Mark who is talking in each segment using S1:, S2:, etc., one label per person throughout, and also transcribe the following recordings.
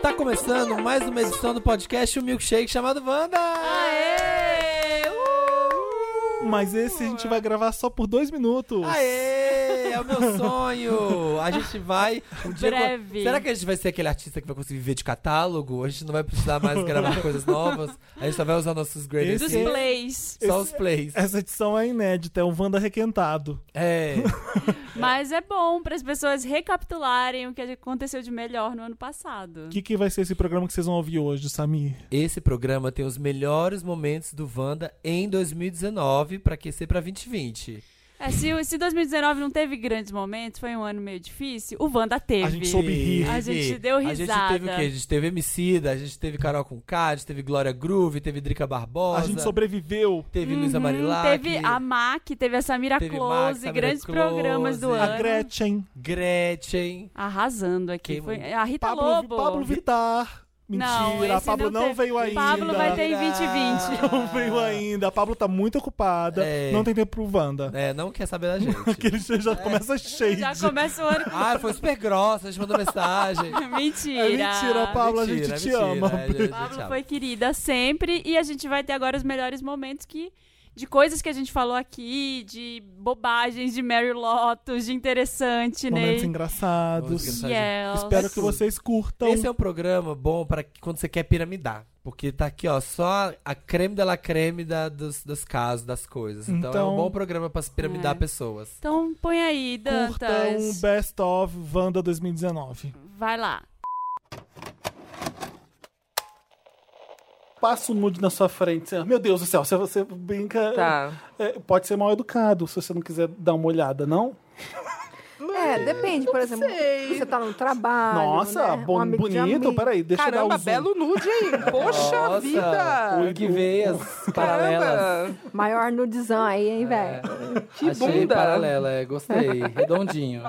S1: Tá começando mais uma edição do podcast O Milkshake chamado Wanda!
S2: Aê! Uh!
S3: Mas esse a gente vai gravar só por dois minutos.
S1: Aê! É o meu sonho! A gente vai. Um dia
S2: Breve.
S1: Será que a gente vai ser aquele artista que vai conseguir viver de catálogo? A gente não vai precisar mais gravar coisas novas? A gente só vai usar nossos graders.
S2: Dos
S3: Esse-
S2: plays.
S1: Só os
S3: Esse-
S1: plays.
S3: Essa edição é inédita, é um Wanda requentado.
S1: É.
S2: Mas é bom para as pessoas recapitularem o que aconteceu de melhor no ano passado.
S3: O que, que vai ser esse programa que vocês vão ouvir hoje, Samir?
S1: Esse programa tem os melhores momentos do Wanda em 2019 pra aquecer pra 2020.
S2: É, se, o- se 2019 não teve grandes momentos, foi um ano meio difícil, o Wanda teve.
S3: A gente soube rir.
S2: A gente deu
S1: A gente
S2: risada.
S1: teve o quê? A gente teve Emicida, a gente teve Carol com a gente teve Glória Groove, teve Drica Barbosa.
S3: A gente sobreviveu.
S1: Teve
S2: Uhum,
S1: Luísa Marilac.
S2: Teve a Mac, teve a Samira
S1: Teve
S2: Close,
S1: Mac, Samira
S2: grandes
S1: Close,
S2: programas do
S1: a
S3: A
S2: ano.
S3: Gretchen,
S1: Gretchen.
S2: Arrasando aqui.
S1: Quem-
S2: Foi, a Rita
S3: Pablo,
S2: Lobo.
S3: Pablo Vittar.
S2: Não,
S3: Mentira, a
S2: esse
S3: Pablo
S2: não
S3: não,
S2: teve.
S3: veio ainda.
S2: Pablo vai ter em
S1: Mentira.
S2: 2020.
S3: Não veio ainda. A Pablo tá muito ocupada.
S1: É.
S3: Não tem tempo pro Wanda.
S1: É, não quer saber da gente.
S3: Que ele
S2: É.
S3: já começa cheio.
S2: Já começa o ano.
S1: ah, foi super grossa, a Ah, gente mandou mensagem.
S2: mentira.
S3: É mentira, Pablo, a gente
S1: Mentira,
S3: te
S1: mentira,
S3: ama.
S1: a gente-
S2: Pablo
S1: Tchau.
S2: foi querida sempre e a gente vai ter agora os melhores momentos que de coisas que a gente falou aqui, de bobagens de Mary Lotus, de interessante, né?
S3: Momentos
S2: Ney.
S3: engraçados.
S1: Momentos
S2: Yells.
S3: Espero que vocês curtam.
S1: Esse é um programa bom para que- quando você quer piramidar. Porque tá aqui, ó, só a creme da la creme da, dos, dos casos, das coisas. Então, é um
S3: Então-
S1: bom programa para se piramidar
S2: É.
S1: pessoas.
S2: Então põe aí,
S3: Curta um
S2: Dantas.
S3: Best of Wanda 2019.
S2: Vai lá.
S3: Passa o nude na sua frente. Sam. Meu Deus do céu, se você brinca.
S4: Tá.
S3: é, pode ser mal educado se você não quiser dar uma olhada, não?
S5: É, depende, por exemplo, você tá no trabalho.
S3: Nossa,
S5: né?
S3: bon-
S5: Um amigo de
S3: bonito.
S5: amigo.
S3: Peraí, deixa eu dar
S4: Caramba,
S3: o zoom.
S4: É belo nude aí. Poxa
S1: Nossa,
S4: vida.
S1: Tem que ver as paralelas.
S4: Caramba.
S5: Maior nudizão aí,
S1: É.
S5: hein, velho?
S4: Que
S1: Achei
S4: bunda.
S1: paralela, é, gostei. Redondinho.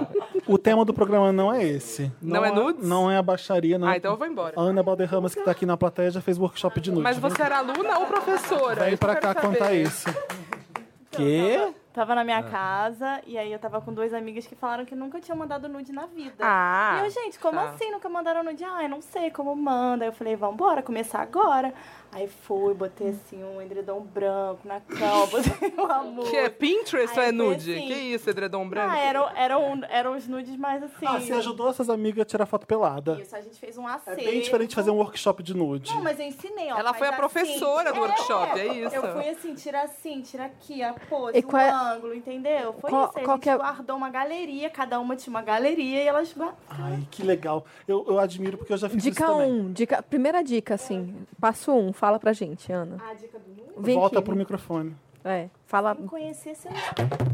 S3: O tema do programa não é esse.
S4: Não é nudes?
S3: Não é a baixaria, não.
S4: Ah, então eu vou embora.
S3: Ana Balderramas, que tá aqui na plateia, já fez workshop de nude.
S4: Mas você era aluna ou professora? Isso
S3: Vem
S4: eu
S3: pra
S4: quero
S3: cá contar
S4: saber.
S3: isso. Ah.
S1: que?
S6: Tava na minha casa e aí eu tava com duas amigas que falaram que nunca tinham mandado nude na vida.
S4: Ah.
S6: e eu, gente, como
S4: tá.
S6: assim nunca mandaram nude? Ah, eu não sei como manda. Aí eu falei, vambora, começar agora. Aí fui, botei assim um edredom branco na cama, botei um amor.
S4: Que é Pinterest ou é
S6: Ai, foi
S4: nude?
S6: assim.
S4: Que isso, edredom branco?
S6: Ah, eram, eram, eram os nudes mais assim.
S3: Ah, você ajudou essas amigas a tirar foto pelada.
S6: Isso, a gente fez um acerto.
S3: É bem diferente de fazer um workshop de nude.
S6: Não, mas eu ensinei, ó.
S4: Ela
S6: faz
S4: foi a
S6: assim.
S4: professora do workshop, é isso?
S6: Eu fui assim, tira assim, tira aqui, a pose,
S5: E qual
S6: o
S5: é-
S6: ângulo, entendeu? Foi
S5: Qual-
S6: isso, aí
S5: qual
S6: a gente
S5: que é-
S6: guardou uma galeria, cada uma tinha uma galeria e elas guardaram.
S3: Ai, que legal. Eu, eu admiro porque eu já fiz isso
S5: Dica
S3: também.
S5: 1, Hum, dica, primeira dica, assim, passo 1, um, fala pra gente, Ana.
S6: A Ah, dica do mundo?
S5: Vem
S3: Volta
S5: aqui.
S3: pro microfone.
S5: É, fala,
S6: Não conhecia esse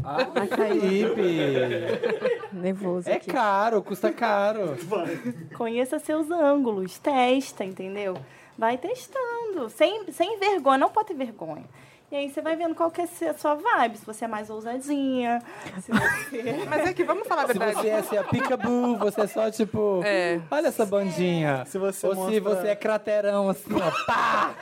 S5: ai, caiu,
S1: Felipe,
S5: nervoso
S1: é
S5: aqui.
S1: caro, custa caro.
S6: Conheça seus ângulos, testa, entendeu? Vai testando, sem, sem vergonha, não pode ter vergonha. E aí você vai vendo qual que é a sua vibe, se você é mais ousadinha, se você...
S4: Mas é que vamos falar a
S1: Se
S4: verdade.
S1: você é assim, a picabu, você é só tipo.
S4: É.
S1: Olha essa bandinha.
S3: Se você
S1: Ou se
S3: mostra-
S1: você é craterão, assim, ó, pá!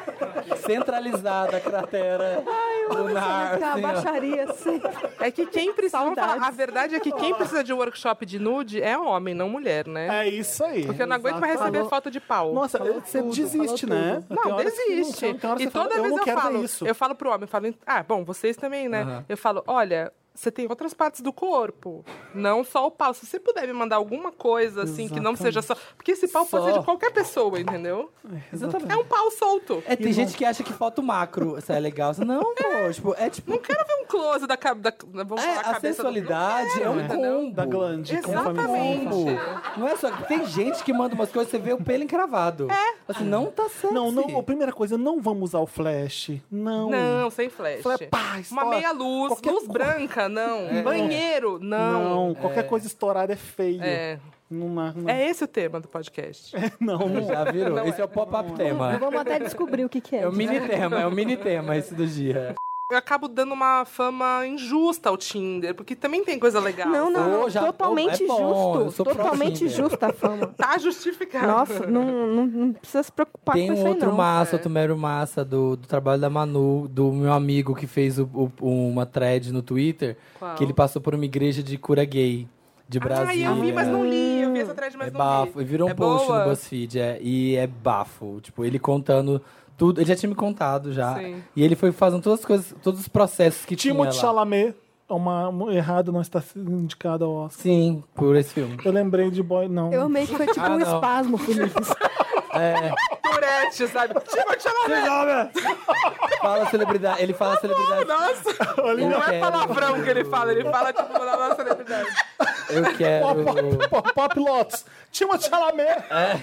S1: Centralizada a cratera. lunar,
S5: Tá,
S1: assim, ó.
S5: baixaria, assim.
S4: É que quem precisa. vamos falar, a
S5: Saudades.
S4: verdade é que quem precisa de workshop de nude é homem, não mulher, né?
S3: É isso aí.
S4: Porque eu não aguento mais receber
S3: Falou-
S4: foto de pau.
S3: Nossa, você desiste, né? Tem
S4: Não,
S3: horas que
S4: desiste.
S3: tem horas que
S4: e
S3: você fala,
S4: toda vez
S3: eu não
S4: eu,
S3: quero
S4: falo,
S3: ver isso.
S4: eu falo pro homem, eu falo, ah, bom, vocês também, né?
S1: Aham.
S4: Eu falo, olha, você tem outras partes do corpo, não só o pau. Se você puder me mandar alguma coisa assim que não seja só, porque esse pau pode
S1: Só.
S4: ser de qualquer pessoa, entendeu?
S1: Exatamente.
S4: É um pau solto.
S1: É, tem gente que acha que foto macro isso é legal. Isso Não, pô, tipo, é tipo.
S4: Não quero ver um close da, ca- da vamos
S1: é,
S4: falar,
S1: a
S4: cabeça do-
S1: sensualidade é um combo.
S3: Da glande.
S4: Exatamente.
S1: Combo. Não é só. Tem gente que manda umas coisas, você vê o pelo encravado. É. Assim, não tá certo.
S3: Ah, Não, não, a primeira coisa, não vamos usar o flash. Não.
S4: Não, sem flash.
S3: Flash, pá,
S4: Uma
S3: estoura.
S4: meia luz,
S3: Qualquer
S4: luz
S3: co-
S4: branca, não.
S1: É.
S4: Banheiro, não.
S3: Não, qualquer coisa estourada é feio.
S4: É.
S3: Não, não, não.
S4: É esse o tema do podcast.
S3: não, não.
S1: Já virou. Esse é o pop-up tema.
S5: Vamos até descobrir o que que é.
S1: É o mini tema, é o mini tema esse do dia.
S4: Eu acabo dando uma fama injusta ao Tinder, porque também tem coisa legal.
S5: Não, não, não,
S1: Ô, já-
S5: totalmente
S1: é bom, eu
S5: justo,
S1: sou pró
S5: totalmente
S1: Tinder.
S5: justa a fama.
S4: Tá justificado.
S5: Nossa, não, não, não precisa se preocupar
S1: Tem
S5: com isso
S1: um
S5: aí,
S1: outro
S5: não.
S1: massa,
S4: É.
S1: outro mero massa do, do trabalho da Manu, do meu amigo que fez o- o- uma thread no Twitter,
S4: Qual?
S1: que ele passou por uma igreja de cura gay de Brasília.
S4: Ai, eu vi, mas não li. Eu vi
S5: cabeça atrás de mais
S1: é bafo. E virou um
S5: É
S1: post
S5: boa?
S1: no BuzzFeed, é, e é bafo. Tipo, ele contando tudo. Ele já tinha me contado já.
S5: Sim.
S1: E ele foi fazendo todas as coisas, todos os processos que
S3: Timothée
S1: tinha lá.
S3: Chalamet, é uma, uma errado não está sendo indicado ao Oscar.
S1: Sim, por esse filme.
S3: Eu lembrei de boy, não.
S7: Eu amei que foi tipo
S1: Ah,
S7: um
S1: não.
S7: espasmo, Felipe.
S1: É,
S5: Turete, sabe? Tipo, chama
S1: fala celebridade. Ele fala celebridade.
S5: Nossa!
S1: Eu
S5: não é
S1: quero-
S5: palavrão que ele fala, ele fala tipo da nossa celebridade.
S1: Eu
S3: Pop,
S1: quero.
S3: pop, pop, pop Lotus. Timothée Chalamet.
S1: É.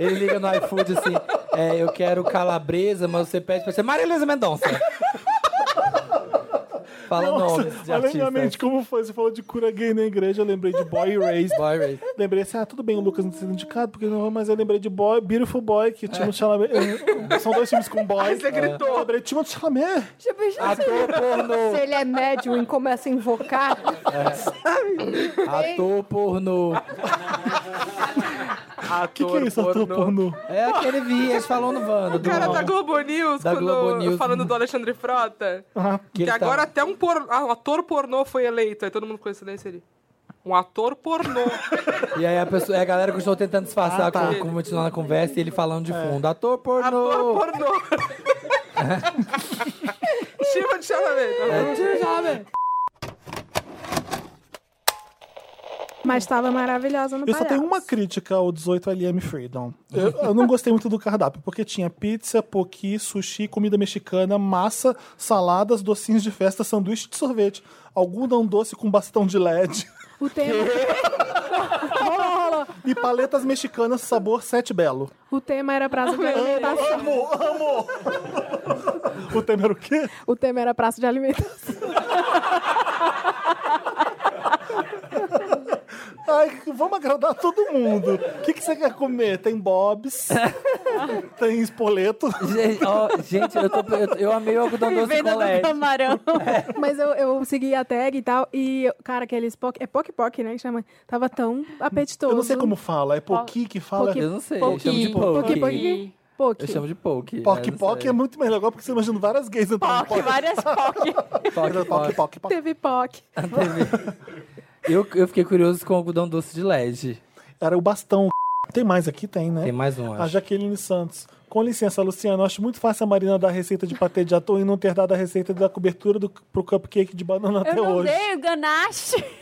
S1: Ele liga no iFood assim, é, eu quero calabresa, mas você pede pra ser Maria Elisa Mendonça. Fala nomes de
S3: Além da
S1: artista.
S3: mente, como foi? Você falou de cura gay na igreja, eu lembrei de Boy Erased.
S1: Boy Race.
S3: Lembrei assim, ah, tudo bem, o Lucas não tá sendo indicado, porque não, mas eu lembrei de Boy, Beautiful Boy, que
S1: É.
S3: Timothée Chalamet. eh, São dois filmes com Boy.
S5: Aí você gritou.
S3: Eu lembrei de Timothée Chalamet.
S7: Já pensou
S1: Ator pornô. É.
S7: se ele é médium e começa a invocar?
S1: Ator pornô.
S5: Ator,
S3: O que, que é isso, ator pornô?
S1: É aquele vi, eles falam no Wanda.
S5: O
S1: do-
S5: cara tá da Globo News,
S1: Da
S5: quando,
S1: Globo News. né?
S5: falando do Alexandre Frota,
S3: Ah,
S1: que
S5: que,
S1: ele tá-
S5: agora até um, por- ah, um ator pornô foi eleito. Aí todo mundo conhece daí seria. Um ator pornô.
S1: E aí a, pessoa, é a galera que eu estou tentando disfarçar,
S3: Ah, tá. É.
S1: com- com- continuando a conversa, e ele falando de fundo. Ator
S5: ator
S1: pornô.
S5: pornô. Chiva de chamamento.
S8: Mas tava maravilhosa no
S3: Eu só tenho
S8: palhaço.
S3: uma crítica ao 18LM Freedom. Eu, eu não gostei muito do cardápio, porque tinha pizza, poqui, sushi, comida mexicana, massa, saladas, docinhos de festa, sanduíche de sorvete, algodão doce com bastão de LED
S8: O tema,
S3: e paletas mexicanas sabor sete belo.
S8: o tema era praça de alimentação.
S3: Amo, amo! o tema era o quê?
S8: O tema era praça de alimentação.
S3: Ai, vamos agradar todo mundo. O que, que você quer comer? Tem bobs, tem espoleto.
S1: Gente, ó, gente, eu, tô, eu, eu amei o
S9: Então,
S1: algodão doce
S2: Venda
S1: com
S2: do
S1: LED.
S2: camarão.
S9: É.
S8: Mas eu, eu segui a tag e tal. E, cara, aqueles poc... É poc-poc, né? Que chama. Tava tão apetitoso.
S3: Eu não sei como fala, é poqui que fala.
S8: Poqui.
S1: Eu não sei, eu chamo de
S2: Pouquinho.
S8: Poc,
S1: poke.
S8: poc,
S1: Eu
S8: poc.
S1: chamo de poke.
S3: Poc Poc é muito melhor agora porque você imagina várias gays entrando
S2: Poc, várias poc.
S1: Poc,
S3: Poc, Poc, Poc.
S8: Teve poc.
S1: Eu, eu fiquei curioso com o algodão doce de LED.
S3: Era o bastão. Tem mais aqui? Tem, né?
S1: Tem mais um,
S3: A
S1: acho.
S3: Jaqueline Santos. Com licença, Luciano, acho muito fácil a Marina dar a receita de patê de atum e não ter dado a receita da cobertura do, pro cupcake de banana
S2: Eu
S3: até
S2: não
S3: hoje.
S2: dei o ganache.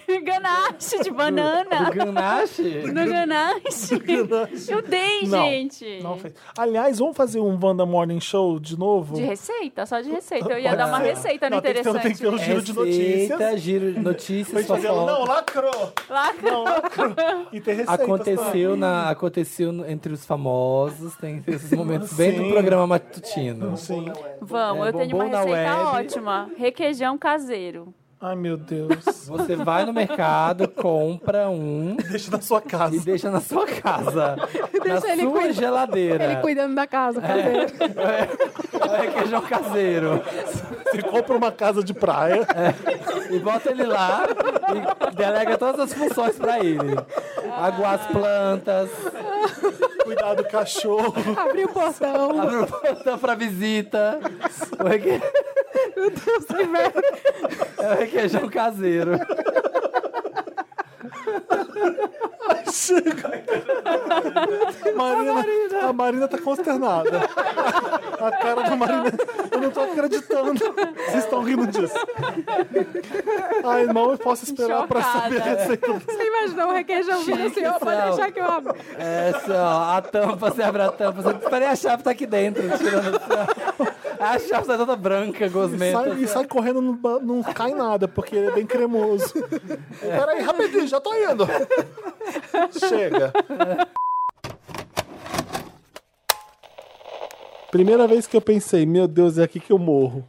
S2: Ganache de banana.
S1: Do ganache?
S2: No ganache. Eu dei,
S3: Não,
S2: gente.
S3: Não fez. Aliás, vamos fazer um Wanda Morning Show de novo?
S2: De receita, só de receita. Eu ia
S1: Pode
S2: dar uma
S1: ser.
S2: receita no
S3: Não, tem que ter-
S2: interessante.
S3: Tem que ter um giro de notícias.
S1: Receita, giro de
S3: Pra
S1: notícias,
S3: gente fazer- Não,
S1: fofoca.
S3: lacrou!
S2: Lá-
S3: Não, lacrou! E ter receitas também.
S1: Aconteceu, na, aconteceu no- entre os famosos, tem esses momentos bem
S3: Sim.
S1: do programa matutino.
S3: Sim.
S2: Vamos,
S1: É,
S2: eu tenho uma
S1: bombom na
S2: receita
S1: web.
S2: ótima. Requeijão caseiro.
S3: Ai, meu Deus.
S1: Você vai no mercado, compra um
S3: Deixa na sua
S1: e
S3: casa.
S1: deixa na sua casa. na
S8: Deixa ele
S1: sua
S8: cuidar.
S1: geladeira.
S8: Ele cuidando da casa. cadê?
S1: É requeijão caseiro.
S3: Você compra uma casa de praia.
S1: É. E bota ele lá e delega todas as funções pra ele. Aguar as plantas,
S3: Cuidar do cachorro.
S8: Abri o portão.
S1: abre o portão pra visita. O reque- É o requeijão caseiro.
S3: Marina, a, Marina. tá consternada. A cara da Marina. Eu não tô acreditando. Vocês estão rindo disso. Ai, não, eu posso esperar pra
S2: Chocada.
S3: saber a receita.
S8: Você imaginou o requeijão vindo assim, ó, pode
S1: céu.
S8: deixar que eu abro.
S1: É só, a tampa, você abre a tampa. Você... Peraí, a chave tá aqui dentro. Tirando... assim, A chave tá toda branca,
S3: E
S1: gosmenta. assim,
S3: sai, e sai correndo, não, ba- não cai nada, porque ele é bem cremoso. Peraí, rapidinho, já tô indo. Chega.
S1: É.
S3: Primeira vez que eu pensei, meu Deus, é aqui que eu morro.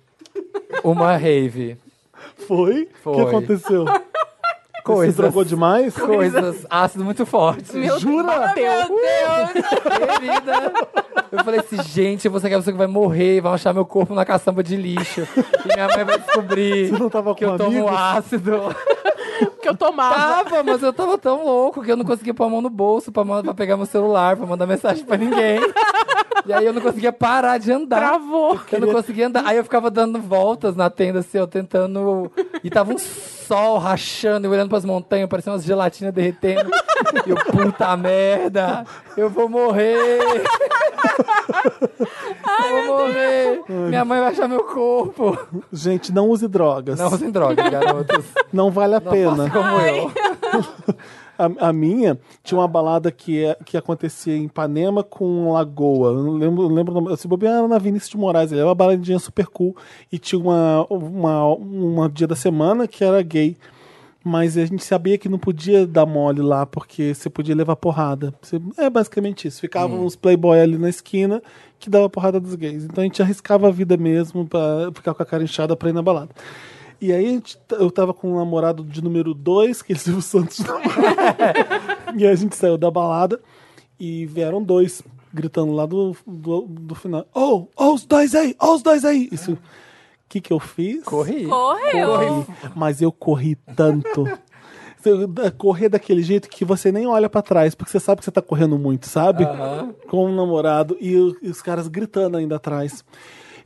S1: Uma rave.
S3: Foi? O que
S1: Foi.
S3: aconteceu? Você
S1: Coisas.
S3: se drogou demais?
S1: Coisas, ácido muito forte.
S3: Jura?
S5: Meu Deus!
S1: Querida. Eu falei assim, gente, você que é a pessoa que vai morrer, vai achar meu corpo na caçamba de lixo. E minha mãe vai descobrir
S3: Você não tava
S1: que
S3: com
S1: eu tomo
S3: amigos?
S1: ácido.
S5: Que eu tomava.
S1: Tava, mas eu tava tão louco que eu não conseguia pôr a mão no bolso pra, mandar, pra pegar meu celular, pra mandar mensagem pra ninguém. E aí eu não conseguia parar de andar.
S8: Travou.
S1: Eu não conseguia andar. Aí eu ficava dando voltas na tenda, assim, eu tentando. E tava um sol rachando, eu olhando pras montanhas, parecia umas gelatinas derretendo. Eu, puta merda, eu vou morrer. eu vou morrer. Hum. Minha mãe vai achar meu corpo.
S3: Gente, não use drogas.
S1: Não usem drogas, garotos.
S3: Não vale a
S1: Não
S3: pena.
S1: façam como eu.
S3: A, a minha tinha uma balada que, é- que acontecia em Ipanema com Lagoa. Eu não lembro, eu não lembro o nome. Se bobear era na Vinícius de Moraes. Ele era uma baladinha super cool. E tinha uma, uma, uma dia da semana que era gay. Mas a gente sabia que não podia dar mole lá, porque você podia levar porrada. Você- É basicamente isso. Ficavam
S1: Hum.
S3: uns playboy ali na esquina que dava porrada dos gays. Então a gente arriscava a vida mesmo pra ficar com a cara inchada pra ir na balada. E aí a gente- eu tava com um namorado de número 2, que ele Silvio Santos não e a gente saiu da balada e vieram dois gritando lá do, do, do final. Oh, oh, os dois aí, oh, os dois aí. Isso. O que que eu fiz?
S1: Corri.
S2: Correu.
S3: Mas eu corri tanto. Eu- da- Correr daquele jeito que você nem olha pra trás, porque você sabe que você tá correndo muito, sabe? Com um namorado e, o- e os caras gritando ainda atrás.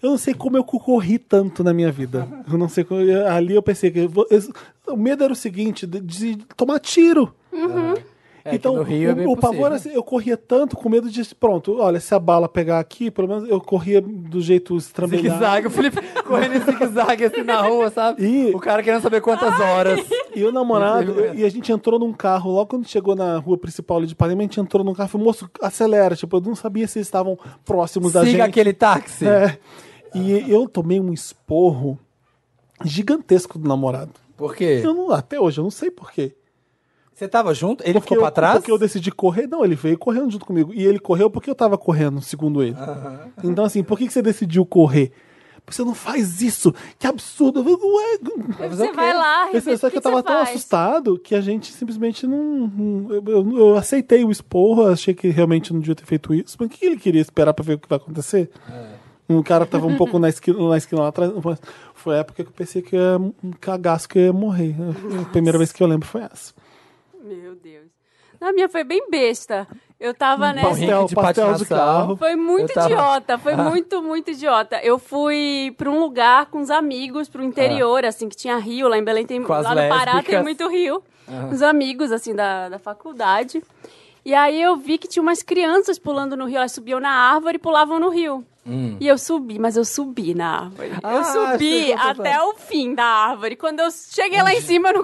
S3: Eu não sei como eu corri tanto na minha vida. Eu não sei como. eu- Ali eu pensei que. eu vou- eu- o medo era o seguinte: de, de tomar tiro.
S8: Uhum.
S1: É,
S3: então,
S1: que no Rio é
S3: o,
S1: bem
S3: o pavor
S1: possível.
S3: era assim, eu corria tanto com medo de. Pronto, olha, se a bala pegar aqui, pelo menos eu corria do jeito estrambelhado.
S1: Zigue-zague, o Felipe correndo em zigue-zague assim na rua, sabe?
S3: E-
S1: O cara querendo saber quantas horas.
S3: E o namorado,
S1: Incrível.
S3: e a gente entrou num carro, logo quando chegou na rua principal ali de Panema, a gente entrou num carro e falou, moço, acelera, tipo, eu não sabia se eles estavam próximos da
S1: Siga
S3: gente.
S1: aquele táxi.
S3: É. E eu tomei um esporro gigantesco do namorado.
S1: Por quê?
S3: Eu não- até hoje, eu não sei porquê.
S1: Você tava junto? Ele ficou
S3: eu,
S1: pra trás?
S3: Porque eu decidi correr. Não, ele veio correndo junto comigo. E ele correu porque eu tava correndo, segundo
S1: Ah.
S3: ele. Então, assim, por que, que você decidiu correr? Você não faz isso! Que absurdo! Eu falei, Ué,
S2: Você vai lá,
S3: Esse-
S2: Ribeiro,
S3: só
S2: o
S3: que eu tava
S2: você
S3: tão
S2: faz?
S3: assustado que a gente simplesmente não. não- Eu, eu- eu aceitei o esporro, achei que realmente não devia ter feito isso, mas o que ele queria esperar pra ver o que vai acontecer? Um cara tava um pouco na esquina, na esquina lá atrás. mas Foi a época que eu pensei que eu ia, um cagaço que eu ia morrer. A primeira vez que eu lembro foi essa.
S2: Meu Deus. A minha foi bem besta. Eu tava nessa.
S1: Henrique
S3: Pastel,
S1: de
S3: pastel Um de
S1: patinação.
S3: carro.
S2: Foi muito
S1: Eu tava- Ah.
S2: idiota, foi muito, muito idiota. Eu fui pra um lugar com uns amigos pro interior, assim, que tinha rio, lá em Belém tem.
S1: Com as
S2: Lá no Pará tem
S1: lésbicas. Ah.
S2: muito rio. Uns amigos, assim, da, da faculdade. E aí eu vi que tinha umas crianças pulando no rio, elas subiam na árvore e pulavam no rio.
S1: Hum.
S2: E eu subi, mas eu subi na árvore.
S1: Ah,
S2: eu subi
S1: sei o que você
S2: até o fim da árvore. Quando eu cheguei lá em cima, eu não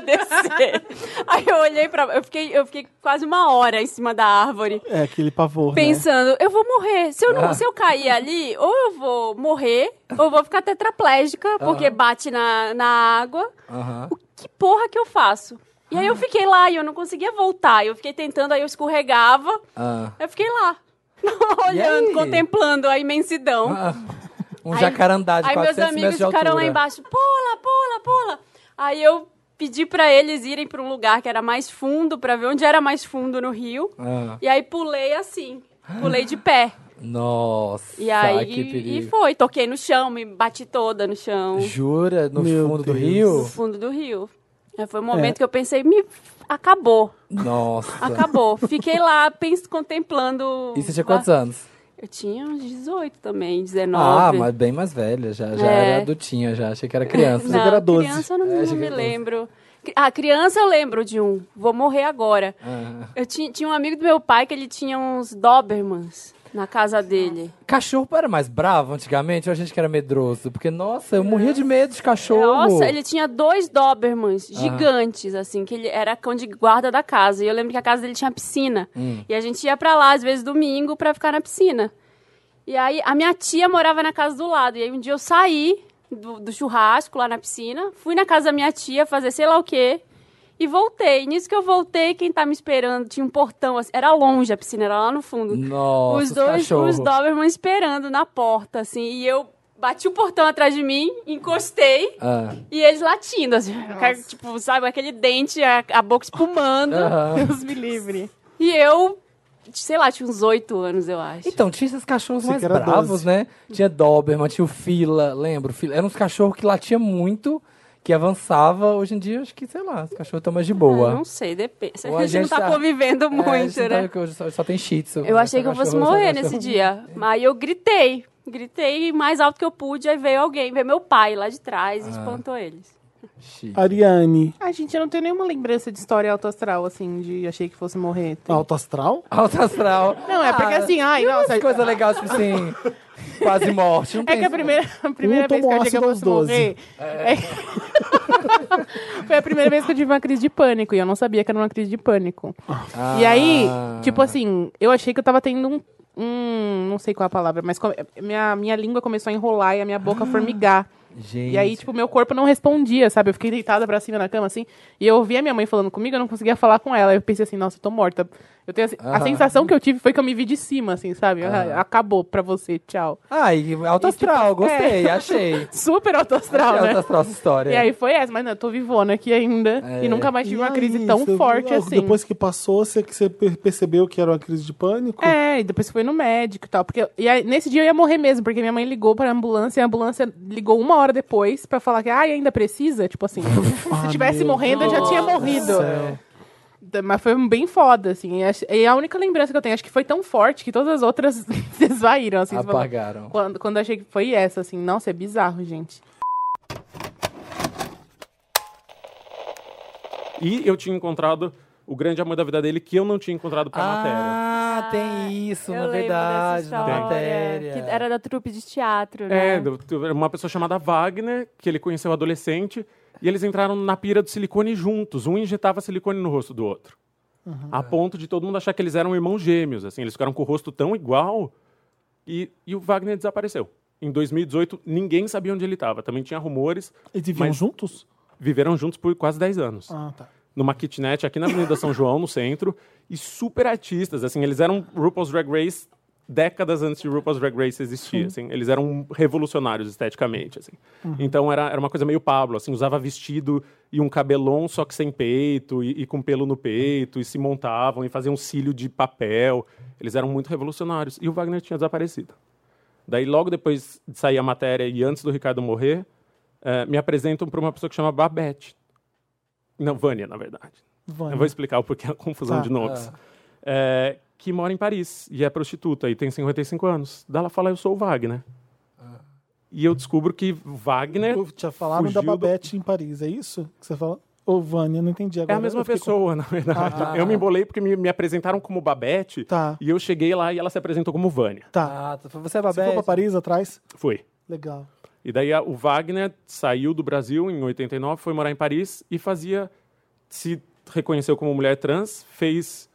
S2: descer. aí eu olhei pra. Eu fiquei, eu fiquei quase uma hora em cima da árvore
S3: É, aquele pavor. né?
S2: pensando, eu vou morrer. Se eu, não,
S1: Ah.
S2: se eu cair ali, ou eu vou morrer, ou eu vou ficar tetraplégica, porque bate na, na água.
S1: Ah. Aham. Ah.
S2: O que porra que eu faço? E aí eu fiquei lá e eu não conseguia voltar. Eu fiquei tentando, aí eu escorregava.
S1: Ah.
S2: Eu fiquei lá,
S1: E
S2: olhando,
S1: aí?
S2: contemplando a imensidão.
S1: Ah. Um jacarandá de
S2: Aí meus
S1: 400
S2: amigos
S1: metros de altura.
S2: ficaram lá embaixo, pula, pula, pula. Aí eu pedi pra eles irem pra um lugar que era mais fundo, pra ver onde era mais fundo no rio.
S1: Ah.
S2: E aí pulei assim, pulei de pé.
S1: Nossa,
S2: E aí
S1: que
S2: e
S1: perigo.
S2: foi, toquei no chão, me bati toda no chão,
S1: Jura? No
S3: Meu
S1: fundo do
S3: Deus.
S2: no
S1: rio? É.
S2: fundo do rio. Aí foi um momento que eu pensei, me acabou,
S1: Nossa.
S2: acabou. Fiquei lá pens, contemplando.
S1: E você tinha quantos anos?
S2: Eu tinha uns 18 também, 19.
S1: Ah, mas bem mais velha. Já, já
S2: É.
S1: era adultinha, já. Achei que era criança.
S3: Você era
S2: Não,
S3: 12.
S2: criança eu não,
S1: É,
S2: não
S1: achei que
S2: me
S1: era 12.
S2: lembro. Ah, criança eu lembro de um. Vou morrer agora.
S1: Ah.
S2: Eu tinha, tinha um amigo do meu pai que ele tinha uns Dobermans na casa dele.
S1: Cachorro era mais bravo antigamente ou a gente que era medroso? Porque, nossa, eu morria de medo de cachorro.
S2: Nossa, ele tinha dois Dobermans
S1: Ah.
S2: gigantes, assim, que ele era cão de guarda da casa. E eu lembro que a casa dele tinha piscina.
S1: Hum.
S2: E a gente ia pra lá, às vezes, domingo, pra ficar na piscina. E aí, a minha tia morava na casa do lado. E aí, um dia eu saí do, do churrasco lá na piscina, fui na casa da minha tia fazer sei lá o quê. E voltei. Nisso que eu voltei, quem tá me esperando tinha um portão, assim, era longe a piscina, era lá no fundo
S1: Nossa,
S2: os dois,
S1: cachorros.
S2: os Doberman esperando na porta, assim, e eu bati o portão atrás de mim, encostei,
S1: Ah.
S2: e eles latindo, assim, tipo, sabe, aquele dente, a, a boca espumando,
S1: Aham.
S8: Deus me livre.
S2: e eu, sei lá, tinha uns oito anos, eu acho.
S1: Então, tinha esses cachorros
S3: Pensei
S1: mais
S3: que era
S1: bravos,
S3: 12.
S1: né? Tinha Doberman, tinha o Fila, lembro. Fila. Eram uns cachorros que latia muito, que avançava. Hoje em dia, acho que, sei lá, os cachorros estão mais de boa.
S2: Ah, não sei, depende,
S1: Ou
S2: a gente não tá, convivendo
S1: É, a
S2: muito,
S1: gente
S2: né?
S1: não tá- Hoje só, só tem shih tzu.
S2: Eu
S1: né?
S2: achei que
S1: Só
S2: eu fosse
S1: cachorro, só
S2: morrer
S1: cachorro.
S2: nesse dia. Aí eu gritei.
S1: Ah.
S2: Gritei mais alto que eu pude, aí veio alguém, veio meu pai lá de trás e espantou eles.
S1: Chique.
S3: Ariane,
S10: A gente eu não tem nenhuma lembrança de história autoastral, assim, de achei que fosse morrer. Tem-
S3: alto astral?
S1: Alto astral. Ah,
S10: Não, é porque assim, ai, nossa.
S1: Essa coisa legal, tipo assim, quase morte. Não
S10: É que
S1: penso,
S10: a primeira, a primeira
S3: Eu
S10: vez que
S3: tomo
S10: eu achei que eu
S3: ácido aos
S10: fosse
S3: 12.
S10: morrer. é que- Foi a primeira vez que eu tive uma crise de pânico e eu não sabia que era uma crise de pânico.
S1: Ah.
S10: E aí, tipo assim, eu achei que eu tava tendo um. um- não sei qual é a palavra, mas come- minha, minha língua começou a enrolar e a minha boca a formigar.
S1: Gente.
S10: E aí, tipo, meu corpo não respondia, sabe? Eu fiquei deitada pra cima na cama, assim, e eu ouvia minha mãe falando comigo, eu não conseguia falar com ela. Eu pensei assim, nossa, eu tô morta. Eu tenho a, se- a
S1: Aham.
S10: sensação que eu tive foi que eu me vi de cima, assim, sabe?
S1: Aham.
S10: Acabou pra você, tchau.
S1: Ai, Ah, alto astral,
S10: tipo,
S1: gostei,
S10: é.
S1: achei.
S10: Super autoastral,
S1: Achei
S10: né?
S1: alto astral essa história.
S10: E aí foi essa, mas não, eu tô vivona aqui ainda.
S1: É.
S10: E nunca mais tive
S3: E
S10: uma
S3: aí,
S10: crise tão
S3: você-
S10: forte
S3: ah,
S10: assim.
S3: Depois que passou, você, que você per- percebeu que era uma crise de pânico?
S10: É, e depois foi no médico e tal. Porque, e aí, nesse dia eu ia morrer mesmo, porque minha mãe ligou pra ambulância e a ambulância ligou uma hora depois pra falar que, ai, ainda precisa? Tipo assim, se tivesse morrendo, eu já tinha morrido. Da- Mas foi bem foda, assim. E ach- E a única lembrança que eu tenho, acho que foi tão forte que todas as outras desvaíram, assim. você fala,
S1: Apagaram.
S10: Quando, quando eu achei que foi essa, assim, nossa, é bizarro, gente.
S11: E eu tinha encontrado o grande amor da vida dele que eu não tinha encontrado pra matéria.
S1: Ah,
S2: Ah,
S1: tem isso,
S2: eu
S1: na
S2: lembro
S1: verdade,
S2: dessa
S1: na
S2: história,
S1: matéria.
S2: Que era da trupe de teatro, né?
S11: É, do- tu- uma pessoa chamada Wagner, que ele conheceu adolescente, e eles entraram na pira do silicone juntos. Um injetava silicone no rosto do outro.
S3: Uhum.
S11: A ponto de todo mundo achar que eles eram irmãos gêmeos, assim. Eles ficaram com o rosto tão igual e, e o Wagner desapareceu. Em 2018, ninguém sabia onde ele estava. Também tinha rumores.
S3: Eles viviam
S11: Mas-
S3: juntos?
S11: Viveram juntos por quase 10 anos.
S3: Ah, tá.
S11: numa kitnet aqui na Avenida São João, no centro, e super artistas, assim, eles eram RuPaul's Drag Race décadas antes de RuPaul's Drag Race existir, assim, eles eram revolucionários esteticamente, assim. Então era, era uma coisa meio Pablo, assim, usava vestido e um cabelão só que sem peito e, e com pelo no peito e se montavam e faziam cílio de papel. Eles eram muito revolucionários e o Wagner tinha desaparecido. Daí logo depois de sair a matéria e antes do Ricardo morrer, eh, me apresentam para uma pessoa que chama Babette. Não, Vânia, na verdade. Eu vou explicar o porquê a confusão
S3: Tá.
S11: de nomes. É, que mora em Paris e é prostituta e tem 55 anos. Daí ela fala, eu sou o Wagner. E eu descubro que Wagner
S3: Já falaram
S11: Fugiu
S3: da
S11: do-
S3: Babette em Paris, é isso que você fala? Ô, Vânia, não entendi
S11: é
S3: agora.
S11: a mesma
S3: eu fiquei com-
S11: pessoa, na verdade. Eu me embolei porque me, me apresentaram como Babette
S3: Ah. Tá,
S11: e eu cheguei lá e ela se apresentou como Vânia.
S3: tá.
S1: Ah, tu- você
S3: Você
S1: é
S3: foi pra
S1: babete.
S3: Paris atrás?
S11: Foi.
S3: Legal.
S11: E daí a- o Wagner saiu do Brasil em 89, foi morar em Paris e fazia. se reconheceu como mulher trans, fez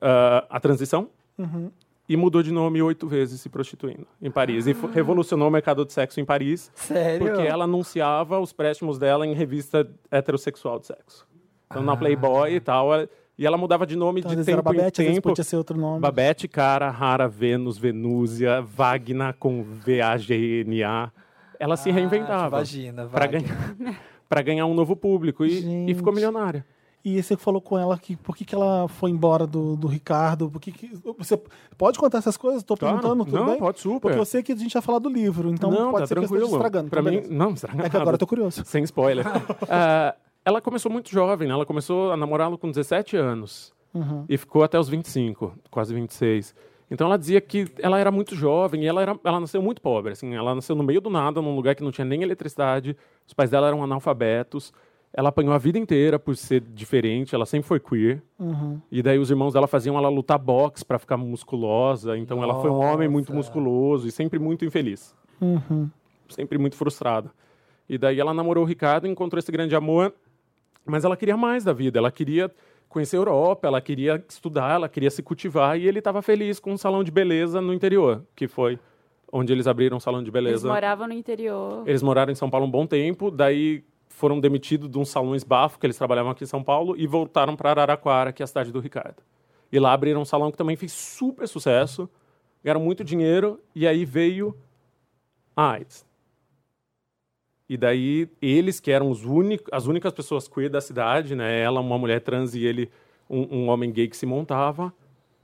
S11: ah, a transição
S3: Uhum.
S11: e mudou de nome oito vezes se prostituindo em Paris.
S3: Ah.
S11: E fo- revolucionou o mercado de sexo em Paris
S1: Sério?
S11: porque ela anunciava os préstimos dela em revista heterossexual de sexo. Então na Playboy e tal. ela- e ela mudava de nome
S3: Ah. Então, às
S11: de
S3: vezes era
S11: tempo em
S3: Babette, às vezes
S11: tempo.
S3: podia ser outro nome.
S11: Babette, Cara, Rara, Vênus, Venúzia, Wagner com V-A-G-N-A. Ela se reinventava
S1: Imagina,
S11: para
S1: vai.
S11: ganhar, pra ganhar um novo público e, e ficou
S3: Gente.
S11: milionária.
S3: E você falou com ela que por que, que ela foi embora do, do Ricardo? Por que que- você pode contar essas coisas? Tô
S11: Claro.
S3: perguntando, tudo
S11: não,
S3: bem?
S11: pode super.
S3: Porque eu sei que a gente já falar do livro, então
S11: não,
S3: pode
S11: tá
S3: ser
S11: tranquilo.
S3: que eu esteja estragando.
S11: Pra
S3: então
S11: mim,
S3: beleza.
S11: não, estraga
S3: É que
S11: nada.
S3: agora eu tô curioso.
S11: Sem spoiler. Ah, ela começou muito jovem, né? ela começou a namorá-lo com 17 anos e ficou até os 25, quase 26. Então ela dizia que ela era muito jovem e ela, era, ela nasceu muito pobre. Assim, ela nasceu no meio do nada, num lugar que não tinha nem eletricidade, os pais dela eram analfabetos. Ela apanhou a vida inteira por ser diferente, ela sempre foi queer. E daí os irmãos dela faziam ela lutar boxe pra ficar musculosa. Então ela foi um homem muito musculoso e sempre muito infeliz.
S12: Uhum.
S13: Uhum.
S11: Sempre muito frustrada. E daí ela namorou o Ricardo, encontrou esse grande amor, mas ela queria mais da vida. Ela queria conhecer a Europa, ela queria estudar, ela queria se cultivar e ele estava feliz com um salão de beleza no interior, que foi onde eles abriram um salão de
S2: Eles
S11: beleza.
S2: moravam no interior.
S11: Eles moraram em São Paulo um bom tempo, daí foram demitidos de uns salões bafo que eles trabalhavam aqui em São Paulo e voltaram para Araraquara, que é a cidade do Ricardo. E lá abriram um salão que também fez super sucesso, ganharam muito dinheiro e aí veio a AIDS. E daí eles que eram os únic- as únicas pessoas queer da cidade, né? Ela uma mulher trans e ele um, um homem gay que se montava,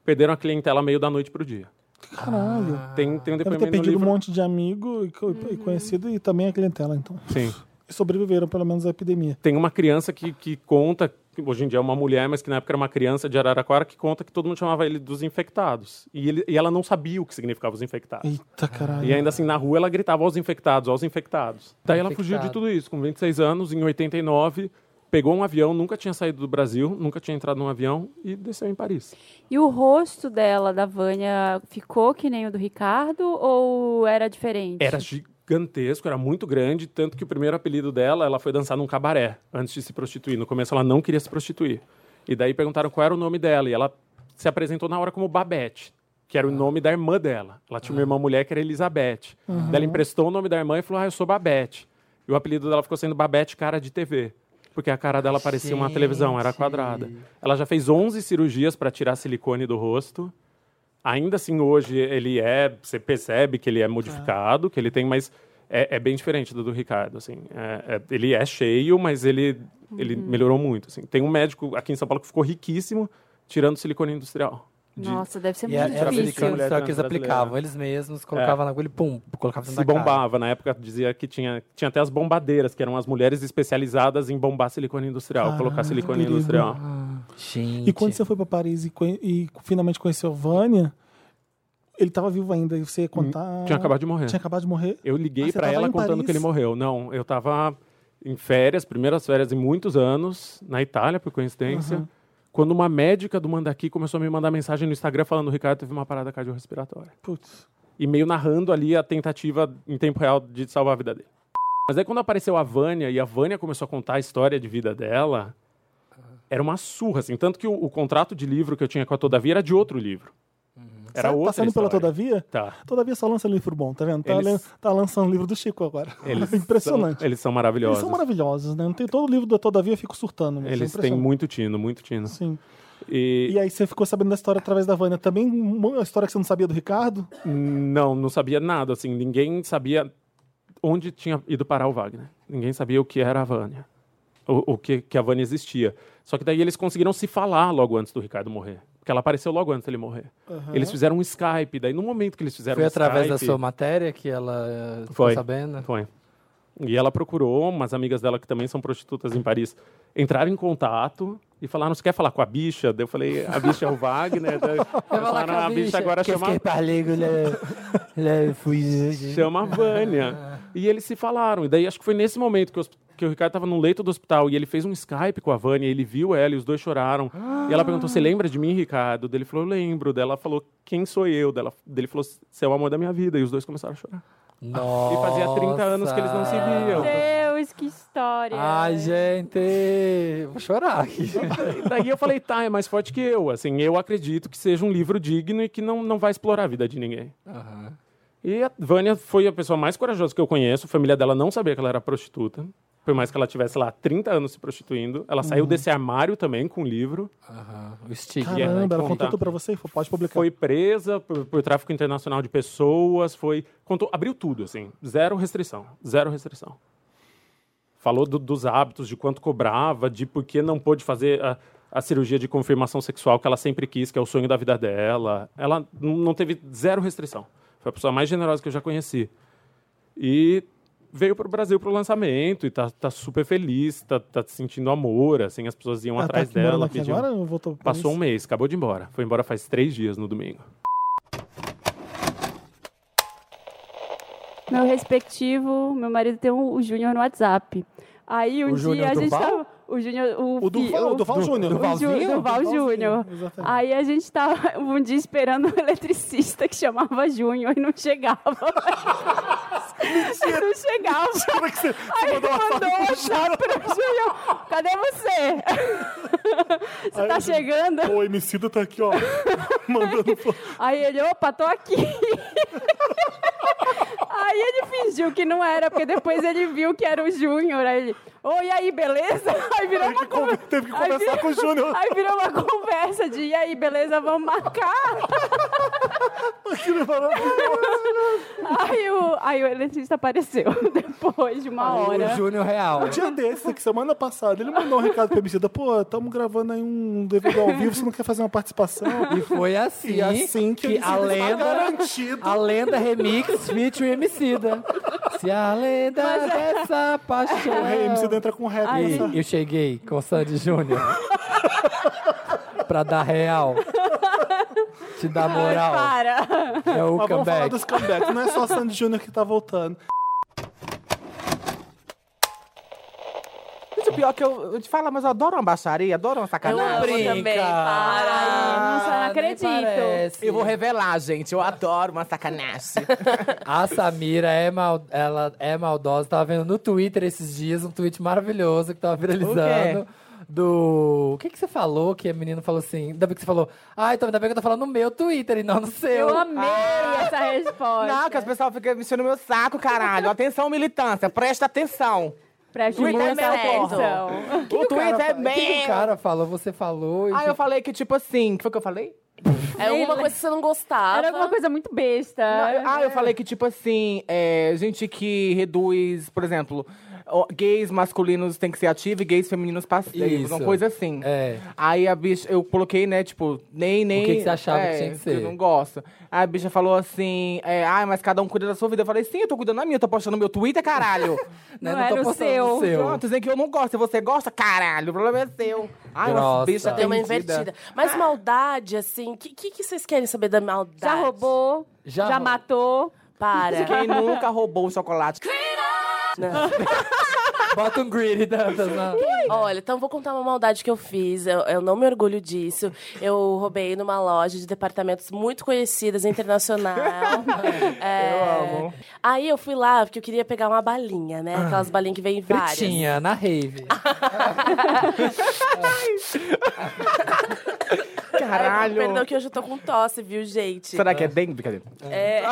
S11: perderam a clientela meio da noite pro dia.
S3: Caralho.
S11: Tem tem um
S3: Deve ter
S11: depoimento no
S3: perdido um
S11: livro.
S3: monte de amigo e, co- e conhecido e também a clientela, então.
S11: Sim.
S3: E sobreviveram, pelo menos, à epidemia.
S11: tem uma criança que, que conta que hoje em dia é uma mulher, mas que na época era uma criança de Araraquara, que conta que todo mundo chamava ele dos infectados. E, ele- e ela não sabia o que significava os infectados.
S3: Eita, caralho.
S11: E ainda assim, na rua ela gritava aos infectados, aos infectados. Daí ela fugiu de
S3: Infectado.
S11: tudo isso. Com 26 anos, em 89, pegou um avião, nunca tinha saído do Brasil, nunca tinha entrado num avião e desceu em Paris.
S6: E o rosto dela, da Vânia, ficou que nem o do Ricardo ou era diferente?
S11: Era gigantesco, era muito grande, tanto que o primeiro apelido dela, ela foi dançar num cabaré antes de se prostituir. No começo ela não queria se prostituir. E daí perguntaram qual era o nome dela, e ela se apresentou na hora como Babette, que era o nome da irmã dela. Ela tinha uma irmã mulher que era Elizabeth.
S14: Uhum.
S11: Daí Ela emprestou o nome da irmã e falou: "Ah, eu sou Babette". E o apelido dela ficou sendo Babette cara de TV. Porque a cara dela parecia uma televisão, era quadrada. Ela já fez 11 cirurgias para tirar silicone do rosto. Ainda assim, hoje ele é. Você percebe que ele é modificado, que ele tem, mas é, é bem diferente do do Ricardo. Assim, É- é- ele é cheio, mas ele ele melhorou muito. Assim, tem um médico aqui em São Paulo que ficou riquíssimo tirando silicone industrial. De-
S6: Nossa, deve
S1: é-
S6: ser
S11: E é
S6: muito
S11: era- era
S6: difícil.
S11: americano,
S1: Só que eles
S11: brasileira.
S1: aplicavam, eles mesmos colocavam
S11: É.
S1: na agulha e pum, colocavam
S11: se
S1: na cara.
S11: bombava. Na época dizia que tinha, tinha até as bombadeiras, que eram as mulheres especializadas em bombar silicone industrial,
S3: Caraca,
S11: colocar silicone
S3: perigo.
S11: industrial.
S1: Gente.
S3: E quando você foi pra Paris e, conhe- e finalmente conheceu Vânia, ele tava vivo ainda e você ia contar.
S11: Hum, Tinha acabado de morrer.
S3: Tinha acabado de morrer.
S11: Eu liguei
S3: Ah, você
S11: pra
S3: tava
S11: ela
S3: em
S11: contando
S3: Paris?
S11: que ele morreu. Não, eu tava em férias, primeiras férias em muitos anos, na Itália, por coincidência.
S3: Uhum.
S11: Quando uma médica do Mandaqui começou a me mandar mensagem no Instagram falando: Ricardo teve uma parada cardiorrespiratória.
S3: Putz.
S11: E meio narrando ali a tentativa em tempo real de salvar a vida dele. Mas aí quando apareceu a Vânia e a Vânia começou a contar a história de vida dela, era uma surra, assim. Tanto que o, o contrato de livro que eu tinha com a Todavia era de outro livro. Era outra
S3: Sabe, Uhum. tá Passando pela
S11: história.
S3: Todavia?
S11: Tá.
S3: Todavia só lança livro bom, tá vendo? Tá,
S11: Eles-
S3: lan- tá lançando livro do Chico agora.
S11: Eles
S3: Impressionante.
S11: são- eles são
S3: Eles
S11: maravilhosos.
S3: são maravilhosos, né? Não tem todo livro da Todavia, eu fico surtando. mas é
S11: Eles têm
S3: impressionante.
S11: muito tino, muito tino.
S3: Sim.
S11: E,
S3: E aí você ficou sabendo da história através da Vânia. Também uma história que você não sabia do Ricardo?
S11: não, não sabia nada, assim, ninguém sabia onde tinha ido parar o Wagner. Ninguém sabia o que era a Vânia, o, o que, que a Vânia existia. Só que daí eles conseguiram se falar logo antes do Ricardo morrer. Porque ela apareceu logo antes dele morrer.
S1: Aham.
S11: Eles fizeram um Skype, daí no momento que eles fizeram
S1: Foi
S11: um
S1: através da
S11: Skype-
S1: sua matéria que ela eh, ficou
S11: Foi.
S1: sabendo?
S11: Foi. E ela procurou umas amigas dela que também são prostitutas em Paris. Entraram em contato e falaram: Você quer falar com a bicha? Daí eu falei: A bicha é o
S1: né?
S11: Wagner. Daí falaram:
S1: "Ah,
S11: A bicha agora chama
S3: né?
S11: chama a Vânia. E eles se falaram. E daí acho que foi nesse momento que, o hosp- que o Ricardo estava no leito do hospital e ele fez um Skype com a Vânia, ele viu ela e os dois choraram. E ela perguntou: Você lembra de mim, Ricardo? Daí Ele falou: Eu lembro. Daí Ela falou: Quem sou eu? Daí ela- daí Ele falou: Você é o amor da minha vida. E os dois começaram a chorar.
S1: Nossa.
S11: E fazia 30 anos que eles não se
S6: Meu
S11: viam.
S6: Deus, que história.
S1: Ai, gente, vou chorar aqui.
S11: E Daí eu falei, tá, é mais forte que eu. Assim, eu acredito que seja um livro digno e que não, não vai explorar a vida de ninguém. E a Vânia foi a pessoa mais corajosa que eu conheço. A família dela não sabia que ela era prostituta. Por mais que ela tivesse lá 30 anos se prostituindo. Ela saiu
S3: Uhum.
S11: desse armário também com o livro.
S1: O estigma.
S11: E ela
S3: Caramba, ela contou
S11: contar.
S3: tudo pra você e falou, pode publicar.
S11: Foi presa por, por tráfico internacional de pessoas. Foi. Contou, abriu tudo, assim. Zero restrição. Zero restrição. Falou do- dos hábitos, de quanto cobrava, de por que não pôde fazer a, a cirurgia de confirmação sexual que ela sempre quis, que é o sonho da vida dela. Ela n- não teve zero restrição. Foi a pessoa mais generosa que eu já conheci. E veio para o Brasil para o lançamento e tá, tá super feliz, tá, tá sentindo amor, assim, as pessoas iam
S3: Ah, tá
S11: atrás
S3: aqui, morando
S11: dela.
S3: aqui
S11: pediam-
S3: agora ou voltou pra
S11: Passou
S3: Paris?
S11: um mês, acabou de ir embora. Foi embora faz três dias no domingo.
S6: Meu respectivo, meu marido tem um, o, o Júnior no WhatsApp. Aí um
S2: O
S6: dia
S2: Júnior
S6: a gente
S2: Durval?
S6: tava. O Júnior. O,
S2: O
S6: fi-
S2: Durval- o Durval
S6: o
S2: Júnior. né?
S6: O Ju-
S2: Durvalzinho?
S6: Durval
S2: Durvalzinho,
S6: Júnior.
S2: exatamente.
S6: Aí a gente tava um dia esperando um eletricista que chamava Júnior e não chegava. não chegava. Aí
S2: mandou
S6: mandou
S2: uma foto pro
S6: um chat pro Júnior. Cadê você? Você tá chegando?
S3: O homicida tá aqui, ó. mandando foto.
S6: Aí ele, opa, tô aqui. aí ele fingiu que não era, porque depois ele viu que era o Júnior. Aí ele, oi, e aí, beleza? Aí virou uma conversa.
S3: Teve que conversar com o Júnior.
S6: Aí virou uma conversa de, e aí, beleza, vamos marcar.
S3: é
S6: aí, o, aí o eletricista apareceu depois de uma hora.
S3: Um dia desse, que semana passada, ele mandou um recado pra Emicida. Pô, estamos gravando aí um DVD ao vivo, você não quer fazer uma participação?
S1: E foi assim,
S3: E assim que,
S1: que a lenda, a lenda remix feat o Emicida. Se a lenda
S3: Mas é-
S1: dessa paixão...
S3: O Emicida entra com rap.
S1: E
S3: nessa-
S1: eu cheguei com o Sandy Júnior pra dar real. Te dar moral. É o
S3: Mas vamos falar
S1: comeback.
S3: dos comebacks. Não é só Sandy Júnior que tá voltando.
S14: Gente, o pior é que eu, eu te falo, mas eu adoro uma baixaria, adoro uma sacanagem.
S2: Eu amo Brinca. Ah, também, para. Ai, não, só não
S14: Nem
S2: acredito.
S14: parece. Eu vou revelar, gente, eu adoro uma sacanagem.
S1: A Samira é, mal, ela é maldosa. Tava vendo no Twitter esses dias um tweet maravilhoso que tava viralizando.
S14: O quê?
S1: Do. O que, que você falou? Que a menina falou assim. Ainda bem que você falou. Ah, então ainda bem que eu tô falando no meu Twitter e não no seu.
S2: Eu Ah. amei essa resposta.
S14: Não, que as pessoas ficam mexendo no meu saco, caralho. Atenção, militância, presta atenção.
S2: Preste
S14: Twitter
S2: muita
S14: é meu, porra.
S2: atenção.
S1: Que
S14: O
S1: que cara
S14: Twitter é
S1: fa- que que o
S14: meu.
S1: cara falou, você falou. e
S14: Ah, eu falei que, tipo assim, o que foi que eu falei?
S2: É alguma coisa que você não gostava. Era alguma coisa muito besta.
S14: Não, eu-
S1: É.
S14: ah, eu falei que, tipo assim, é, gente que reduz, por exemplo, ó, gays masculinos tem que ser ativo e gays femininos passivos,
S1: Isso.
S14: uma coisa assim.
S1: É.
S14: Aí a bicha, eu coloquei, né, tipo, nem, nem.
S1: que que você achava que
S14: é,
S1: tinha que ser?
S14: Eu não gosto. Aí a bicha falou assim, é, ai, mas cada um cuida da sua vida. Eu falei, sim, eu tô cuidando da minha, eu tô postando no meu Twitter, caralho.
S1: Né, não tô era o postando no seu. seu.
S14: Pronto, dizem que eu não gosto. Se você gosta, caralho, o problema é seu.
S3: Ah,
S14: Ai, uma
S1: Grossa.
S14: bicha
S9: Deu uma
S14: perdida.
S9: invertida. Mas maldade, assim, o que, que, que vocês querem saber da maldade? Já roubou,
S14: já já rou-
S9: matou. Para.
S14: Quem nunca roubou o chocolate?
S1: Bota um greedy Dantas na.
S9: Olha, então vou contar uma maldade que eu fiz. Eu, eu não me orgulho disso. Eu roubei numa loja de departamentos muito conhecidas, internacional. Eu amo. Aí eu fui lá porque eu queria pegar uma balinha, né?
S14: Ah,
S9: Aquelas balinhas que vem em várias.
S1: Pretinha, na rave.
S14: Caralho.
S9: Perdão que hoje eu tô com tosse, viu, gente?
S14: Será que é dengue? Brincadeira.
S9: É.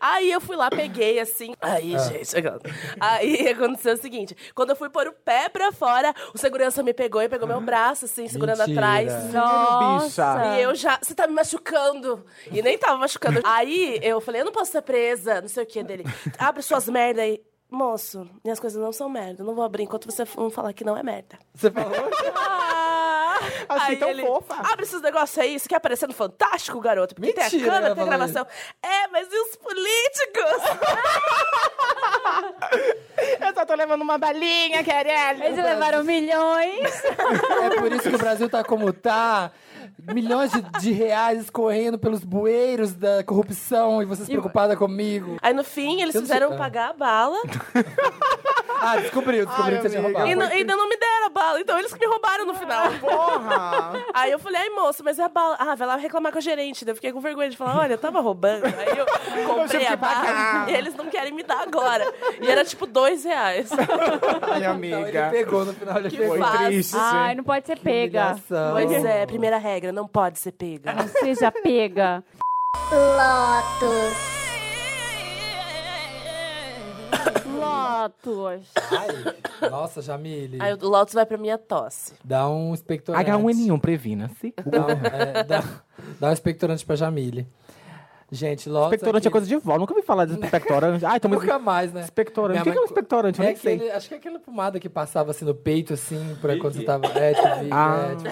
S9: Aí eu fui lá, peguei assim. Aí,
S14: Ah.
S9: gente,
S1: é
S9: chegando. Aí aconteceu o seguinte: quando eu fui pôr o pé pra fora, o segurança me pegou e pegou meu braço, assim, segurando
S14: Mentira.
S9: atrás.
S14: Sério, Nossa. bicha?
S9: E eu já. Você tá me machucando. E nem tava machucando. Aí eu falei: eu não posso ser presa, não sei o que dele. Abre suas merda aí. Moço, minhas coisas não são merda. Eu não vou abrir enquanto você não falar que não é merda.
S1: Você falou?
S9: Achei tão fofa. Abre esses negócios aí, isso quer aparecer no Fantástico, garoto. Porque tem
S2: Mentira,
S9: a
S2: ela
S9: câmera,
S1: né,
S9: tem a
S2: falou
S9: gravação. É, mas e os políticos?
S14: Eu só tô levando uma balinha, querendo.
S2: Eles levaram milhões.
S1: É por isso que o Brasil tá como tá. Milhões de, de reais escorrendo pelos bueiros da corrupção e vocês preocupadas comigo.
S9: Aí no fim, eles
S1: Eu não sei-
S9: fizeram
S1: Ah.
S9: pagar a bala.
S1: Ah, descobriu, descobriu que você tinha roubado.
S9: E não- ainda não me deram a bala, então eles que me roubaram no final.
S14: Ah, Porra!
S9: Aí eu falei, ai moço, mas é a bala. Ah, vai lá reclamar com a gerente. Daí eu fiquei com vergonha de falar, olha, eu tava roubando. Aí eu comprei a bala e eles não querem me dar agora. E era tipo dois reais.
S14: Ai, amiga.
S1: Então, pegou no final, ele
S9: Que
S1: pegou.
S9: fácil. Ai, não
S2: pode ser
S9: pega.
S1: humilhação.
S9: Pois é, primeira regra, não pode ser pega. Não
S2: seja pega.
S3: é assim.
S9: Lotus.
S2: Lotus.
S1: Nossa, Jamile.
S9: Aí o Lotus vai pra minha tosse.
S1: Dá um expectorante.
S14: H1N1, previna-se.
S1: Dá, um- é, dá, dá um expectorante pra Jamile. Gente, Lotus.
S14: Expectorante é coisa de vó, nunca ouvi falar de expectorante. Ai, tô muito-
S1: Nunca mais, né?
S14: Expectorante. O que,
S1: Minha
S14: que é
S1: mãe-
S14: um expectorante? Eu
S1: É
S14: nem sei.
S1: aquele- acho que é aquela pomada que passava assim no peito, assim, pra quando você tava. É, tipo, Vick,
S14: Ah.
S1: é, tipo,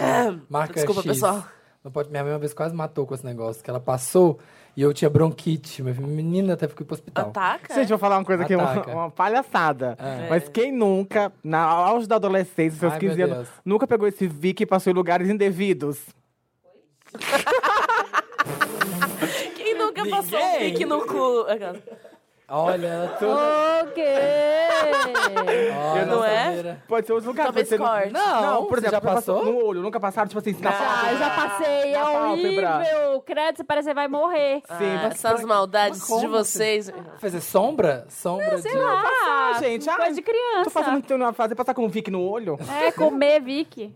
S1: marca
S9: Desculpa,
S1: X.
S9: pessoal.
S1: Não pode, minha mãe uma vez quase matou com esse negócio, que ela passou e eu tinha bronquite. Minha menina até ficou pro hospital.
S9: Ataca?
S14: Gente, vou falar uma coisa aqui, uma,
S1: Ataca.
S14: uma palhaçada.
S1: Ah, tá, É.
S14: Mas quem nunca, na auge da adolescência, seus
S1: Ai,
S14: 15
S1: meu
S14: anos,
S1: Deus.
S14: nunca pegou esse Vic e passou em lugares indevidos?
S9: Quem nunca passou um pique no cu? Aquela.
S1: Olha, tu.
S2: Ok.
S1: Olha,
S14: não é?
S1: Samira.
S14: Pode ser outro lugar.
S2: Talvez
S14: pode ser no-
S2: corte.
S14: Não, por
S1: Você
S14: exemplo,
S1: já passou?
S14: No olho, nunca passaram, tipo assim, na
S2: Ah, eu já passei, é
S14: Na pálpebra.
S2: horrível. Credo, você parece que vai morrer.
S1: Ah, mas essas pra-
S9: maldades
S1: Mas como de vocês. Fazer é sombra? Sombra
S2: sei
S1: de.
S2: lá.
S14: Ah,
S2: Ah,
S14: gente,
S2: coisa
S14: ah,
S2: de criança.
S14: Tô fazendo tô numa fase passar com um Vic no olho.
S2: É, comer, Vicky.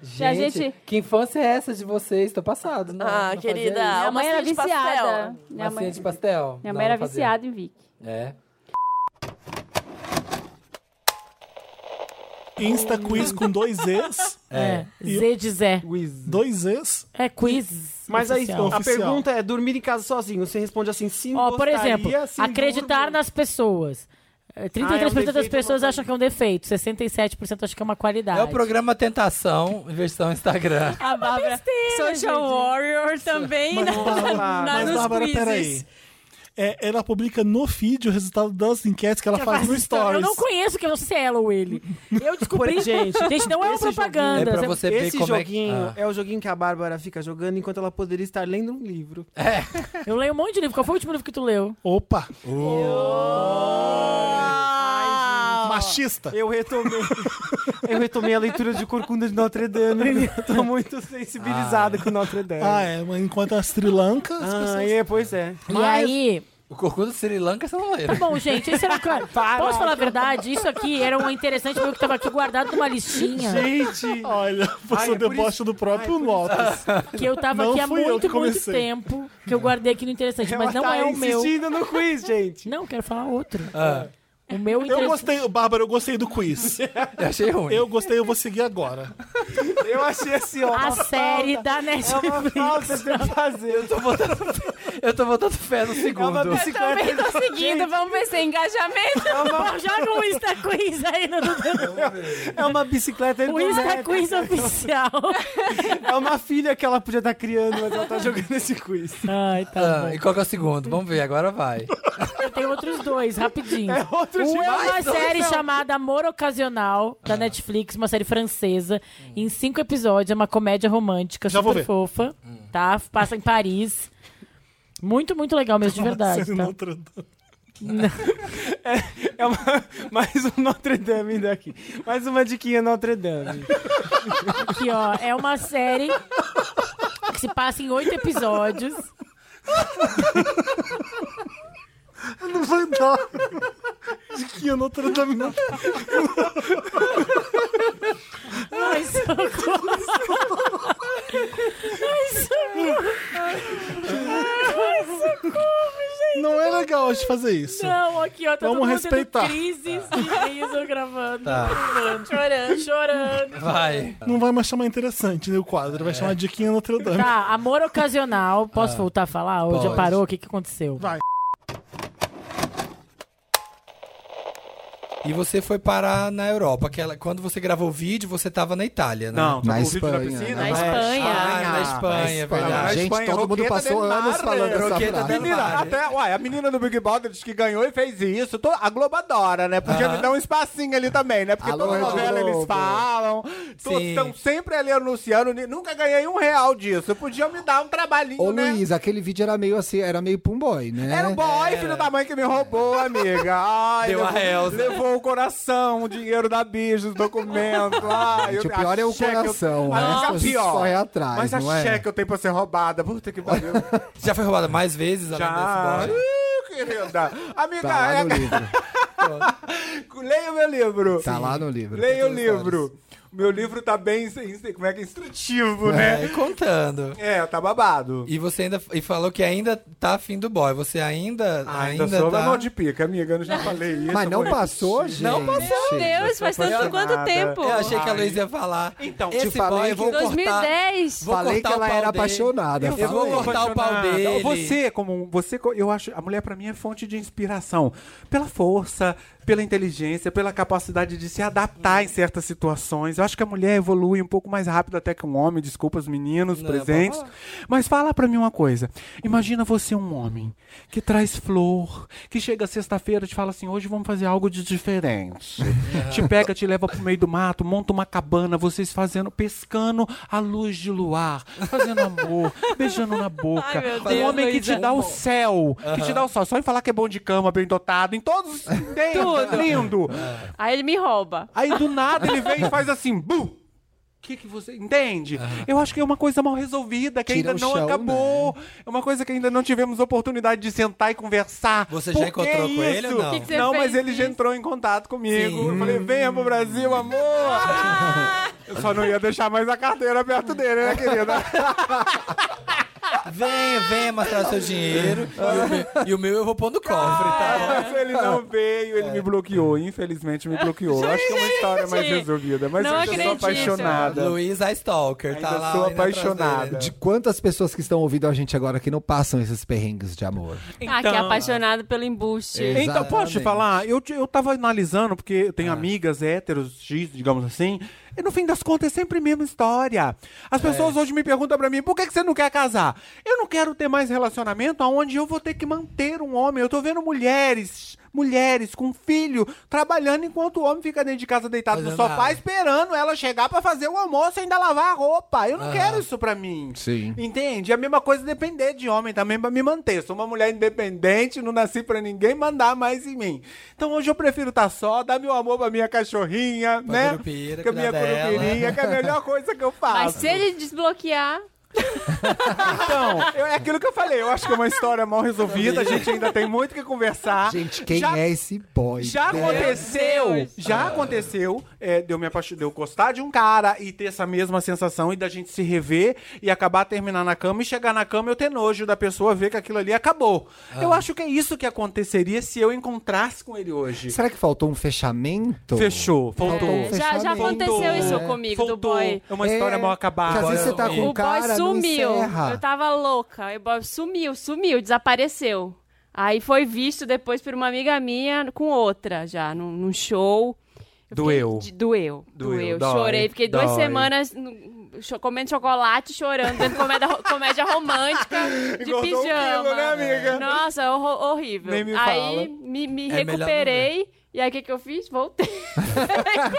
S1: Gente, que infância é essa de vocês? Tô passado. Não,
S9: Ah,
S1: não fazia
S9: querida,
S1: isso. É.
S9: uma
S2: Minha mãe era
S9: massinha de
S2: viciada.
S9: pastel.
S2: Minha
S1: Massinha
S2: mãe,
S1: de pastel?
S2: minha
S1: Não,
S2: mãe era
S1: não fazia.
S2: viciada em Vicky.
S1: É.
S3: Insta quiz com dois Zs.
S15: É.
S3: E-
S15: Z de Zé.
S3: Dois Zs.
S15: É quiz.
S3: Mas aí,
S15: oficial.
S3: então,
S15: Ó,
S3: a
S16: pergunta é dormir em casa sozinho. Você responde assim, sim,
S15: por
S16: gostaria,
S15: exemplo,
S16: sim,
S15: acreditar nas pessoas. É, 33% das
S16: defeito,
S15: pessoas acham que é um defeito, 67% acham que é uma qualidade.
S1: É o programa Tentação, versão um Instagram.
S15: A Bárbara, Social Warrior também
S1: Mas,
S15: na,
S3: né?
S1: Bárbara,
S15: na,
S1: mas,
S15: nos
S1: Bárbara,
S15: quizzes.
S1: peraí.
S3: é, ela publica no feed o resultado das enquetes que ela faz no Stories.
S15: Eu não conheço que você é ela ou ele. Eu descobri.
S14: Por-
S15: gente, gente, não é uma
S14: esse joguinho-
S15: propaganda.
S1: É pra você ver
S14: Esse
S1: como é que-
S14: joguinho
S1: Ah.
S14: é o joguinho que a Bárbara fica jogando enquanto ela poderia estar lendo um livro.
S1: É. Ah.
S15: Eu leio um monte de livro. Qual foi o último livro que tu leu?
S3: Opa!
S1: Oh.
S14: Machista! Ah, Eu retomei. eu retomei a leitura de Corcunda de Notre Dame. Eu tô muito sensibilizada com Notre Dame.
S3: Ah, é, mas enquanto a Sri Lanka, as
S14: Ah,
S3: pessoas...
S14: é, pois é.
S15: E aí.
S1: O Corcunda do Sri Lanka é você não lê.
S15: Tá bom, gente, isso era. Posso falar a verdade? Isso aqui era um interessante meu que tava aqui guardado numa listinha.
S14: Gente!
S3: Olha, passou
S15: Ai, é por
S3: deboche do próprio Lopes.
S15: Que eu tava
S3: Não
S15: aqui há
S3: fui eu que
S15: muito, muito
S3: comecei.
S15: tempo. Que eu guardei aqui no interessante, mas não
S14: Ela tá
S15: é o meu.
S14: insistindo no quiz, gente.
S15: Não, quero falar outro.
S3: Ah.
S15: O meu
S3: Eu
S15: interessante.
S3: gostei, Bárbara, eu gostei do quiz. eu
S1: achei ruim.
S3: Eu gostei, eu vou seguir agora.
S14: Eu achei assim, ó.
S15: A
S14: uma
S15: série
S14: falta.
S15: da
S14: É uma
S15: Netflix.
S14: falta de eu fazer. Eu tô botando
S1: Eu tô botando fé no
S14: É uma
S1: segundo.
S14: bicicleta.
S2: Também tô seguindo,
S14: Gente,
S2: vamos ver se é engajamento.
S15: Bom, joga um Insta Quiz aí no
S14: É uma bicicleta
S15: O Insta
S14: ergométrica.
S15: Quiz oficial.
S14: É uma filha que ela podia estar criando, mas ela tá jogando esse quiz.
S15: Ai, tá
S1: Ah, e qual que é o segundo? Vamos ver, agora vai.
S15: Eu tenho outros dois, rapidinho.
S14: É outro
S15: um é
S14: demais,
S15: uma
S14: não,
S15: série
S14: não.
S15: chamada Amor Ocasional,
S14: Ah.
S15: da Netflix, uma série francesa, em cinco episódios, é uma comédia romântica,
S3: Já vou
S15: super
S3: ver.
S15: fofa,
S14: Hum.
S15: tá? Passa em Paris. Muito, muito legal mesmo, de verdade, tá?
S14: É uma- mais um Notre Dame daqui. Mais uma diquinha Notre Dame.
S15: Aqui, ó, é uma série que se passa em oito episódios.
S3: Não vai dar. Diquinha Notre Dame não.
S15: Ai, socorro. Ai, socorro. Ai, socorro, gente.
S3: Não é legal a gente fazer isso.
S15: Não, aqui, ó, tá todo
S3: Vamos
S15: mundo
S3: respeitar.
S15: tendo crises de riso gravando.
S3: Tá.
S15: gravando, Chorando, chorando.
S1: Vai.
S3: Não vai mais chamar interessante né, o quadro, vai chamar Diquinha Notre Dame.
S15: Tá, amor ocasional. Posso
S3: Ah.
S15: voltar a falar? Ou já
S3: Pode.
S15: parou? O que, que aconteceu?
S3: Vai.
S1: E você foi parar na Europa. Que ela- quando você gravou o vídeo, você tava na Itália, né?
S17: tá
S8: Não, Na tava o vídeo na Espanha,
S17: né?
S14: né?
S8: piscina. na Espanha.
S1: Ah, na Espanha, é verdade.
S8: Gente, todo mundo
S14: é
S8: passou anos falando essa
S1: Roqueta é
S8: frase.
S1: del
S17: Menina,
S1: Mare.
S17: é até, uai, a menina do Big Brother diz que ganhou e fez isso. Tô- a Globo adora, né? Podia
S8: Aham.
S17: me dar um espacinho ali também, né? Porque
S8: Alô,
S17: toda novela
S8: Globo.
S17: eles falam.
S8: Sim.
S17: Estão sempre ali anunciando. ni- Nunca ganhei um real disso. Podia me dar um trabalhinho,
S8: Ô
S17: né?
S8: Luiz, aquele vídeo era meio assim, era meio pra um boy, né?
S17: Era um boy, filho da mãe, que me roubou, amiga. Ai,
S8: Deu a
S17: levou,
S8: Elsa.
S17: levou o coração, o dinheiro da bicha, os documentos. Ai, Ah,
S8: Gente,
S17: eu-
S8: o pior
S17: a
S8: é o
S17: cheque, eu-
S8: coração,
S17: Mas
S8: né?
S17: fica
S8: As pessoas
S17: pior.
S8: correm atrás,
S17: Mas a
S8: não é?
S17: cheque eu tenho pra ser roubada. Puta que pariu.
S1: Já foi roubada mais vezes além
S17: Já.
S1: desse boy?
S17: Ih, querida. Amiga,
S1: Tá lá
S17: é...
S1: no
S17: leia o meu livro.
S8: Tá lá no livro.
S17: Leia o livro. O meu livro tá bem, ins- como é que é, instrutivo, né?
S1: É, contando.
S17: É, tá babado.
S1: E você ainda e falou que ainda tá afim do boy. Você ainda.
S17: Ainda,
S1: ainda
S17: sou
S1: tá...
S17: tá... de pica, amiga, eu não já falei isso.
S1: Mas não
S17: vou
S1: passou,
S17: repetir.
S1: Não gente. passou.
S2: Meu Deus, faz tanto quanto tempo?
S1: Eu achei que a Luísa ia falar. Então, esse boy, eu vou cortar-
S2: 2010.
S1: vou
S8: Falei
S1: cortar
S8: que
S1: o
S8: ela
S1: pau
S8: era
S1: dele.
S8: apaixonada,
S1: Eu vou
S8: falei.
S1: cortar o pau
S17: apaixonada.
S1: dele.
S17: Você, como um, você, co- eu acho, a mulher pra mim é fonte de inspiração pela força, pela inteligência, pela capacidade de se adaptar em certas situações. Eu acho que a mulher evolui um pouco mais rápido até que um homem. Desculpa os meninos
S8: Não,
S17: presentes,
S8: pode
S17: mas fala pra mim uma coisa. Imagina você um homem que traz flor, que chega sexta-feira e te fala assim: hoje vamos fazer algo de diferente. Te pega, te leva pro meio do mato, monta uma cabana, vocês fazendo, pescando à luz de luar, fazendo amor, beijando na boca.
S2: Ai, meu
S17: um
S2: Deus,
S17: homem que
S2: Luísa.
S17: te dá o céu, que te
S2: Aham.
S17: dá o sol. Só em falar que é bom de cama, bem dotado, em todos os
S2: Tudo. É.
S17: lindo.
S2: Aí ele me rouba.
S17: Aí do nada ele vem e faz assim, bum! O que, que você
S2: Ah,
S17: entende? Eu acho que é uma coisa mal resolvida, que
S8: Tira
S17: ainda
S8: o
S17: não
S8: chão,
S17: acabou.
S1: né?
S17: É uma coisa que ainda não tivemos oportunidade de sentar e conversar.
S1: Você
S17: Por
S1: já
S17: que
S1: encontrou com ele ou
S17: isso?
S1: não? Que que você
S17: não, mas
S1: fez
S17: ele já entrou em contato comigo.
S1: Sim.
S17: Eu falei, venha pro Brasil, amor!
S1: Ah!
S17: Eu só não ia deixar mais a carteira perto dele, né, querida?
S1: Venha, venha mostrar seu dinheiro. E o meu- e o meu eu vou pôr no cofre, tá?
S17: Mas ele não veio, ele me bloqueou. Infelizmente me bloqueou. Eu acho que é uma história mais resolvida. Mas eu ainda sou apaixonada.
S1: Luísa Stalker, tá
S17: Ainda
S1: lá.
S17: sou
S1: ainda atrás
S17: apaixonada.
S1: dele.
S8: De quantas pessoas que estão ouvindo a gente agora que não passam esses perrengues de amor?
S2: Ah, que é
S1: Então.
S2: apaixonado pelo embuste.
S17: Então, posso te falar? Eu, te- eu tava analisando, porque eu
S13: Ah.
S17: tenho amigas héteros, X, digamos assim,
S13: É.
S17: e no fim das contas é sempre a mesma história. As pessoas hoje me perguntam pra mim, por que, que você não quer casar? Eu não quero ter mais relacionamento onde eu vou ter que manter um homem. Eu tô vendo mulheres, mulheres com filho, trabalhando enquanto o homem fica dentro de casa deitado no
S13: Fazendo
S17: sofá,
S13: nada.
S17: esperando ela chegar pra fazer o almoço e ainda lavar a roupa. Eu não
S13: Aham.
S17: quero isso pra mim.
S15: Sim.
S17: Entende? É a mesma coisa depender de homem também pra me manter. Sou uma mulher independente, não nasci pra ninguém mandar mais em mim. Então hoje eu prefiro estar só, dar meu amor pra minha cachorrinha,
S1: Pra
S17: né?
S1: curupira,
S17: que a minha
S1: cuidar dela.
S17: curupirinha, que é a melhor coisa que eu faço.
S6: Mas se ele desbloquear.
S17: Então, eu- é aquilo que eu falei. Eu acho que é uma história mal resolvida. A gente ainda tem muito o que conversar.
S15: Gente, quem
S17: já,
S15: é esse boy?
S17: Já
S15: Meu
S17: aconteceu.
S15: Deus.
S17: Né?
S15: Ah.
S17: Já aconteceu é, de eu me apaixonar, de eu gostar de um cara e ter essa mesma sensação e da gente se rever e acabar terminar na cama e chegar na cama e eu ter nojo da pessoa ver que aquilo ali acabou.
S15: Ah.
S17: Eu acho que é isso que aconteceria se eu encontrasse com ele hoje.
S15: Será que faltou um fechamento?
S17: Fechou, faltou.
S15: É,
S2: Já, já aconteceu isso comigo do boy.
S17: É uma história mal acabada.
S15: Porque às vezes você tá com
S2: O boy
S15: cara, não
S2: sumiu.
S15: encerra.
S2: Eu tava louca. Aí O boy sumiu, sumiu, desapareceu. Aí foi visto depois por uma amiga minha com outra já, num, num show.
S17: Doeu.
S2: De- Doeu,
S17: Doeu,
S2: doeu.
S17: dói,
S2: Chorei, fiquei duas
S17: dói.
S2: semanas no- cho- comendo chocolate, chorando, dentro de comédia, ro- comédia romântica, de
S17: Engordou um quilo,
S2: pijama.
S17: né, amiga?
S2: Nossa, é horro- horrível.
S17: Nem me fala.
S2: aí me, me
S17: É melhor não
S2: recuperei, e aí o que, que eu fiz? Voltei.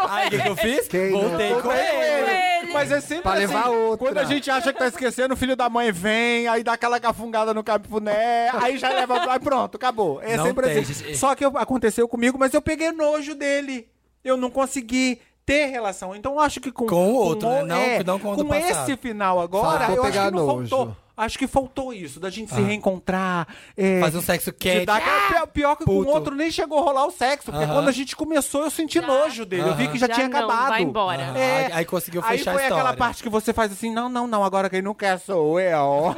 S17: Aí o que, que eu fiz?
S15: Quem não
S17: Voltei com,
S15: voltou
S17: ele.
S15: com
S2: ele.
S17: Mas é sempre
S15: Pra
S17: assim.
S15: levar outra.
S17: Quando a gente acha que tá esquecendo, o filho da mãe vem, aí dá aquela cafungada no capuné, aí já leva pra... Pronto, acabou. É
S1: Não
S17: sempre
S1: tem,
S17: assim.
S1: gente.
S17: Só que eu- aconteceu comigo, mas eu peguei nojo dele. Eu não consegui ter relação. Então eu acho que com...
S1: Com o outro, né? Não-
S17: é,
S1: não com o do passado.
S17: esse final agora,
S15: Faltou
S17: eu acho
S15: pegar
S17: que não
S15: nojo.
S17: faltou. Acho que faltou isso, da gente se
S1: Ah.
S17: reencontrar. é,
S1: Fazer um sexo
S17: de
S1: quente.
S17: dar aquela- pior, pior que com
S1: Puto.
S17: o outro nem chegou a rolar o sexo, porque
S1: Aham.
S17: quando a gente começou eu senti nojo dele. Eu vi que já,
S1: Aham.
S17: tinha
S1: Já não,
S17: acabado.
S1: vai embora. Ah,
S17: É.
S1: aí- aí conseguiu
S17: Aí
S1: fechar a
S17: foi aquela
S1: história.
S17: parte que você faz assim, não, não, não, agora quem não quer sou eu.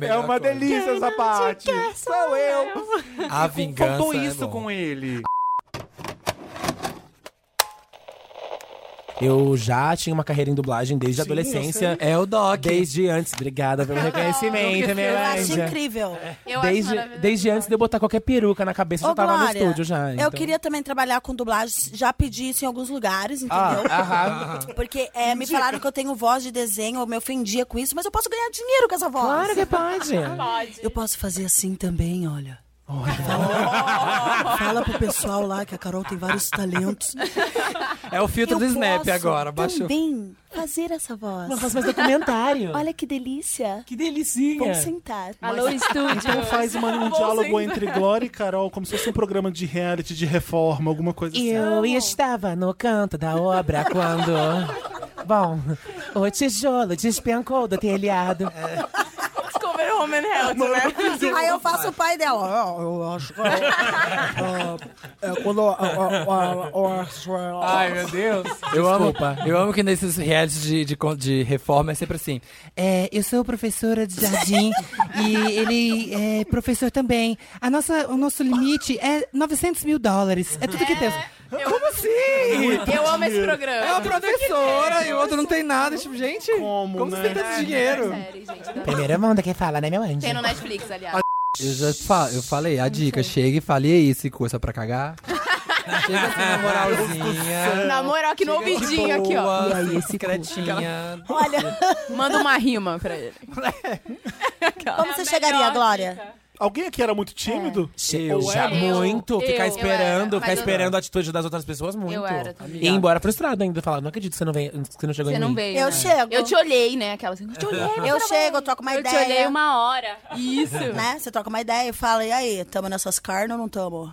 S17: É, uma delícia essa parte. Sou eu.
S1: A vingança
S17: Faltou
S1: é
S17: isso
S1: bom.
S17: com ele.
S13: Eu já tinha uma carreira em dublagem desde a
S1: Sim, eu
S13: adolescência.
S1: sei. É o Doc.
S13: Desde antes. Obrigada
S12: Ah,
S13: pelo reconhecimento,
S1: Eu
S13: minha
S1: acho
S13: anja.
S12: incrível.
S18: Eu acho
S13: Desde, desde antes de eu botar qualquer peruca na cabeça, eu
S12: Ô,
S13: já tava
S12: Glória,
S13: no estúdio já. então.
S12: Eu queria também trabalhar com dublagem, já pedi isso em alguns lugares, entendeu?
S13: Ah, aham.
S12: Porque é, me falaram que eu tenho voz de desenho, eu me ofendia com isso, mas eu posso ganhar dinheiro com essa voz.
S13: Claro que pode.
S12: Pode. Eu posso fazer assim também, olha. Fala, fala pro pessoal lá que a Carol tem vários talentos.
S1: É o filtro
S12: eu
S1: do Snap
S12: posso
S1: agora, baixou.
S12: também fazer essa voz.
S1: Uma voz mais documentário.
S12: Olha que delícia.
S13: Que delicinha.
S12: Vamos sentar.
S3: Então faz uma- um diálogo entre Glória e Carol, como se fosse um programa de reality, de reforma, alguma coisa assim.
S13: Eu estava no canto da obra quando. Bom, o tijolo despencou do telhado.
S3: É.
S12: Discover Home and Health,
S3: um
S12: né? Aí eu faço o pai dela. Eu, acho que.
S18: É,
S15: É,
S1: quando
S13: Ai, meu Deus.
S1: Eu amo,
S13: Desculpa.
S1: eu amo que nesses realities de, de, con- de reforma é sempre assim.
S19: É, eu sou professora de jardim e ele é professor também. A nossa, o nosso limite é 900 mil dólares. É tudo que temos.
S1: Como assim?
S19: Eu amo esse programa.
S1: É uma professora
S19: Tudo que
S1: e o outro não tem nada. Tipo, gente, como, você tem tanto dinheiro?
S13: Primeira manda que fala, né, meu anjo?
S18: Tem no Netflix, aliás.
S1: Ah, Eu já fa- eu falei, a dica, chega e fale e aí, se coça pra cagar. chega assim, na moralzinha.
S18: Na moral, aqui no
S1: Chega de
S18: ouvidinho, aqui, ó.
S1: boa, Secretinha.
S18: Olha. Manda uma rima pra ele.
S1: É.
S18: É
S12: Como você chegaria, Glória?
S3: Alguém aqui era muito tímido?
S13: Eu
S3: Ou
S13: já
S3: era?
S13: muito. Ficar
S3: Eu
S13: esperando,
S3: era,
S13: ficar
S3: mas eu-
S13: esperando a atitude das outras pessoas, muito.
S18: era também.
S13: e ir embora frustrado ainda, falar, não acredito que você não, veio, que você não chegou
S18: Você
S13: em
S18: não
S13: mim.
S18: veio.
S12: Eu
S18: né?
S12: chego.
S18: Eu te olhei, né? Aquela assim, eu te olhei.
S12: Eu chego, eu troco uma
S2: Eu te
S12: ideia.
S2: olhei uma hora.
S18: Isso.
S12: Né? Você troca uma ideia e fala, e aí, tamo nessas carnes ou não tamo?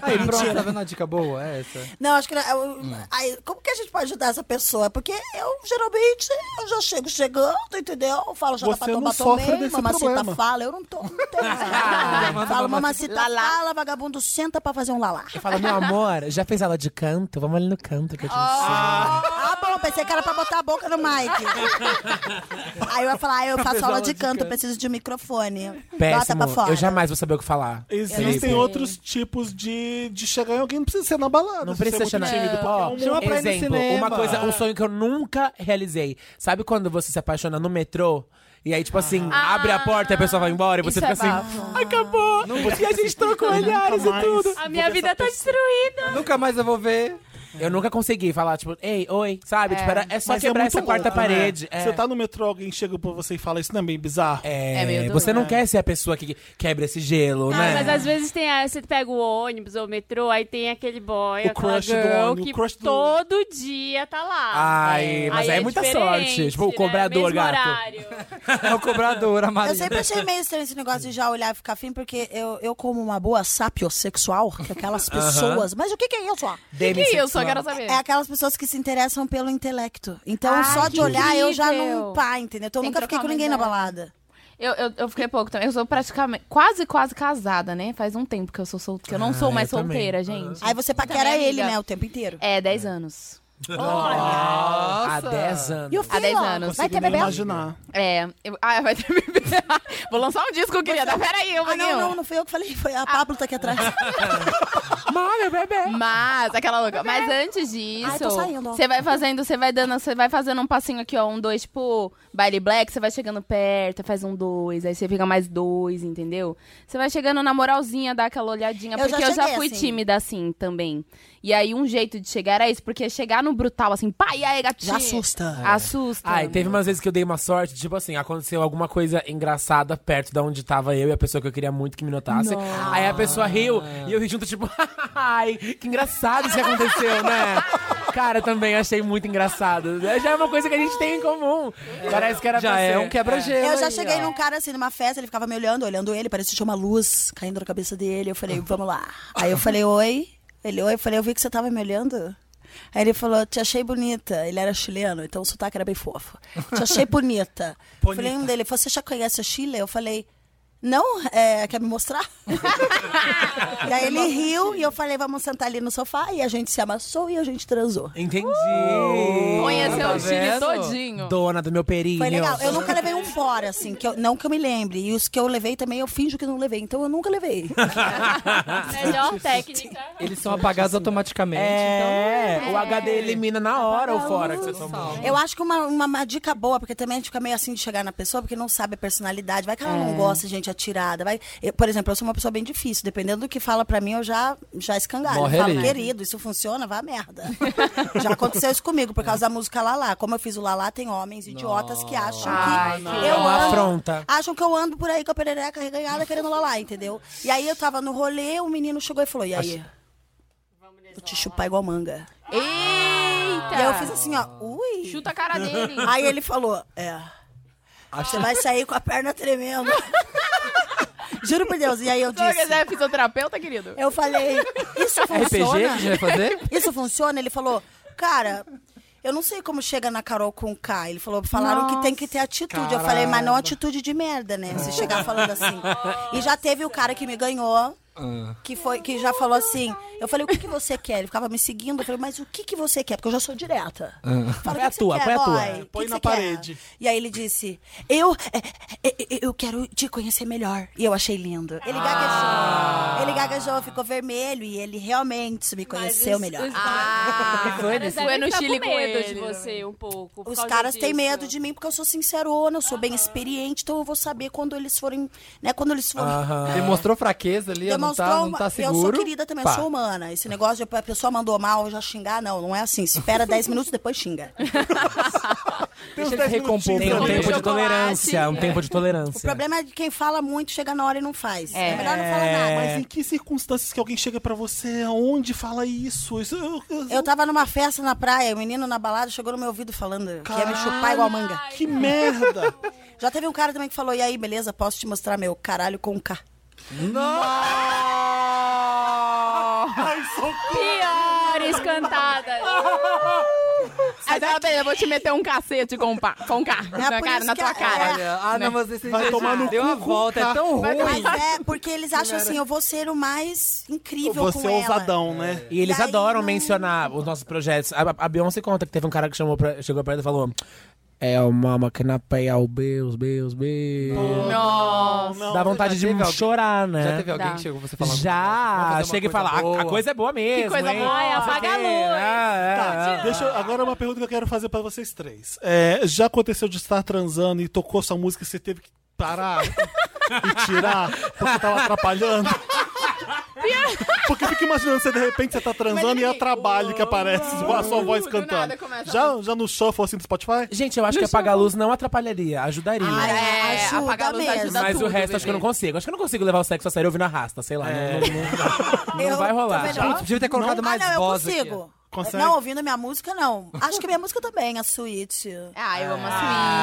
S1: Aí, pronto, tá vendo a dica boa? É essa.
S12: Não, acho que não. eu-
S3: É.
S12: aí, como que a gente pode ajudar essa pessoa? Porque eu, geralmente, eu já chego chegando, entendeu? Eu falo, joga
S3: Você
S12: pra
S3: não
S12: tomar,
S3: sofre
S12: tomei,
S3: desse
S12: mamacita
S3: problema. Ah,
S12: fala, eu não tô. Não tenho nada. falo, mamacita fala, vagabundo senta pra fazer um lalá.
S13: Eu falo, meu amor, já fez aula de canto? Vamos ali no canto que eu te ensino.
S12: Ah, bom, pensei que era pra botar a boca no mic. Aí eu ia falar, ah, eu faço aula de canto, preciso de um microfone. Bota pra
S13: Péssimo,
S12: fora.
S13: eu jamais vou saber o que falar.
S3: Existem
S13: Felipe.
S3: outros tipos de, de chegar em alguém, não precisa ser na balada.
S13: Não
S3: se
S13: precisa
S3: você é
S13: chamar.
S3: muito tímido, porque é
S13: Ó,
S3: um momento-
S13: exemplo, uma coisa, um sonho que eu nunca realizei. Sabe quando você se apaixona no metrô? E aí, tipo assim, abre a porta e a pessoa vai embora e você
S18: Isso
S13: fica
S18: é
S13: assim.
S18: bafo.
S13: Acabou! e a gente trocou
S1: Eu assim, nunca
S13: olhares e
S1: mais
S13: tudo.
S2: A minha vida tá destruída.
S1: Nunca mais eu vou ver.
S20: Eu nunca consegui falar, tipo, ei, oi, sabe?
S3: É,
S20: Tipo, era- é só
S3: mas
S20: quebrar
S3: muito
S20: essa quarta
S3: louco, né?
S20: parede. É.
S3: Você tá no metrô, alguém chega pra você e fala, isso não é bem bizarro?
S20: É, você não quer ser a pessoa que é quebra esse gelo,
S2: Ah,
S20: né?
S2: mas às vezes tem a- você pega o ônibus ou o metrô, aí tem aquele boy,
S20: O
S2: aquela
S20: crush do
S2: girl
S20: ônibus,
S2: que
S20: o crush do-
S2: todo dia tá lá.
S20: Ai, mas é, muita
S2: diferente,
S20: sorte. Tipo, o
S2: né?
S20: cobrador,
S2: Mesmo
S20: gato.
S2: horário.
S20: É o cobrador,
S12: Eu
S20: Amarinha.
S12: sempre achei meio estranho esse negócio de já olhar e ficar afim, porque eu, eu como uma boa sapiosexual, que aquelas
S20: Aham.
S12: pessoas... Mas o que que é isso, ó?
S18: Demissexual. isso? Eu quero saber.
S12: É aquelas pessoas que se interessam pelo intelecto. Então,
S18: Ai,
S12: só de
S18: que
S12: olhar, eu já
S18: incrível.
S12: não pá, entendeu? Então, eu
S18: Tem
S12: nunca
S18: que
S12: fiquei
S18: trocar
S12: com
S18: uma
S12: ninguém na
S18: ideia.
S12: balada.
S18: Eu, eu, eu fiquei pouco também. Eu sou praticamente quase, quase casada, né? Faz um tempo que eu sou sol... que eu não sou
S12: Ah,
S18: mais
S12: eu também.
S18: solteira, gente.
S12: Aí você paquera
S18: Também,
S12: ele,
S18: amiga.
S12: né, o tempo inteiro.
S18: É, 10 anos.
S20: Nossa! Há 10 anos.
S18: E o Há 10 anos.
S3: Vai ter bebê? imaginar.
S18: É. eu- Ah, vai ter bebê. Vou lançar um Ah, disco, querida. Peraí, eu
S12: ah, não, não, não fui eu que falei, foi a Pablo tá aqui atrás.
S18: Mano, bebê. Mas, aquela louca. Mas antes disso,
S12: Ai, tô saindo, ó.
S18: você vai fazendo, você vai dando, você vai fazendo um passinho aqui, ó, um dois, tipo, baile black, você vai chegando perto, faz um dois, aí você fica mais dois, entendeu? Você vai chegando na moralzinha, dá aquela olhadinha,
S12: Eu
S18: porque
S12: já
S18: eu já
S12: cheguei
S18: fui
S12: assim.
S18: tímida assim também. E aí um jeito de chegar era isso, porque chegar no brutal assim, pai, e aí gatinho. É.
S12: Já assusta.
S18: Assusta.
S20: Ai, Ah,
S12: Então,
S20: teve
S12: né?
S20: umas vezes que eu dei uma sorte, tipo assim, aconteceu alguma coisa engraçada perto da onde tava eu e a pessoa que eu queria muito que me notasse. Nossa. Aí a pessoa riu e eu ri junto, tipo, ai, que engraçado isso que aconteceu, né? Cara, eu também achei muito engraçado. Já é uma coisa que a gente tem em comum. Parece que era Já pra é ser. um quebra-gelo
S12: Eu já
S20: aí,
S12: cheguei
S20: ó.
S12: num cara assim, numa festa, ele ficava me olhando, olhando ele, parecia que tinha uma luz caindo na cabeça dele. Eu falei, vamos lá. Aí eu falei, oi. Ele, oi, eu falei, eu vi que você tava me olhando. Aí ele falou, te achei bonita. Ele era chileno, então o sotaque era bem fofo. Te achei bonita. Eu Falei um dele, você já conhece o Chile? Eu falei, não, é, quer me mostrar? e aí ele riu e eu falei, vamos sentar ali no sofá. E a gente se amassou e a gente transou.
S20: Entendi.
S12: Conheceu
S20: Tá
S12: o Chile
S20: vendo?
S12: todinho.
S20: Dona do meu perinho.
S12: Foi legal. Eu nunca levei um fora, assim, que eu- não que eu me lembre. E os que eu levei também, eu finjo que não levei. Então eu nunca levei.
S2: Melhor técnica.
S21: Eles são apagados automaticamente.
S20: É,
S21: então...
S20: o HD elimina na hora o fora que você tá tomou.
S12: Eu acho que uma, uma, uma dica boa, porque também a gente fica meio assim de chegar na pessoa, porque não sabe a personalidade. Vai que ela
S18: É.
S12: não gosta, gente, atirada. Vai... Eu, por exemplo, eu sou uma pessoa bem difícil. Dependendo do que fala pra mim, eu já, já escangalho.
S19: Morre
S12: eu falo,
S19: ali.
S12: querido, isso funciona, vá à merda. já aconteceu isso comigo, por causa da música Lalá. Como eu fiz o Lalá, tem homens idiotas que acham
S15: Ah,
S20: Ai,
S12: que.
S20: não.
S12: eu
S20: É uma
S12: ando-
S20: afronta.
S12: Acham que eu ando por aí com a perereca reganhada querendo Lalá, entendeu? E aí eu tava no rolê, o menino chegou e falou: e aí? Vou te chupar igual manga.
S18: Eita!
S12: E aí eu fiz assim, ó, ui.
S18: Chuta a cara dele.
S12: Aí ele falou, é. Você vai sair com a perna tremendo. Juro por Deus. E aí eu
S18: Se você
S12: disse.
S18: quiser é fisioterapeuta, querido.
S12: Eu falei, isso
S18: RPG que
S12: funciona?
S18: a gente vai fazer?
S12: Isso funciona? Ele falou, cara, eu não sei como chega na Carol com K. Ele falou, falaram que tem que ter atitude. Eu falei, mas não
S19: caramba.
S12: atitude de merda, né? Você chegar falando assim. E já teve o cara que me ganhou,
S7: Ah,
S12: que, foi, que já falou assim. Eu falei, o que, que você quer? Ele ficava me seguindo. Eu falei, mas o que, que você quer? Porque eu já sou direta.
S7: ah.
S19: Qual
S12: Fala,
S19: é
S12: "O
S19: a
S12: que que você
S19: tua?
S12: quer,
S19: Qual é a tua?
S12: boy? O que
S19: Põe
S12: que
S19: na
S12: você quer?"
S19: parede.
S12: E aí ele disse, eu, é, é, é, eu quero te conhecer melhor. E eu achei lindo. Ele
S19: Ah.
S12: gaguejou. Ele gaguejou, ficou vermelho e ele realmente me conheceu melhor.
S2: Ah,
S12: foi
S2: mas
S12: nesse?
S2: aí
S12: Foi no
S2: ele tá
S12: Chile
S2: com
S12: com
S2: medo
S12: ele, né?
S2: de você um pouco. por
S12: Os
S2: causa
S12: caras têm
S2: disso.
S12: medo de mim porque eu sou sincerona, eu sou bem experiente, então eu vou saber quando eles forem, né, quando eles forem
S21: Aham. Demonstrou fraqueza ali, ó, não tá, não
S12: uma-
S21: tá seguro.
S12: Eu sou querida também,
S21: Pá.
S12: eu sou humana. Esse negócio de a pessoa mandou mal, eu já xingar, não, não é assim. Espera 10 minutos, depois xinga.
S20: Deixa ele recompor. Tem um
S12: minutinhos.
S20: tempo de
S12: Chocolate.
S20: tolerância. Um tempo de
S12: O
S20: tolerância.
S12: problema é de quem fala muito, chega na hora e não faz. É, melhor não falar nada.
S20: É.
S12: Mas
S3: Em que circunstâncias que alguém chega pra você? Aonde fala isso? Isso eu, eu-
S12: Eu tava numa festa na praia, o menino na balada chegou no meu ouvido falando que ia me chupar igual manga.
S3: Que merda!
S12: Já teve um cara também que falou, e aí, beleza, posso te mostrar meu caralho com um K.
S3: Ai, socorro!
S18: Piores cantadas. Aí tá bem, eu vou te meter um cacete com, um pa, com um carro na,
S12: por
S18: cara,
S12: isso
S18: na
S12: que
S18: tua
S12: é-
S18: cara. Né?
S12: Olha,
S21: ah,
S13: Né?
S21: não, mas esse Vai jeito- tomar no deu cu a com volta, é K. tão ruim.
S12: Mas é, porque eles acham
S21: Cara.
S12: assim, eu vou ser o mais incrível
S20: Você
S12: com
S20: é
S12: ela.
S20: ousadão, né? E eles adoram mencionar os nossos projetos. A, a Beyoncé conta que teve um cara que chamou pra, chegou perto e falou: É o mama que na pé é o Beus, Beus, Beus.
S18: Nossa.
S20: Dá vontade de chorar, né?
S21: Já teve alguém que chegou pra você falar?
S20: Já!
S21: fazer uma
S20: Chega e
S21: coisa
S20: fala: "A- A
S21: boa."
S20: coisa é boa mesmo.
S18: é
S20: hein? Não sei o quê.
S3: Tá,
S20: Ah, é,
S3: deixa eu- agora uma pergunta que eu quero fazer pra vocês três. É, já aconteceu de estar transando e tocou sua música e você teve que parar e tirar porque tava atrapalhando? Porque eu fico imaginando você, de repente, você tá transando e é trabalho que aparece a sua voz cantando. Já, já no shuffle, assim, do Spotify?
S20: Gente, eu acho que apagar a luz não atrapalharia, ajudaria.
S12: é, ajuda
S18: apagar a luz
S12: mesmo.
S18: ajuda
S20: Mas
S18: tudo,
S20: o resto acho que eu não consigo. Acho que eu não consigo levar o sexo a sério ouvindo arrasta, sei lá. né?
S21: É.
S20: Não, não- não- não vai rolar.
S12: Putz, podia ter colocado Não? mais
S20: ah,
S12: Ah, não, eu voz aqui. consigo.
S20: Consegue?
S12: Não, ouvindo minha música, não. Acho que minha música também, a suíte.
S18: Ah, eu amo a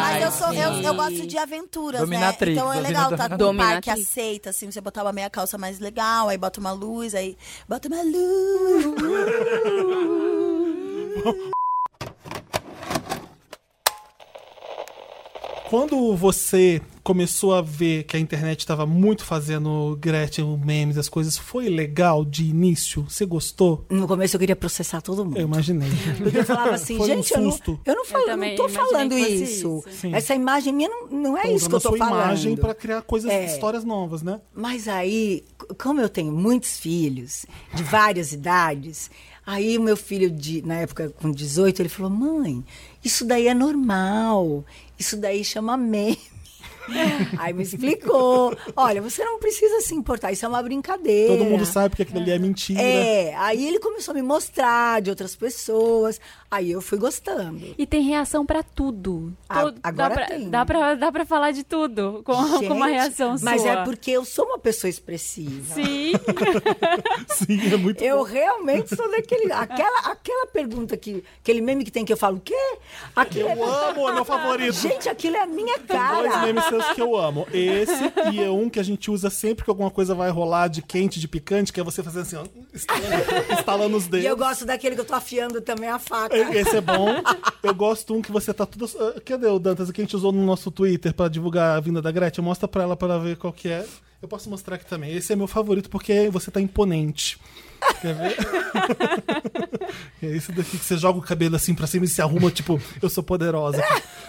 S12: Mas
S18: suíte.
S12: eu, sou, eu,
S18: sim.
S12: eu gosto de aventuras,
S18: Dominatrix,
S12: né? Então é
S18: ouvindo
S12: legal tá com um
S18: dominatrix.
S12: par que aceita, assim, você botar uma meia calça mais legal, aí bota uma luz, aí bota uma luz.
S3: Quando você começou a ver que a internet estava muito fazendo Gretchen, memes, as coisas, foi legal de início? Você gostou?
S7: No começo eu queria processar todo mundo.
S3: Eu imaginei.
S7: Porque eu falava assim,
S3: Foi um
S7: gente, eu, não,
S3: susto.
S7: eu não falo,
S3: Eu
S7: eu
S3: também
S7: não tô
S3: imaginei
S7: falando
S3: que fosse
S7: isso.
S3: isso. Sim.
S7: Essa imagem minha não, não é
S3: Toda
S7: isso que eu
S3: na
S7: tô
S3: sua
S7: falando.
S3: imagem pra criar coisas, histórias
S7: novas, né? Mas aí, c- como eu tenho muitos filhos, de várias idades, aí o meu filho, de, na época com 18, ele falou, mãe, isso daí é normal, isso daí chama meme. Aí me explicou. Olha, você não precisa se importar, isso é uma brincadeira.
S3: Todo mundo sabe que aquilo ali é mentira.
S7: É, aí ele começou a me mostrar de outras pessoas, aí eu fui gostando.
S6: E tem reação pra tudo.
S7: A-
S6: Todo-
S7: agora
S6: dá pra,
S7: tem. né?
S6: Dá pra, dá pra falar de tudo com, com uma
S7: Gente,
S6: reação sua.
S7: Mas é porque eu sou uma pessoa expressiva.
S6: Sim.
S3: Sim, é muito
S7: Eu realmente sou daquele. Aquela, aquela pergunta que. Aquele meme que tem que eu falo, o quê? Aquilo
S3: Eu amo, é meu favorito.
S7: Gente, aquilo é a minha cara.
S3: Dois memes seus que eu amo. Esse e é um que a gente usa sempre que alguma coisa vai rolar de quente, de picante, que é você fazer assim, ó, estalando, estalando os dedos.
S7: E eu gosto daquele que eu tô afiando também a faca.
S3: Esse é bom. Eu gosto um que você tá tudo. Ah, Cadê o Dantas? Que a gente usou no nosso Twitter pra divulgar a vinda da Gretchen. Mostra pra ela pra ela ver qual que é. Eu posso mostrar aqui também. Esse é meu favorito porque você tá imponente. Quer ver? é esse daqui que você joga o cabelo assim pra cima e se arruma, tipo, eu sou poderosa.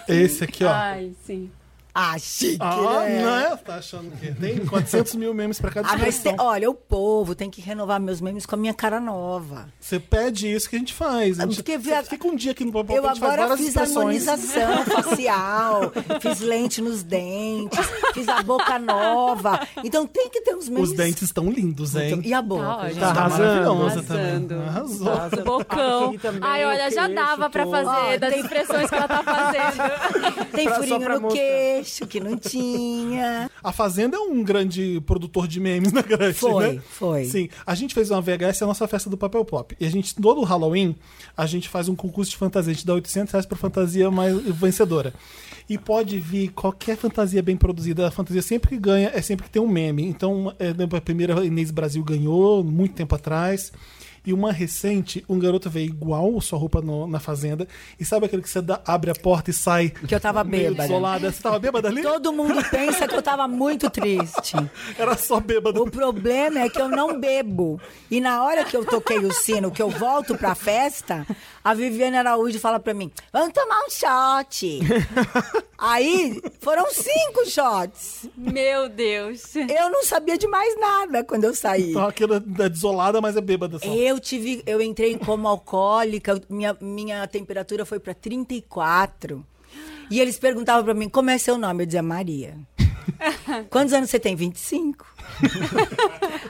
S3: É esse aqui, ó.
S6: Ai, sim.
S7: Ah, chique,
S3: Ah,
S7: né?
S3: né? Tá achando que tem 400 mil memes pra cada
S7: Ah, mas
S3: expressão.
S7: tem- olha, o povo tem que renovar meus memes com a minha cara nova.
S3: Você pede isso que a gente faz. A gente
S7: Porque
S3: você fica um dia aqui no papel
S7: Eu
S3: a gente faz
S7: agora
S3: várias
S7: fiz
S3: expressões.
S7: harmonização facial, fiz lente nos dentes, fiz a boca nova. Então tem que ter uns memes.
S3: Os dentes estão lindos, hein?
S7: E a boca? Tá ótimo.
S3: Tá,
S7: Tá
S3: maravilhosa
S7: arrasando. Tá
S3: também. Arrasou.
S6: Bocão. Ai, olha, já dava pra fazer
S7: Ó,
S6: das
S7: tem-
S6: expressões que ela tá fazendo.
S7: Tem
S3: Pra- só
S7: furinho
S3: pra
S7: no
S3: mostrar.
S7: queixo, que não tinha.
S3: A Fazenda é um grande produtor de memes na grande,
S7: Foi,
S3: né?
S7: foi.
S3: Sim. A gente fez uma VHS, é a nossa festa do papel pop. E a gente, todo Halloween, a gente faz um concurso de fantasia. A gente dá 800 reais pra fantasia mais vencedora. E pode vir qualquer fantasia bem produzida. A fantasia sempre que ganha é sempre que tem um meme. Então, é, lembra a primeira Inês Brasil ganhou, muito tempo atrás. E uma recente, um garoto veio igual sua roupa no- na fazenda. E sabe aquele que você dá- abre a porta e sai.
S7: Que eu tava
S3: meio assim,
S7: bêbada.
S3: desolada? Você tava bêbada ali?
S7: Todo mundo pensa que eu tava muito triste.
S3: Era só bêbado.
S7: O problema é que eu não bebo. E na hora que eu toquei o sino, que eu volto pra festa, a Viviane Araújo fala pra mim: vamos tomar um shot. Aí foram cinco shots.
S6: Meu Deus.
S7: Eu não sabia de mais nada quando eu saí.
S3: Então aquela é desolada, mas é bêbada só.
S7: Eu tive, eu entrei como alcoólica, minha, minha temperatura foi para 34. E eles perguntavam para mim, como é seu nome? Eu dizia, Maria. Quantos anos você tem? 25.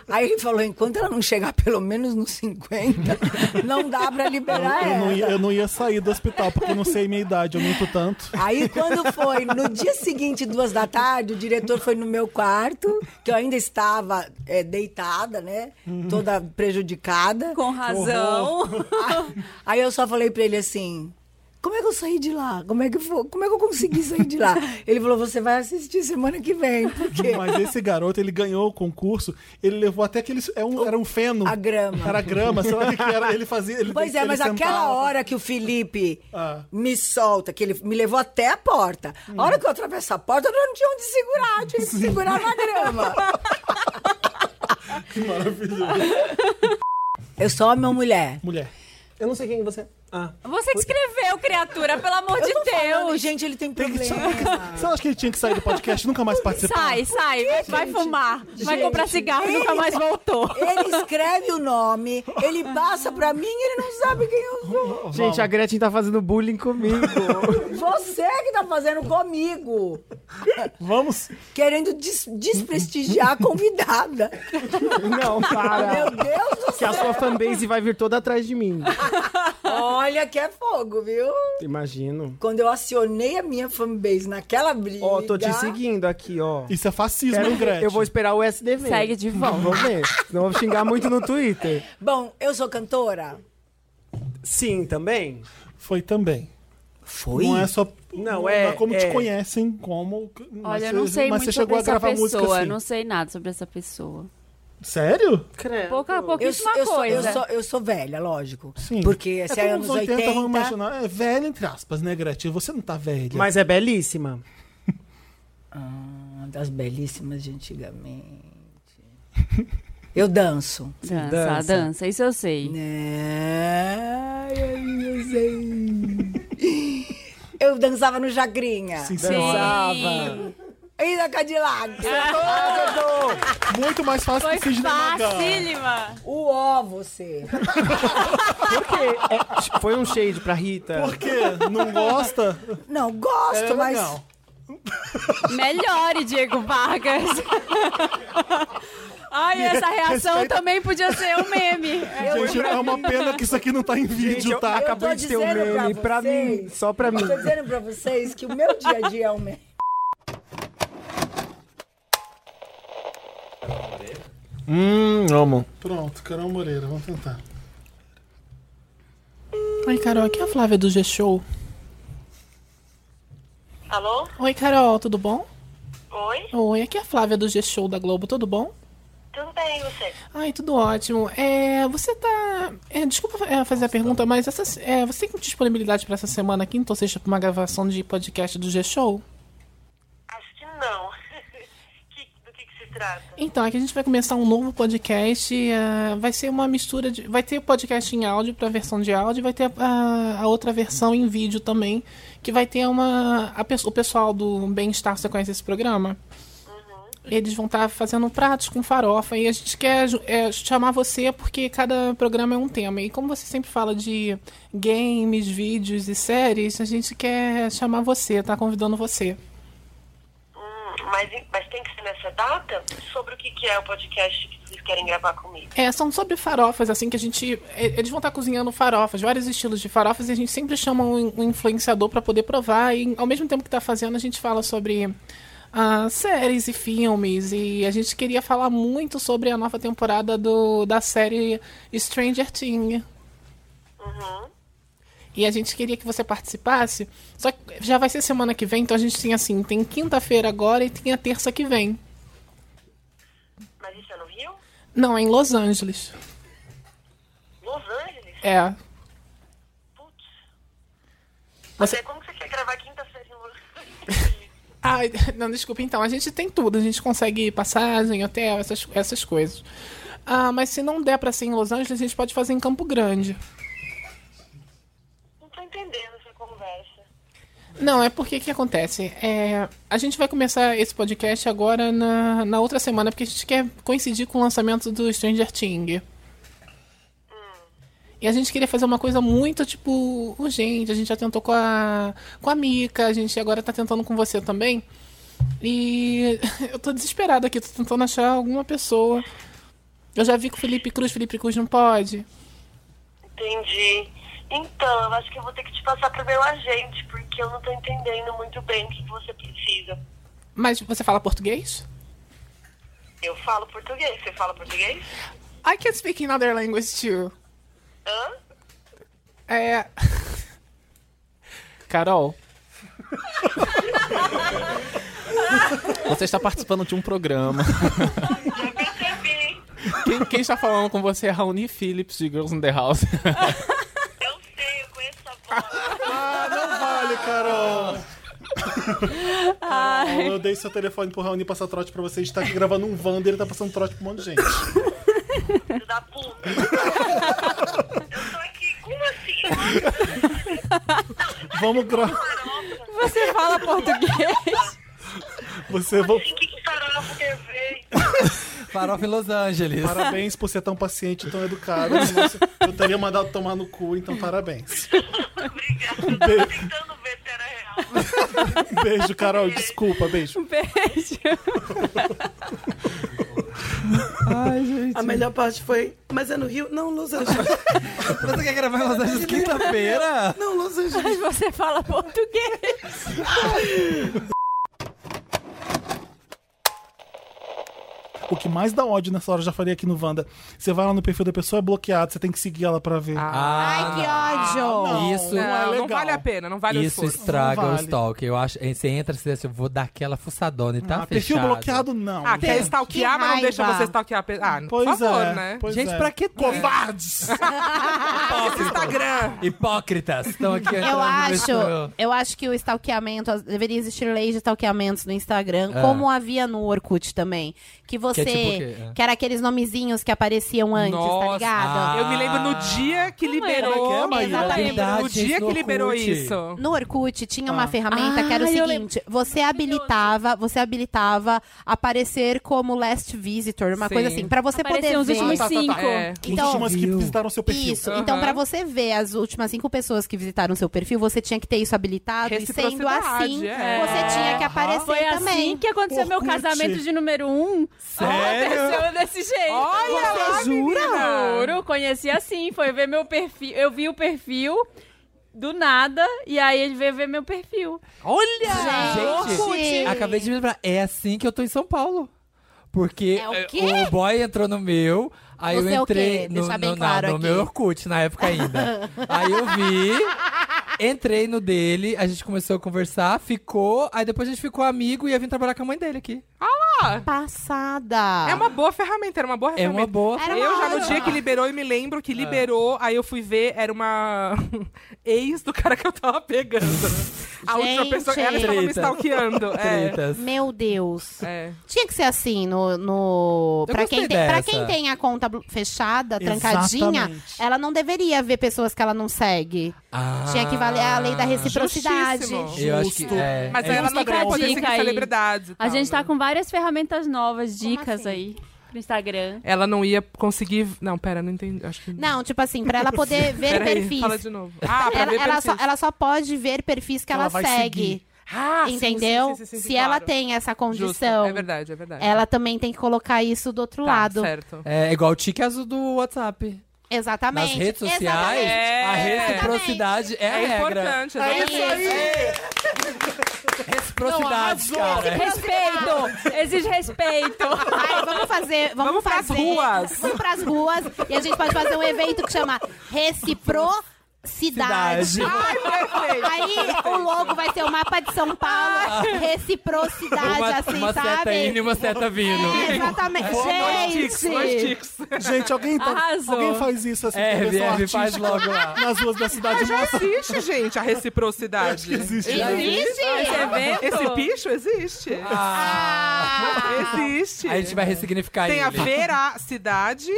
S7: Aí ele falou, enquanto ela não chegar pelo menos nos 50, não dá para liberar
S3: Eu
S7: ela.
S3: não, ia, eu não ia sair do hospital, porque eu não sei minha idade, eu minto tanto.
S7: Aí quando foi no dia seguinte, duas da tarde, o diretor foi no meu quarto, que eu ainda estava eh, deitada, né? Toda prejudicada. Com
S6: razão.
S7: Aí eu só falei pra ele assim. Como é que eu saí de lá? Como é que foi? Como é que eu consegui sair de lá? Ele falou: "Você vai assistir semana que vem". Porque
S3: Mas esse garoto, ele ganhou o concurso, ele levou até aquele. É um, era um feno. A
S7: grama.
S3: Era grama, sei lá o que que era. Ele fazia. Ele,
S7: pois é,
S3: ele
S7: mas aquela
S3: sentava. Ah.
S7: hora que o Felipe me solta, que ele me levou até a porta. A hora que eu atravesso a porta, eu não tinha onde segurar, eu tinha que segurar na grama.
S3: Que maravilhoso.
S7: Eu sou homem ou mulher?
S3: Mulher.
S13: Eu não sei quem você é.
S5: Você que escreveu, criatura, pelo amor
S7: Eu
S5: de
S7: tô
S5: Deus.
S7: falando, gente, ele tem
S3: Tem que-
S7: problema.
S3: Você acha que ele tinha que sair do podcast e nunca mais participar?
S5: Sai, sai, vai, vai fumar, vai
S7: Gente,
S5: comprar cigarro,
S7: ele-
S5: nunca mais voltou.
S7: Ele escreve o nome, ele passa pra mim e ele não sabe quem eu sou.
S13: Gente, a Gretchen tá fazendo bullying comigo.
S7: Você que tá fazendo comigo.
S3: Vamos.
S7: Querendo des- desprestigiar a convidada.
S13: Não, para.
S7: Meu Deus do
S13: que a sua fanbase vai vir toda atrás de mim.
S7: Olha que é fogo, viu?
S13: Imagino.
S7: Quando eu acionei a minha fanbase naquela briga.
S13: Ó, tô te seguindo aqui, ó.
S3: Isso é fascismo,
S13: Quero
S7: hein, Gretchen?
S13: Eu vou esperar o SDV.
S7: Segue de volta.
S13: Vou ver. Senão eu vou xingar muito no Twitter.
S7: Bom, eu sou cantora?
S13: Sim, também.
S3: Foi também.
S7: Foi?
S3: Não é só.
S13: Não,
S3: não
S13: é-
S3: é. Como te
S13: é.
S3: conhecem, como. mas
S5: Olha, eu
S3: você-
S5: não sei
S3: mas
S5: muito
S3: você chegou
S5: sobre
S3: a
S5: essa
S3: gravar música
S5: pessoa,
S3: assim.
S5: não sei nada sobre essa pessoa.
S3: Sério?
S5: Pouca, pouquíssima
S7: eu sou-
S5: coisa.
S7: eu sou- eu sou velha, lógico.
S3: Sim.
S7: Porque se é
S3: como
S7: anos
S3: nos
S7: 80...
S3: vamos imaginar. É velha, entre aspas, né, Gretchen? Você não tá velha.
S13: Mas é belíssima.
S7: Ah, das belíssimas de antigamente. Eu danço. É.
S5: Dança, dança, isso eu sei.
S7: Ai, eu sei. Eu dançava no Chacrinha.
S3: Sim, senhora. Dançava.
S7: E na Cadillac.
S5: Ah,
S7: Ah,
S3: Muito mais fácil que Sidney Magal.
S7: O ó, você.
S13: Por quê? É, foi um shade pra Rita.
S3: Por quê? Não gosta?
S7: Não, gosto,
S13: É
S7: mas...
S13: legal.
S5: Melhore, Diego Vargas. Ai, essa reação
S3: Respeita-
S5: também podia ser um meme.
S7: Eu-
S3: Gente, é uma pena que isso aqui não tá em vídeo,
S13: Gente, eu-
S3: tá?
S13: eu acabei
S7: Tô dizendo pra, vocês,
S13: só pra mim.
S7: Tô dizendo pra vocês que o meu dia a dia é o mesmo.
S13: Hum, amo.
S3: Pronto, Carol Moreira, vamos tentar.
S22: Oi, Carol, aqui é a Flávia do G-Show. Alô? Oi, Carol, tudo bom? Oi? Oi, aqui é a Flávia do G-Show da Globo, tudo bom?
S23: Tudo bem, você?
S22: Ai, tudo ótimo. É, você tá. é, desculpa é, fazer a pergunta, mas essa, é, você tem disponibilidade pra essa semana, quinta ou sexta, pra uma gravação de podcast do G-Show?
S23: Acho que não. Que- do que, que se trata?
S22: Então, é que a gente vai começar um novo podcast. é, vai ser uma mistura de. Vai ter podcast em áudio pra versão de áudio, e vai ter a, a- a outra versão em vídeo também. Que vai ter uma. a pe- o pessoal do Bem-Estar, você conhece esse programa? Eles vão estar fazendo pratos com farofa e a gente quer ju- é, chamar você porque cada programa é um tema. E como você sempre fala de games, vídeos e séries, a gente quer chamar você, tá convidando você.
S23: Hum, mas, mas tem que ser nessa data? Sobre o que, que é o podcast que vocês querem gravar comigo?
S22: É, são sobre farofas, assim, que a gente. é, Eles vão estar cozinhando farofas, vários estilos de farofas, e a gente sempre chama um, um influenciador para poder provar. E ao mesmo tempo que tá fazendo, a gente fala sobre ah, séries e filmes. E a gente queria falar muito sobre a nova temporada do, da série Stranger Things. E a gente queria que você participasse. Só que já vai ser semana que vem, então a gente tem assim, tem quinta-feira agora e tem a terça que vem.
S23: Mas isso é no Rio?
S22: Não, é em Los Angeles.
S23: Los Angeles?
S22: É.
S23: Mas
S22: Você-
S23: aí como que você quer gravar quinta-feira em Los Angeles?
S22: Ah, não, desculpa, então, a gente tem tudo, a gente consegue passagem, hotel, essas, essas coisas. Ah, mas se não der pra ser em Los Angeles, a gente pode fazer em Campo Grande.
S23: Não tô entendendo essa conversa.
S22: Não, é porque o que acontece? É, a gente vai começar esse podcast agora na, na outra semana, porque a gente quer coincidir com o lançamento do Stranger Things. E a gente queria fazer uma coisa muito, tipo, urgente. A gente já tentou com a, com a Mika, a gente agora tá tentando com você também. E eu tô desesperada aqui, tô tentando achar alguma pessoa. Eu já vi com o Felipe Cruz, Felipe Cruz não pode.
S23: Entendi. Então, eu acho que eu vou ter que te passar pro meu agente, porque eu não tô entendendo muito bem o que que você precisa.
S22: Mas você fala português?
S23: Eu falo português. Você fala português?
S22: I can speak another language too.
S23: Hã?
S22: É. Carol.
S21: Você está participando de um programa.
S22: Quem, quem está falando com você é Raoni Phillips de Girls in the House.
S3: Ah, não vale, Carol. Carol, eu dei seu telefone pro Raoni passar trote pra você. A gente tá aqui gravando um Wanda e ele tá passando trote pra um monte de gente.
S23: Como assim?
S3: Vamos gra...
S2: Você fala português?
S3: Você vo-
S1: Farofa em Los Angeles.
S3: Parabéns por ser tão paciente e tão educado. Eu teria mandado tomar no cu, então parabéns. Um Obrigada. Um Beijo, Carol. Desculpa, beijo.
S2: Um beijo.
S22: Ai, gente. A melhor parte foi. Mas é no Rio? Não, Los Angeles.
S1: Você quer gravar em Los Angeles quinta-feira?
S22: Não, Los Angeles.
S2: Mas você fala português.
S3: O que mais dá ódio nessa hora, eu já falei aqui no Wanda. Você vai lá no perfil da pessoa, é bloqueado, você tem que seguir ela pra ver.
S1: Ah,
S13: Ai, que ódio!
S1: não. Isso-
S13: não,
S1: Não,
S13: é
S1: não
S13: legal.
S1: vale
S13: a pena, não vale
S1: Isso estraga o estoque. Eu acho. Você entra e eu vou dar aquela fuçadona e tá
S3: Ah, perfil
S1: fechado.
S3: bloqueado, não.
S4: Ah, quer
S3: Tem.
S4: stalkear, mas não deixa você stalkear. a pe- Ah,
S3: Pois
S4: por favor,
S3: é,
S4: né?
S3: pois Gente, é. pra
S1: que
S3: Covardes!
S4: Esse Instagram.
S1: Hipócritas. Estão aqui entrando
S13: Eu
S1: no
S13: é acho,
S1: meu-
S13: eu acho que o stalkeamento, as- deveria existir leis de stalkeamentos no Instagram,
S1: É.
S13: como havia no Orkut também. Que você.
S1: tipo o quê? É.
S13: que era aqueles nomezinhos que apareciam antes, tá
S4: Nossa, Ah.
S13: ligado?
S1: Ah.
S4: eu me lembro no dia que liberou.
S13: Como é que é,
S4: eu
S13: Maíra?
S4: me lembro
S13: Verdade,
S4: no
S13: isso
S4: dia
S13: no
S4: que liberou
S13: Orkut.
S4: isso.
S13: No Orkut tinha uma
S4: Ah.
S13: ferramenta que era o
S4: Ah, eu
S13: seguinte: você habilitava, você habilitava aparecer como last visitor, uma
S4: Sim.
S13: coisa assim, Pra você
S4: Apareciam
S13: poder
S4: os
S13: ver.
S4: últimos Ah, tá, tá, tá. cinco. É.
S13: Então,
S4: Os últimos que visitaram
S3: seu
S4: perfil.
S13: Isso. Então,
S4: Aham.
S13: pra você ver as últimas cinco pessoas que visitaram seu perfil, você tinha que ter isso habilitado e sendo
S2: Reciprocidade,
S13: assim,
S2: é.
S13: você tinha que aparecer
S2: Foi assim
S13: também.
S2: que aconteceu meu
S13: Orkut.
S2: casamento de número um.
S13: Sério?
S2: Aconteceu desse jeito.
S13: Olha Você lá, jura? menina?
S2: Juro, conheci assim. Foi ver meu perfil. Eu vi o perfil do nada e aí ele veio ver meu perfil.
S1: Olha! Gente, acabei de me lembrar. É assim que eu tô em São Paulo. Porque
S13: É o quê?
S1: eh, o boy entrou no meu, aí
S13: No
S1: eu
S13: seu
S1: entrei
S13: quê?
S1: no,
S13: Deixar
S1: no,
S13: bem
S1: não,
S13: claro
S1: no
S13: aqui.
S1: meu Orkut, na época ainda. aí eu vi, entrei no dele, a gente começou a conversar, ficou, aí depois a gente ficou amigo e eu vim trabalhar com a mãe dele aqui.
S13: Passada.
S4: É uma boa ferramenta, era uma boa
S1: É
S4: ferramenta.
S1: uma boa Ah.
S4: Eu já no dia que liberou, eu me lembro que liberou, aí eu fui ver, era uma ex do cara que eu tava pegando. A última pessoa que ela estava me
S13: Tretas.
S4: stalkeando. é.
S13: Meu Deus. Tinha que ser assim no. no...
S4: Eu
S13: Pra,
S4: gostei
S13: quem tem, pra
S4: dessa.
S13: quem tem a conta blu- fechada, trancadinha,
S4: Exatamente. Ah,
S13: ela não deveria ver pessoas que ela não segue. Tinha que valer a lei da reciprocidade.
S4: Justíssimo.
S1: Eu acho que é,
S4: Mas
S1: é
S4: aí ela não
S1: justo.
S4: vai poder seguir celebridades e
S2: A
S4: tal,
S2: gente tá com várias ferramentas novas,
S13: assim?
S2: dicas aí pro Instagram.
S4: Ela não ia conseguir. Não, pera, não entendi. Acho que.
S13: Não, tipo assim, pra ela poder ver
S4: Peraí,
S13: perfis.
S4: fala de novo. Ah, pra
S13: ela,
S4: ver
S13: ela
S4: perfis.
S13: só, ela só pode ver perfis que
S4: Que
S13: ela,
S4: ela vai
S13: segue.
S4: seguir. Ah, sim,
S13: Entendeu?
S4: sim, sim, sim, sim,
S13: Se
S4: claro.
S13: ela tem essa
S4: Justo.
S13: condição,
S4: É verdade, é verdade. Tá,
S13: ela também tem que colocar isso do outro lado.
S4: Certo.
S1: É igual o tique azul do WhatsApp.
S13: Exatamente.
S1: Nas redes sociais,
S13: Exatamente.
S1: a reciprocidade é, a
S4: É
S1: regra.
S4: importante,
S1: É
S4: exatamente.
S1: isso aí. Reciprocidade, cara.
S2: Respeito! Exige respeito!
S13: Ai, vamos fazer. Vamos,
S2: Vamos pras
S13: fazer-
S2: ruas.
S13: Vamos pras ruas e a gente pode fazer um evento que chama Reciprocidade.
S2: Cidade. Ai, perfeito.
S13: Aí o logo vai ser o mapa de São Paulo, reciprocidade,
S1: Uma,
S13: assim,
S1: uma
S13: sabe?
S1: seta indo e uma seta vindo.
S13: É, exatamente. Gente!
S3: Gente, alguém, tá-
S13: Arrasou.
S3: alguém faz isso assim,
S1: É,
S3: é, versão
S1: Vieve, faz
S3: artística,
S1: logo lá.
S3: nas ruas da cidade
S4: Mas já
S3: mostra.
S4: existe, gente, a reciprocidade. Acho que
S3: existe.
S1: Já existe?
S4: Esse, evento?
S1: Esse
S4: Esse bicho existe. Ah, Existe.
S1: Ah, A gente vai ressignificar
S4: Tem
S1: ele.
S4: a veracidade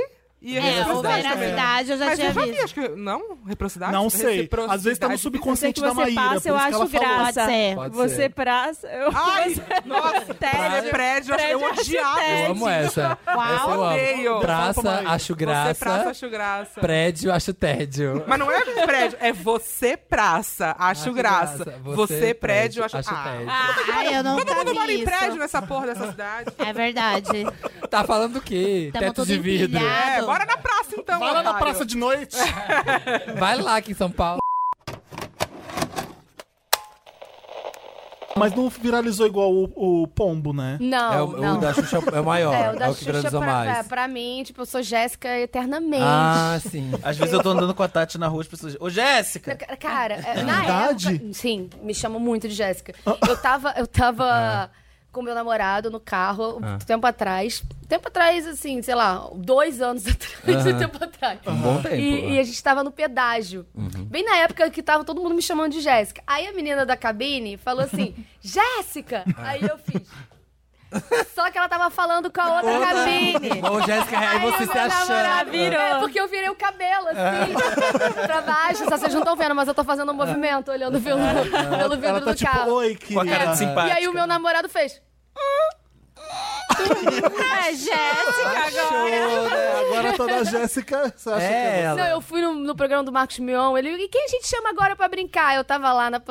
S4: e a
S13: É, o
S4: reciprocidade. também.
S13: veracidade eu já
S4: Mas
S13: tinha
S4: eu já vi,
S13: visto.
S4: acho que. Não? Reciprocidade?
S3: Não sei.
S4: Reciprocidade.
S3: Às vezes tá no subconsciente
S4: Eu sei
S3: da
S4: que você passa,
S3: Maíra. por
S4: eu
S3: isso que ela
S4: acho
S3: falou.
S4: graça. Pode ser. Pode
S2: Você
S4: ser.
S2: praça. Eu,
S4: Ai,
S2: você...
S4: nossa,
S2: Tédio.
S4: prédio, acho- eu
S2: Prédio, acho
S4: odiava
S2: tédio.
S1: Eu amo essa.
S4: Uau.
S1: Essa eu
S4: Odeio.
S1: amo.
S4: Fala pra
S1: Praça,
S4: Maíra.
S1: acho graça.
S4: Você praça, acho graça.
S1: Prédio, acho tédio.
S4: Mas não é prédio, é você praça. Acho,
S1: Acho
S4: graça.
S1: graça.
S4: Você,
S1: Você
S4: prédio,
S1: prédio,
S4: acho,
S1: acho
S4: ah,
S1: tédio.
S13: Ai, eu não
S4: Todo mundo
S13: vi
S4: mora em
S13: isso.
S4: prédio nessa porra dessa cidade.
S13: É verdade.
S1: Tá falando o quê?
S13: Tamo
S1: Teto
S13: todo
S1: de vidro.
S13: empilhado.
S4: É, bora na praça então.
S3: Vai lá na
S4: otário.
S3: praça de noite.
S1: Vai lá aqui em São Paulo.
S3: Mas não viralizou igual o, o pombo, né?
S24: Não, É, o- o não. da
S1: Xuxa é o maior,
S24: É, o da
S1: é o que
S24: Xuxa
S1: viralizou
S24: pra,
S1: mais.
S24: é, pra mim, tipo, eu sou Jéssica eternamente.
S1: Ah, sim.
S18: Às vezes eu tô andando com a Tati na rua, as pessoas. Ô, Jéssica!
S24: Ca- Cara, é, na
S18: Verdade?
S24: época... Sim, me chamam muito de Jéssica. Eu tava, eu tava com meu namorado no carro, um
S18: Ah.
S24: tempo atrás. Tempo atrás, assim, sei lá, dois anos atrás,
S18: Aham.
S24: um tempo atrás.
S18: Um bom tempo. Hum.
S24: E, e a gente tava no pedágio.
S3: Uhum.
S24: Bem na época que tava todo mundo me chamando de Jéssica. Aí a menina da cabine falou assim, Jéssica! Aí eu fiz... Só que ela tava falando com a outra
S21: Outra-
S24: cabine.
S21: Ô, Jéssica, aí você se
S24: meu namorado
S21: achando.
S24: virou. É porque eu virei o cabelo, assim, pra baixo. Só vocês não estão vendo, mas eu tô fazendo
S21: É.
S24: um movimento, olhando pelo, pelo vidro
S3: Ela tá
S24: do
S3: tipo,
S24: carro. É.
S3: oi, querida.
S21: Com a cara de
S24: E
S21: simpática.
S24: aí o meu namorado fez. é Jéssica
S3: Show, né? Agora tá na Jéssica. Você acha que é você?
S24: Não, eu fui no, no programa do Marcos Mion, ele, e quem a gente chama agora pra brincar? Eu tava lá na-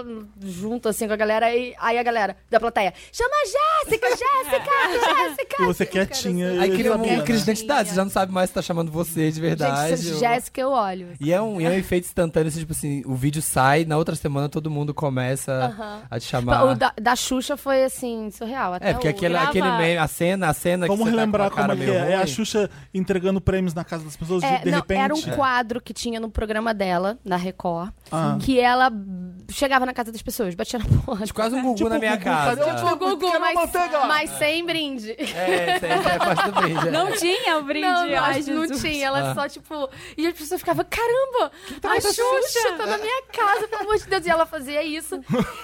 S24: junto, assim, com a galera, e aí a galera da plateia, chama a Jéssica, Jéssica, Jéssica!
S1: E você quietinha.
S24: eu
S1: Aí cria
S24: sabia,
S1: um
S24: né?
S1: crise de identidade, você já não sabe mais se tá chamando você de verdade.
S24: Gente, é
S1: ou-
S24: Jéssica, eu olho.
S1: E é, um, e é um efeito instantâneo, assim, tipo assim, o vídeo sai, na outra semana todo mundo começa
S24: Aham. Tipo,
S1: a te chamar.
S24: O da, da Xuxa foi, assim, surreal. Até
S1: É, porque
S24: o-
S1: aquele,
S24: Grava-
S1: aquele meme, a cena, a cena que
S3: Vamos
S1: você tá com
S3: relembrar
S1: a cara
S3: como é que
S1: meio
S3: é. É a
S1: ruim.
S3: Xuxa entregando prêmios na casa das pessoas
S24: É,
S3: de, de
S24: não,
S3: repente.
S24: Era um quadro que tinha no programa dela, na Record,
S3: Ah.
S24: que ela b- chegava na casa das pessoas, batia na porta.
S1: Quase um Gugu na minha casa.
S24: Tipo o Gugu, mas, mas sem brinde.
S1: É, isso aí já é parte do brinde. é.
S24: Não tinha o brinde. Não, não,
S5: ai,
S24: acho que não
S5: Jesus.
S24: tinha. Ela
S1: Ah.
S24: só, tipo. E as pessoas ficavam, caramba,
S5: tá
S24: a
S5: com essa
S24: Xuxa
S5: Xuxa?
S24: tá na minha casa, pelo amor de Deus. E ela fazia isso.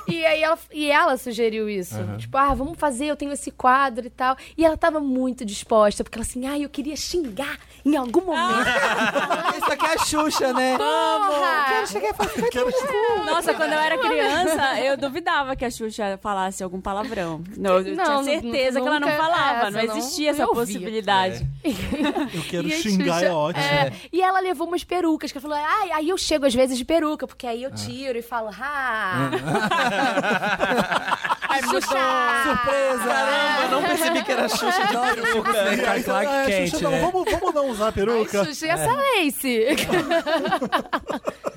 S24: E aí ela, e ela sugeriu isso.
S5: Aham.
S24: Tipo, ah, vamos fazer, eu tenho esse quadro e tal. E ela tava muito disposta, porque ela assim, ai, eu queria xingar em algum momento.
S1: Isso aqui é a Xuxa, né?
S24: Porra!
S1: Quero chegar e falar, vai tomar no cu.
S5: Nossa, quando eu era criança, eu duvidava que a Xuxa falasse algum palavrão. Não, eu
S24: Não,
S5: tinha certeza que ela não
S9: é
S24: nunca-
S5: falava,
S24: essa,
S5: não existia
S24: não-
S5: essa
S24: não ouvia.
S5: possibilidade.
S3: Eu quero
S24: E a
S3: xingar, é
S24: Xuxa-
S3: ótimo.
S24: é, e ela levou umas perucas, que ela falou, ai, aí eu chego às vezes de peruca, porque aí
S3: É.
S24: eu tiro e falo, ah,
S21: Ai, mudou. Surpresa! Caramba, eu não percebi que era a Xuxa de
S1: Nossa,
S21: peruca.
S1: Xuxa,
S3: E aí,
S1: Clark
S3: ah,
S1: Kent,
S3: Xuxa, não,
S1: né?
S3: vamos, vamos não usar a peruca.
S24: Xuxa, e essa lace?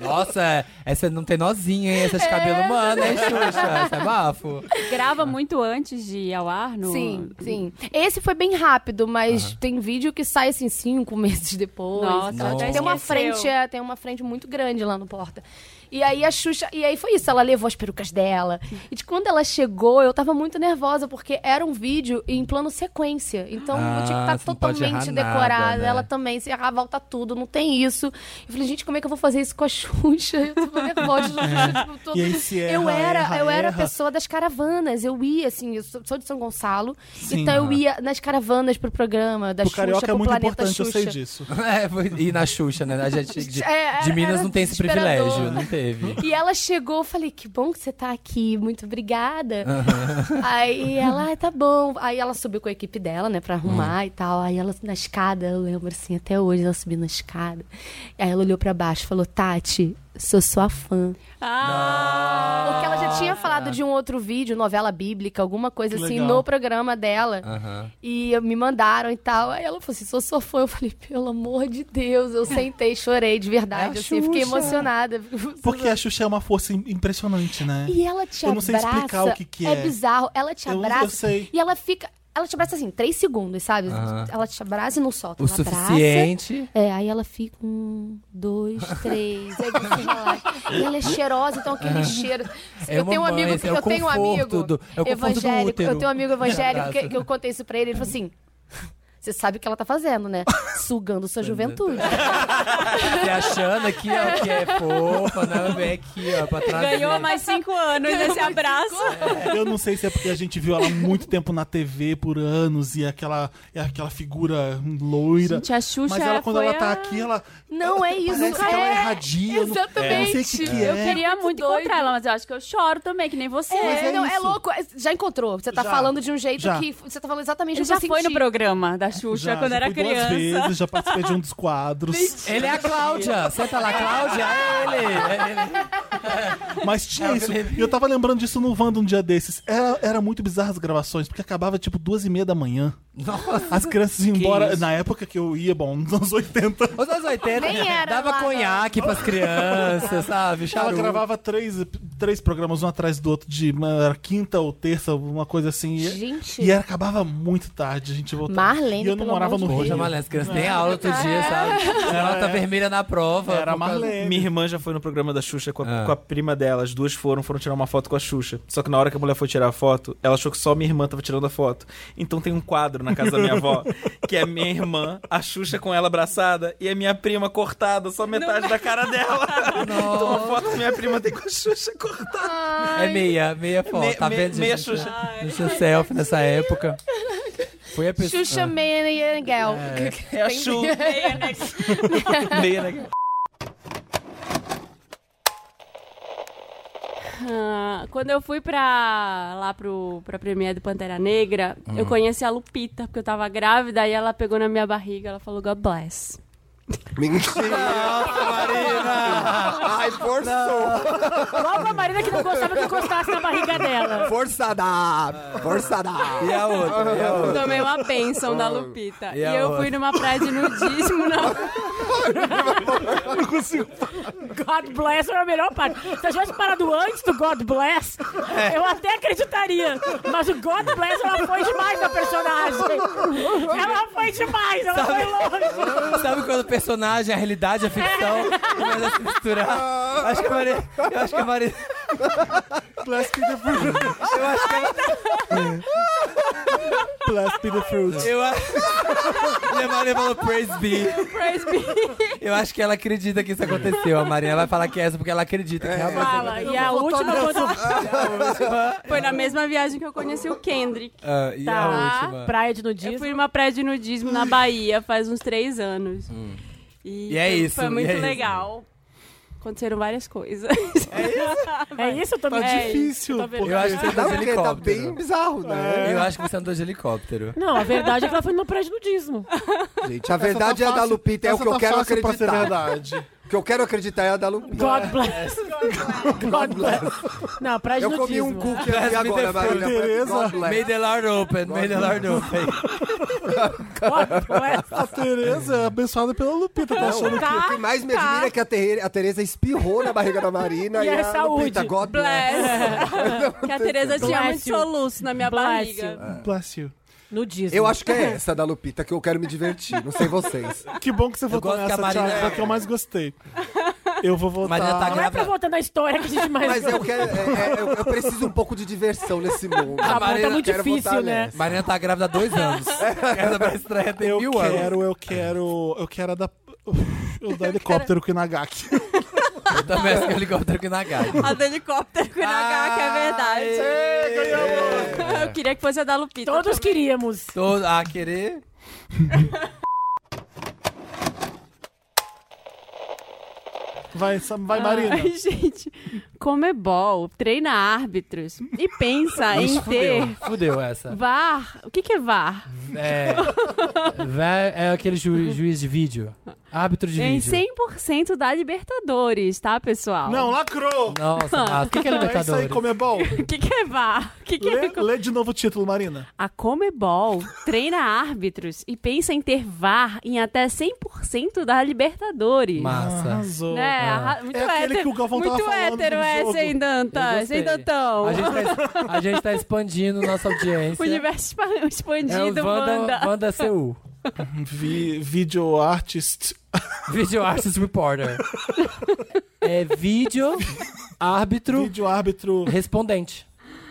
S3: é?
S1: Nossa, é, essa não tem nozinha, hein? Essa de
S5: É.
S1: cabelo humano, hein, Xuxa? Essa é bafo.
S5: Grava muito antes de ir ao ar? No...
S24: Sim, sim. Esse foi bem rápido, mas tem vídeo que sai assim cinco meses depois.
S5: Nossa,
S24: Então,
S5: até
S24: tem uma
S5: esqueceu.
S24: frente, é, tem uma frente muito grande lá no porta. E aí a Xuxa, e aí foi isso, ela levou as perucas dela. E de quando ela chegou, eu tava muito nervosa porque era um vídeo em plano sequência. Então
S5: Ah,
S24: eu tinha que estar
S5: você não pode
S24: totalmente
S5: errar nada,
S24: decorada.
S5: né?
S24: Ela também se errar, volta tudo, não tem isso. Eu falei, gente, como é que eu vou fazer isso com a Xuxa? Eu tô nervosa, Xuxa, tipo, tô-
S3: E aí se
S24: eu
S3: erra,
S24: era,
S3: erra,
S24: eu era a
S3: erra.
S24: pessoa das caravanas. Eu ia, assim, eu sou sou de São Gonçalo.
S1: Sim.
S24: então eu
S1: Aham.
S24: ia nas caravanas pro programa da
S1: O
S24: Xuxa,
S3: é
S24: pro Planeta Xuxa.
S1: É, foi- e na Xuxa, né? A gente de,
S24: É, era-
S1: de Minas
S24: era
S1: não tem esse
S24: desesperador.
S1: privilégio, não teve.
S24: E ela chegou, eu falei, que bom que você tá aqui, muito obrigada. Aí ela, "Ai, tá bom. Aí ela subiu com a equipe dela, né, pra arrumar
S3: Uhum.
S24: e tal. Aí ela na escada, eu lembro assim, até hoje ela subiu na escada. Aí ela olhou pra baixo e falou, Tati, sou sua fã. Porque ela já tinha falado de um outro vídeo, novela bíblica, alguma coisa
S5: Que
S24: assim,
S5: legal.
S24: no programa dela.
S3: Ah.
S24: E me mandaram e tal. Aí ela falou assim: sou sua fã. Eu falei, pelo amor de Deus, eu sentei, chorei de verdade.
S3: É a
S24: assim, fiquei
S3: Xuxa.
S24: emocionada.
S3: Porque a Xuxa é uma força im- impressionante, né?
S24: E ela te abraça.
S3: Eu não sei explicar o que, que é.
S24: bizarro. Ela te
S3: Eu- eu
S24: abraça.
S3: sei.
S24: E ela fica. Ela te abraça assim, três segundos, sabe?
S1: Aham.
S24: Ela te abraça e não solta.
S1: O
S24: ela abraça.
S1: suficiente.
S24: É, aí ela fica um, dois, três. aí você relaxa. E ela é cheirosa, então aquele
S1: É.
S24: cheiro.
S1: É
S24: eu tenho um
S1: mamãe,
S24: amigo,
S1: esse é o
S24: eu tenho um
S1: conforto
S24: amigo
S1: do- é o conforto do
S24: evangélico.
S1: útero.
S24: Eu tenho um amigo evangélico que,
S1: Abraça.
S24: que eu contei isso pra ele. Ele falou assim: você sabe o que ela tá fazendo, né? Sugando sua juventude.
S1: Se tá achando aqui, ó, que é fofa, não, vem aqui, ó, pra trás.
S5: Ganhou mais cinco anos
S24: Ganhou
S5: nesse
S24: mais
S5: abraço.
S3: Eu não sei se é porque a gente viu ela muito tempo na TV por anos e aquela, e aquela figura loira.
S5: Gente, a Xuxa
S3: Mas ela, quando
S5: foi
S3: ela tá
S5: a-
S3: aqui, ela.
S24: Não é isso,
S3: Parece que ela é
S5: é.
S3: erradia. eu não-
S24: Exatamente.
S3: Eu não sei o que, que é.
S5: Eu queria muito encontrar ela, mas eu acho que eu choro também, que nem você.
S24: É, não, é louco. é- Já encontrou. Você tá
S5: Já.
S24: falando de um jeito
S5: Já.
S24: que. f- Você tá falando exatamente
S5: Ele
S24: o que eu
S5: já foi no
S24: senti.
S5: programa da Xuxa quando era
S3: É, fui
S5: criança.
S3: Duas vezes, já participei de um dos quadros.
S1: Ele é a Cláudia. Senta lá, Cláudia. É ele. É ele.
S3: Mas tinha isso. E eu tava lembrando disso no Wanda um dia desses. Era, era muito bizarro as gravações, porque acabava tipo duas e meia da manhã.
S1: Nossa.
S3: As crianças iam embora.
S1: isso?
S3: Na época que eu ia, bom, nos anos 80.
S1: Os anos 80
S3: Nem era
S1: dava
S3: lá, não.
S1: conhaque pras crianças, sabe?
S3: Ela
S1: Charuto.
S3: gravava três, três programas um atrás do outro, de uma, era quinta ou terça, uma coisa assim. E-
S24: Gente.
S3: E era, acabava muito tarde, a gente voltava.
S24: Marlene,
S3: e eu não
S24: pelo
S3: morava
S24: amor de É.
S3: no Rio. É.
S1: Poxa,
S24: Deus.
S1: Marlene, as crianças têm aula outro dia, sabe? Ela tá vermelha na prova.
S3: Era a
S1: por causa-
S3: Marlene.
S21: Minha irmã já foi no programa da Xuxa com
S1: Ah.
S21: a, com a prima dela. As duas foram, foram tirar uma foto com a Xuxa. Só que na hora que a mulher foi tirar a foto, ela achou que só minha irmã tava tirando a foto. Então tem um quadro na casa da minha avó, que é minha irmã, a Xuxa com ela abraçada e a minha prima cortada, só metade da cara dela. Então uma foto que minha prima tem com a Xuxa cortada.
S1: É meia, meia foto.
S21: Me-
S1: tá
S21: me-
S1: vendo?
S21: meia
S1: gente?
S21: Xuxa.
S1: No seu selfie nessa época. Foi a pessoa.
S24: Xuxa Meia Negel.
S1: É, é a Xuxa. Meia
S24: Negel.
S21: Meia Negel.
S2: Ah, quando eu fui pra lá pro, pra Premiere do Pantera Negra,
S21: Hum.
S2: eu conheci a Lupita, porque eu tava grávida e ela pegou na minha barriga, ela falou God bless.
S15: Mentira, Marina! Ai, forçou!
S9: Logo a Marina que não gostava que encostasse na barriga dela.
S15: Forçada! Forçada!
S1: E a outra? E a outra?
S2: Tomei uma bênção da Lupita.
S1: E
S2: E,
S1: a
S2: eu
S1: outra?
S2: fui numa praia de nudismo na
S9: Não consigo God bless era a melhor parte. Se eu tivesse parado antes do God bless,
S21: É.
S9: eu até acreditaria. Mas o God bless, ela foi demais na personagem. Ela foi demais, ela
S1: Sabe-
S9: foi longe.
S1: Sabe quando o personagem, a realidade, a ficção começa a se misturar? Acho que a Maria. Eu acho que a Maria.
S3: Bless me the fruit.
S1: Eu acho que
S3: Bless me the fruit.
S1: Eu acho. E a Maria falou praise be.
S2: Praise be.
S1: Eu acho que ela acredita que isso aconteceu. A Maria vai falar que é essa porque ela acredita que realmente.
S2: fala. E a última quando... foi na mesma viagem que eu conheci o Kendrick. tá?
S1: Ah, e a última?
S9: Praia de nudismo.
S2: Eu fui numa praia de nudismo na Bahia faz uns três anos.
S1: Hum.
S2: E,
S1: E é
S2: foi-
S1: isso,
S2: Foi
S1: e
S2: muito
S1: é isso.
S2: legal. Aconteceram várias coisas.
S9: É isso? Eu tô
S2: Tá
S9: é isso,
S2: difícil,
S9: eu tô vendo.
S1: Eu acho que você andou de
S15: porque tá
S1: helicóptero.
S15: bem bizarro, né?
S1: Eu acho que você andou de helicóptero.
S9: Não, a verdade é que ela foi numa praia de nudismo.
S15: Gente, a verdade é a da Lupita, é o que eu quero acreditar. O que eu quero acreditar é a da Lupita.
S9: God bless.
S15: God bless.
S9: Não, praia de
S15: Eu comi
S9: nudismo.
S15: um cookie ali agora, Marina. God bless.
S1: May the Lord open, may the Lord open.
S3: A Tereza é abençoada pela Lupita, tá
S15: Não,
S3: achando que.
S15: o que mais me admira é que a, Terre- a Tereza espirrou na barriga da Marina
S3: E
S15: e,
S3: é
S15: a
S3: saúde.
S15: Lupita, God bless.
S2: Bless. que a Tereza tinha
S9: Bless
S2: muito
S9: you.
S2: soluço na minha
S9: Bless
S2: barriga.
S3: Bless you.
S9: Nudismo.
S15: Eu acho que é essa da Lupita que eu quero me divertir, não sei vocês.
S3: Que bom que você votou
S15: gosto que
S3: nessa,
S15: a Marina
S3: Thiago,
S15: é-
S3: foi a que eu mais gostei. Eu vou votar.
S15: Marina tá
S9: Não é pra voltar na história que a gente mais
S15: Mas eu, quero, é, é, eu, eu preciso um pouco de diversão nesse
S2: Ah,
S15: mundo.
S9: Tá bom, tá
S15: Marina,
S9: muito
S15: quero
S9: difícil,
S15: votar
S9: né?
S15: nessa.
S1: Marina tá grávida há dois anos. Essa pra estreia tem
S3: eu
S1: mil anos.
S3: quero, eu quero, eu quero a da. Eu da helicóptero com o Inagaki.
S1: Eu também acho que o helicóptero que na gata.
S2: A do helicóptero com o NH, que é verdade. Eu queria que fosse a da Lupita.
S9: Todos queríamos.
S1: Todo, a querer.
S3: Vai, Sam- vai Marina.
S2: Ai, gente. Comebol, treina árbitros e pensa em
S1: Ixi,
S2: ter
S1: fudeu, fudeu essa.
S2: VAR. O que, que é VAR?
S1: É, vai- é aquele ju- juiz de vídeo. Árbitro de
S2: Em
S1: vídeo.
S2: 100% da Libertadores, tá, pessoal?
S3: Não, lacrou!
S1: Nossa, Márcio, o que que é Libertadores?
S3: isso aí, Comebol.
S2: O que, que é VAR? O que, que é
S3: Lê, lê de novo o título, Marina.
S2: A Comebol treina árbitros e pensa em ter VAR em até 100% da Libertadores.
S1: Massa. Ah.
S3: Arrasou.
S2: Né? Arra- Muito
S3: é aquele
S2: hétero,
S3: que o Galvão
S2: muito
S3: tava falando
S2: hétero
S3: do
S2: essa,
S3: jogo.
S2: hein,
S1: Eu
S2: Dantas?
S1: gostei.
S2: Hein, Dantão?
S1: A gente, tá, es- a gente tá expandindo nossa audiência.
S2: O universo expa- expandido,
S1: é o Wanda,
S2: Wanda.
S1: Wanda CU.
S3: Vi, video artist.
S1: Video Artist Reporter. É vídeo árbitro.
S3: Vídeo árbitro.
S1: Respondente.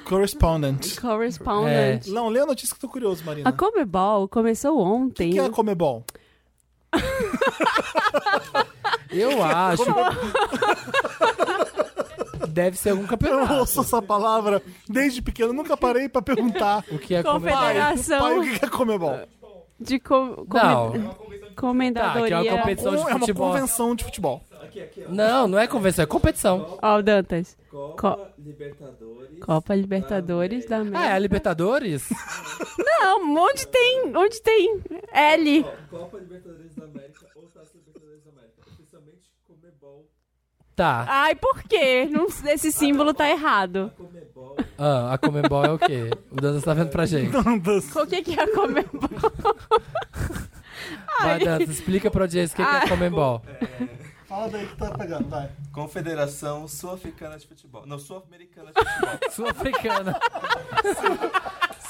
S3: Correspondent.
S1: É.
S2: Correspondent.
S3: Não, lê a notícia que eu tô curioso, Marina.
S2: A Comebol começou ontem.
S3: O que é a Comebol?
S1: Eu Ah, acho.
S2: é?
S1: é Deve ser algum campeonato.
S3: Eu ouço essa palavra desde pequeno, nunca parei pra perguntar.
S1: O que é
S2: Confederação.
S3: Pai, pai, o que é Comebol?
S2: de com, com,
S1: Não. Tá, que é
S2: Comendadoria.
S1: uma competição de
S3: É uma
S1: futebol.
S3: convenção de futebol.
S1: Não, não é convenção, é competição.
S2: Ó, o Dantas. Copa Libertadores. Copa Libertadores da América.
S1: Ah, é a Libertadores?
S2: Não, onde tem? Onde tem? L.
S21: Copa Libertadores da América ou Taça Libertadores da América. Oficialmente Comebol.
S1: Tá.
S2: Ai, por quê? Não- esse símbolo tá errado.
S1: Ah, a Comembol é o quê? O Dantas tá vendo pra gente.
S2: O que, que é a Comebol?
S1: Vai,
S2: Ai.
S1: Dantas, explica pra audiência o que, que é
S3: Ah.
S2: Ai.
S1: Comembol.
S3: Fala daí que tá pegando, vai.
S21: É. Confederação Sul-Africana de Futebol. Não, Sul-Americana de Futebol.
S1: Sul-Africana.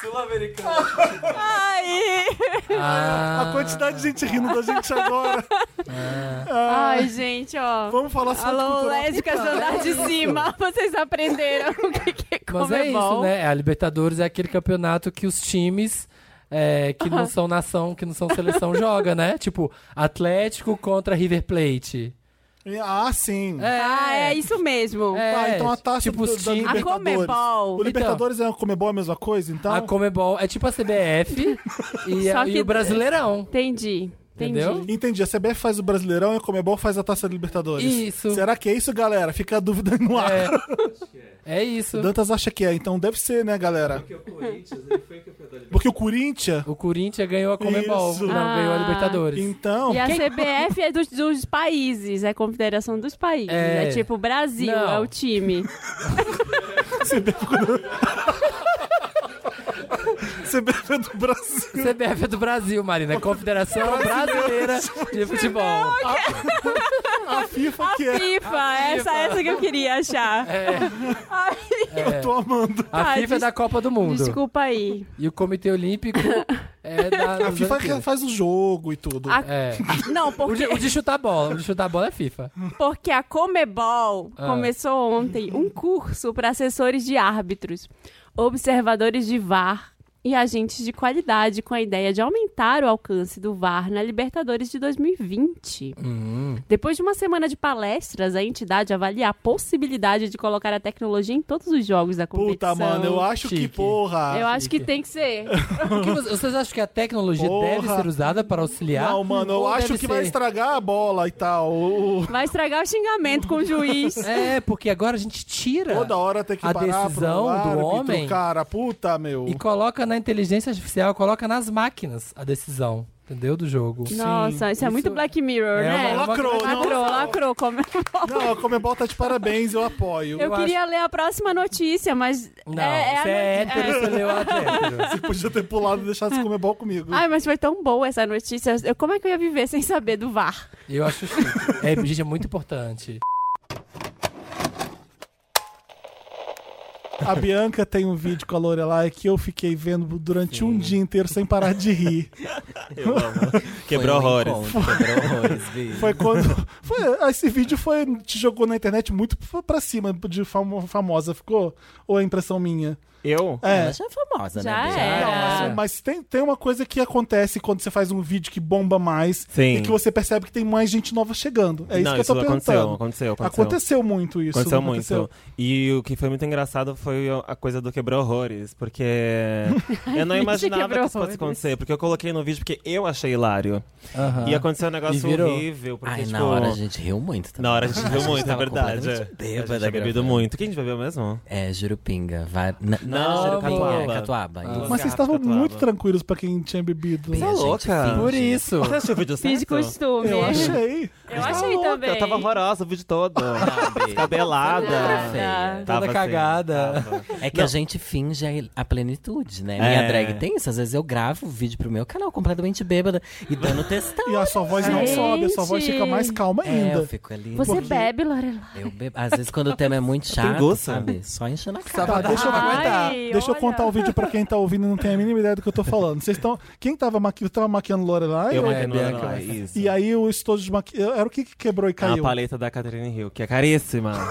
S21: Sul-Americana de Futebol.
S2: Ai.
S1: Ah.
S3: A quantidade de gente rindo da gente agora.
S1: Ah.
S2: Ai, gente, ó.
S3: Vamos falar sobre
S2: Alô,
S3: cultura
S2: lésbicas do
S3: africana.
S2: andar de cima. Vocês aprenderam o que, que é Comebol.
S1: Mas é isso, né? A Libertadores é aquele campeonato que os times é, que não são nação, que não são seleção, joga, né? Tipo, Atlético contra River Plate.
S3: Ah, sim.
S2: Ah, é isso mesmo.
S3: Ah, então
S1: É,
S3: a taça
S2: tipo
S3: do, da
S2: Steam. A
S3: Libertadores.
S2: Comebol.
S3: O Libertadores é a Comebol a mesma coisa, então?
S1: A Comebol é tipo a CBF Então, e, a-
S2: Só
S1: e
S2: que-
S1: o Brasileirão.
S2: Entendi.
S1: Entendeu?
S3: Entendi. A CBF faz o Brasileirão e a Comebol faz a Taça Libertadores.
S1: Isso.
S3: Será que é isso, galera? Fica a dúvida no ar. É,
S1: isso.
S3: O Dantas acha que é, então deve ser, né, galera? Porque o Corinthians...
S1: O Corinthians ganhou a
S2: Comebol, não ganhou a Libertadores.
S3: Então...
S2: E a
S3: quem-
S2: CBF é dos, dos países, é a confederação dos países.
S3: É.
S2: É, tipo o Brasil,
S3: Não.
S2: é o time.
S3: CBF é do Brasil.
S1: CBF é do Brasil, Marina. Confederação Brasileira de Futebol.
S3: A FIFA que é.
S2: FIFA, essa, essa que eu queria achar.
S1: É,
S2: Ai,
S3: Eu tô amando.
S1: A
S2: Tá,
S1: FIFA é
S2: des-
S1: da Copa do Mundo.
S2: Desculpa aí.
S1: E o Comitê Olímpico é da.
S3: A FIFA que faz o jogo e tudo.
S1: É.
S2: Não,
S1: O de,
S2: porque,
S1: o de chutar bola. O de chutar bola é FIFA.
S2: porque a Comebol
S1: Ah.
S2: começou ontem um curso para assessores de árbitros, observadores de VAR e agentes de qualidade com a ideia de aumentar o alcance do VAR na Libertadores de 2020. Depois de uma semana de palestras, a entidade avalia a possibilidade de colocar a tecnologia em todos os jogos da competição.
S3: Puta, Ah, mano, eu acho que, porra.
S2: Eu acho que tem que ser.
S1: O que vocês, vocês acham que a tecnologia
S3: Porra.
S1: deve ser usada para auxiliar?
S3: Não, mano, eu
S1: Ou
S3: acho
S1: deve
S3: que vai
S1: ser-
S3: estragar a bola e tal. O- o-
S2: Vai estragar o xingamento com o juiz.
S1: É, porque agora a gente tira
S3: Toda hora tem que
S1: a
S3: parar pro
S1: decisão
S3: árbitro,
S1: do homem
S3: cara, puta, meu.
S1: e coloca na inteligência artificial, coloca nas máquinas a decisão, entendeu? Do jogo.
S2: Nossa, isso, é muito Black Mirror,
S1: É
S2: né?
S1: uma-
S3: Lacrou, não.
S2: lacrou, lacrou. Come...
S3: Não, a Comebol tá de parabéns, eu apoio.
S2: Eu queria ler a próxima notícia, mas. é, é a noti- é.
S3: Você podia ter pulado e deixado esse Comebol comigo.
S2: Ai, mas foi tão boa essa notícia. Eu, como é que eu ia viver sem saber do VAR?
S1: Eu acho chique. É, gente, é muito importante.
S3: A Bianca tem um vídeo com a Lorelai que eu fiquei vendo durante um dia inteiro sem parar de rir.
S21: Eu amo. Quebrou
S15: Foi um
S21: horrores.
S15: encontro, quebrou horrores, vi.
S3: Foi quando. Foi, esse vídeo foi, te jogou na internet muito pra cima de famo- famosa, ficou? Ou é impressão minha?
S21: Eu?
S3: É.
S15: Ela já é famosa,
S3: Já é.
S15: né? bicho?
S3: era. Mas, mas tem, tem uma coisa que acontece quando você faz um vídeo que bomba mais
S15: Sim.
S3: e que você percebe que tem mais gente nova chegando. É isso
S25: Não,
S3: que eu tô
S25: isso aconteceu,
S3: pensando.
S25: aconteceu, aconteceu.
S3: muito isso.
S25: Aconteceu
S3: não
S25: muito. E o que foi muito engraçado foi a coisa do quebrou horrores, porque eu não
S15: Ai,
S25: imaginava que
S15: quebrou
S25: isso fosse
S15: horrores.
S25: acontecer, porque eu coloquei no vídeo porque eu achei hilário.
S15: Aham.
S25: E aconteceu um
S15: E
S25: negócio
S15: virou.
S25: horrível. Porque,
S15: Ai,
S25: tipo,
S15: na hora a gente riu muito também.
S25: Na hora a gente
S15: A
S25: riu
S15: gente
S25: muito, é
S15: tava
S25: verdade. é.
S15: completamente bêbada
S25: a gente tinha bebido
S15: gravando.
S25: muito. Quem a gente bebeu mesmo?
S15: É, Jurupinga. Vai... N-
S25: Não,
S15: Não, Jurupinga,
S25: pô.
S15: Catuaba.
S25: Ah.
S3: Mas vocês estavam muito tranquilos pra quem tinha bebido.
S25: Você é louca?
S1: Por isso.
S25: Você achou o vídeo certo?
S2: Fiz costume.
S25: Eu
S3: achei. Tá
S2: Eu achei
S25: louca,
S2: também.
S25: Eu tava horrorosa o vídeo todo. Cabelada.
S9: Ah.
S15: Feia.
S25: Tava feia.
S15: É que a gente finge a- a plenitude, né?
S25: É.
S15: Minha drag tem isso. Às vezes eu gravo vídeo pro meu canal completamente bêbada e dando textão.
S3: E a sua voz não
S15: Gente.
S3: sobe, a sua voz fica mais calma
S15: É,
S3: ainda.
S15: eu fico ali.
S3: Você
S15: Porque
S2: bebe, Lorelai?
S15: Eu bebo. Às vezes quando o tema é muito chato,
S25: gosto.
S15: sabe? Só enchendo a cara.
S3: Tá, deixa eu, deixa eu contar o vídeo pra quem tá ouvindo e não tem a mínima ideia do que eu tô falando. Vocês estão. Quem tava, maqui... tava maquiando Lorelai?
S25: Eu
S3: Ou-
S25: maquiando É, Bianca. Lorelai, isso.
S3: E aí o estojo de maqui... Era o que que quebrou e
S25: A
S3: caiu?
S25: paleta da Catherine Hill, que é caríssima.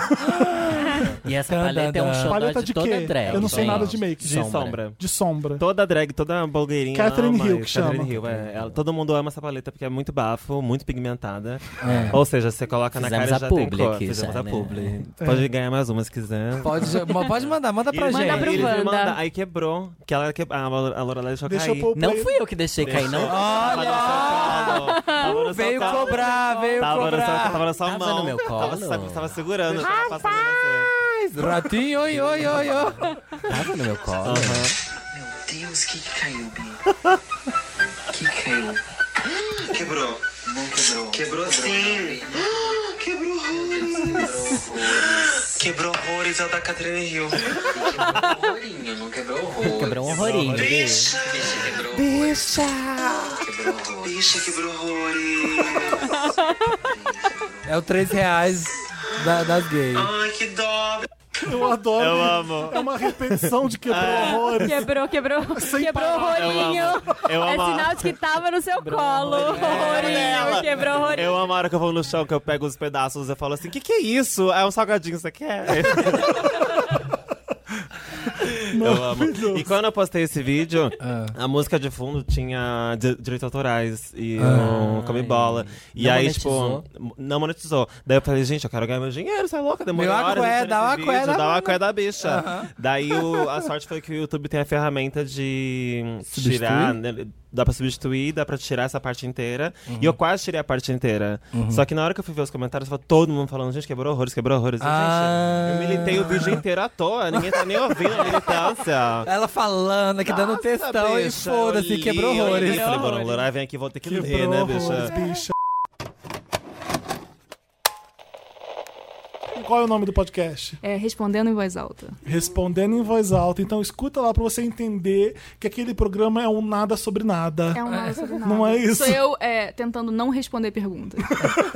S15: E essa paleta é um xodó
S3: Paleta
S15: de,
S3: de
S15: toda
S3: quê?
S15: drag.
S3: Eu não sei
S15: gente.
S3: nada de make.
S25: De sombra.
S3: De sombra.
S25: Toda drag, toda blogueirinha.
S3: Catherine
S25: ama
S3: Hill
S25: isso.
S3: que
S25: Catherine
S3: chama.
S25: Hill, é. Ela- todo mundo ama essa paleta porque é muito bafo, muito pigmentada.
S15: É.
S25: Ou seja, você coloca na
S15: Fizemos
S25: cara
S15: a
S25: e já tem
S15: publi
S25: cor.
S15: aqui
S25: Fizemos
S15: já,
S25: a
S15: né?
S25: publi.
S15: É.
S25: Pode ganhar mais uma se quiser.
S1: Pode, pode mandar, manda pra
S25: Eles-
S1: gente.
S25: eles me mandaram- aí quebrou. Que ela, que, a Lo- a Lorelai deixou
S1: Deixa eu
S25: cair.
S1: pôr o play. Não fui
S15: eu que deixei cair, não.
S3: Ah,
S25: Olha! Tava no seu
S15: Veio
S25: colo.
S15: cobrar, veio
S25: tava
S15: cobrar.
S25: No seu, tava na sua
S15: Tava
S25: mão.
S15: no meu
S25: Tava,
S15: colo.
S25: tava, tava segurando. tava passando
S1: Rapaz! Ratinho, oi, oi, oi, oi.
S15: Tava no meu colo.
S22: Deus, o que, que caiu, Bia? O que que caiu? Quebrou. Não quebrou. Quebrou sim. Quebrou horrores. Quebrou horrores é o da Catherine Hill. Quebrou horrorinho, não quebrou horrores.
S15: Quebrou um horrorinho, Bia.
S22: Bicha. Bicha quebrou
S15: Bicha.
S22: Quebrou horrores. Bicha quebrou horrores.
S1: É o 3 reais da- das gays.
S22: Ai, que dó.
S3: Eu adoro.
S1: Eu amo.
S3: É uma repetição de quebrou
S1: É.
S3: horrores.
S2: Quebrou, quebrou. quebrou o
S3: palavras.
S2: rolinho.
S25: Eu
S2: É
S25: amo.
S2: sinal de que tava no seu colo.
S25: Ela-
S2: Rolinho, quebrou o rolinho.
S25: Eu amo a hora que eu vou no chão, que eu pego os pedaços é?" e falo assim: que que é isso? É um salgadinho, você quer? Eu amo. E quando eu postei esse vídeo, a música de fundo tinha di- direitos autorais e
S12: Ah.
S25: não come bola. E
S12: Não
S25: aí,
S12: monetizou?
S25: tipo, não monetizou. Daí eu falei, gente, eu quero ganhar meu dinheiro, você é louca? Demorou
S12: Meu
S25: horas
S12: acué,
S25: editando
S12: dá
S25: esse
S12: uma
S25: vídeo,
S12: acué da
S25: Dá uma
S12: mana.
S25: acué da bicha.
S12: Aham.
S25: Daí o- a sorte foi que o YouTube tem a ferramenta de
S12: Substituir?
S25: tirar, né, Dá pra substituir, dá pra tirar essa parte inteira.
S12: Uhum.
S25: E eu quase tirei a parte inteira.
S12: Uhum.
S25: Só que na hora que eu fui ver os comentários, tava todo mundo falando, gente, quebrou horrores, quebrou horrores. Eu,
S1: Ah.
S25: Gente, eu militei o vídeo inteiro à toa, ninguém tá nem ouvindo a militância.
S1: Ela falando aqui, dando textão Então, e
S25: bicha,
S1: foda-se,
S25: eu li,
S1: quebrou
S25: eu
S1: horrores.
S25: li, Falei, bora, Lorai, vem aqui, vou ter que ler, né, bicha?
S3: Qual é o nome do podcast?
S5: É, respondendo em voz alta.
S3: Respondendo em voz alta. Então escuta lá pra você entender que aquele programa é um nada sobre nada.
S5: É um nada sobre nada.
S3: Não é isso?
S5: Sou eu é, tentando não responder perguntas.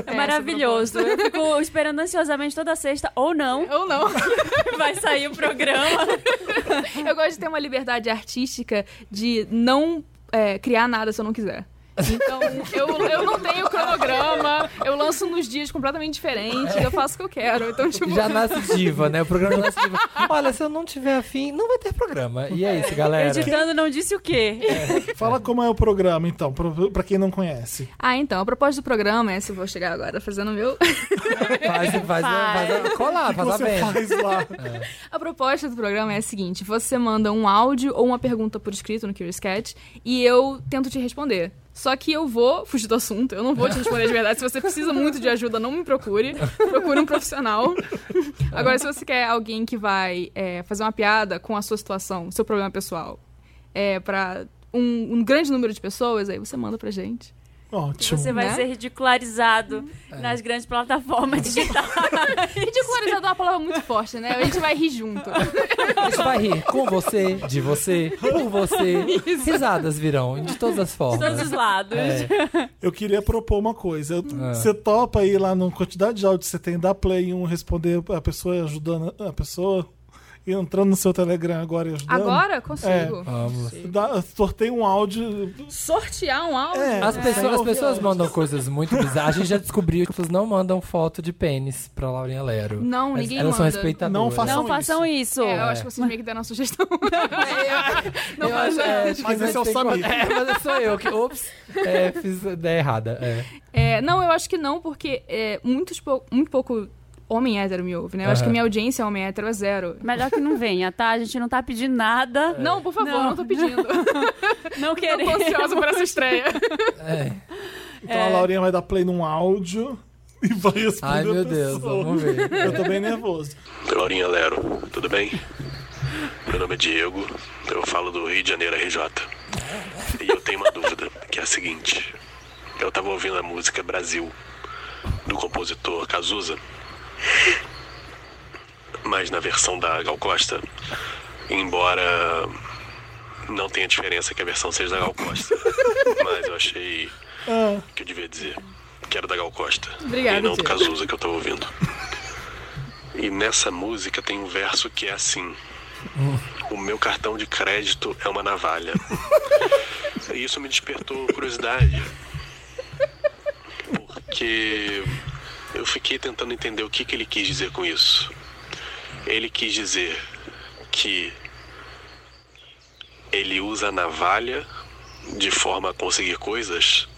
S2: É maravilhoso. Eu fico esperando ansiosamente toda sexta, ou não.
S5: Ou não.
S2: Vai sair o programa.
S5: eu gosto de ter uma liberdade artística de não é, criar nada se eu não quiser. Então, eu, eu não tenho cronograma, eu lanço nos dias completamente diferentes, eu faço o que eu quero. Então, tipo...
S1: Já nasce diva, né? O programa nasce diva. Olha, se eu não tiver afim, não vai ter programa. E é isso, galera.
S2: Editando não disse o quê.
S3: Fala como é o programa, então, pra, pra quem não conhece.
S5: Ah, então, a proposta do programa é, se eu vou chegar agora fazendo o meu...
S1: Faz, faz, faz, faz a colar,
S5: O que
S1: faz a
S5: você
S1: venda.
S5: faz A proposta do programa é a seguinte: você manda um áudio ou uma pergunta por escrito no Curious Cat e eu tento te responder. Só que eu vou fugir do assunto, eu não vou te responder de verdade. Se você precisa muito de ajuda, não me procure. Procure um profissional. Agora, se você quer alguém que vai é, fazer uma piada com a sua situação, seu problema pessoal, é, pra um, um grande número de pessoas, aí você manda pra gente.
S3: Ótimo. Hum.
S2: Você vai
S5: Né?
S2: ser ridicularizado nas grandes plataformas digitais.
S5: Ridicularizado é uma palavra muito forte, né? A gente vai rir junto.
S1: A gente vai rir com você, de você, por você. Risadas virão, de todas as formas. É.
S2: lados.
S3: Eu queria propor uma coisa.
S1: Ah.
S3: Você topa ir lá na quantidade de áudio que você tem, dar play em um, responder a pessoa ajudando a pessoa. E entrando no seu Telegram agora e ajudando. É.
S5: Agora? Consigo. Vamos.
S3: Dá, sorteia um áudio.
S5: Sortear um áudio.
S3: É,
S1: As
S5: né?
S1: pessoas, as pessoas mandam coisas muito bizarras. A gente já descobriu que as pessoas não mandam foto de pênis pra Laurinha Lero.
S5: Não,
S1: Mas
S5: ninguém
S1: Elas são
S5: manda.
S1: respeitadoras.
S5: Não
S2: façam Não façam isso. isso.
S5: É, eu
S1: É.
S5: acho que vocês meio que deram a sugestão. não
S1: Eu acho-
S5: façam
S1: é, acho
S5: isso.
S1: que vai ter que- É, mas sou eu que. Ops, é, fiz a ideia errada. É.
S5: É, não, eu acho que não, porque é, muitos pou- muito pouco homem hétero me ouve, né? Eu acho que
S2: Aham.
S5: minha audiência homem hétero é zero.
S2: Melhor que não venha, tá? A gente não tá pedindo
S3: É.
S2: nada.
S5: Não, por favor, não tô pedindo.
S2: Não
S5: Eu tô
S2: queremos.
S5: ansiosa por essa estreia.
S3: Então
S5: É.
S3: a Laurinha vai dar play num áudio e vai responder.
S1: Ai, meu
S3: a
S1: Deus,
S3: pessoa.
S1: vamos ver.
S3: Eu tô bem nervoso.
S21: Oi, Laurinha Lero, tudo bem? Meu nome é Diego, eu falo do Rio de Janeiro RJ. E eu tenho uma dúvida, que é a seguinte. Eu tava ouvindo a música Brasil, do compositor Cazuza, mas na versão da Gal Costa, embora não tenha diferença que a versão seja da Gal Costa, mas eu achei
S3: Ah.
S21: que eu devia dizer que era da Gal Costa.
S5: Obrigada,
S21: E não do
S5: Diego.
S21: Cazuza que eu tava ouvindo. E nessa música tem um verso que é assim:
S15: um.
S21: O meu cartão de crédito é uma navalha. e isso me despertou curiosidade. Porque eu fiquei tentando entender o que, que ele quis dizer com isso. Ele quis dizer que ele usa a navalha de forma a conseguir coisas,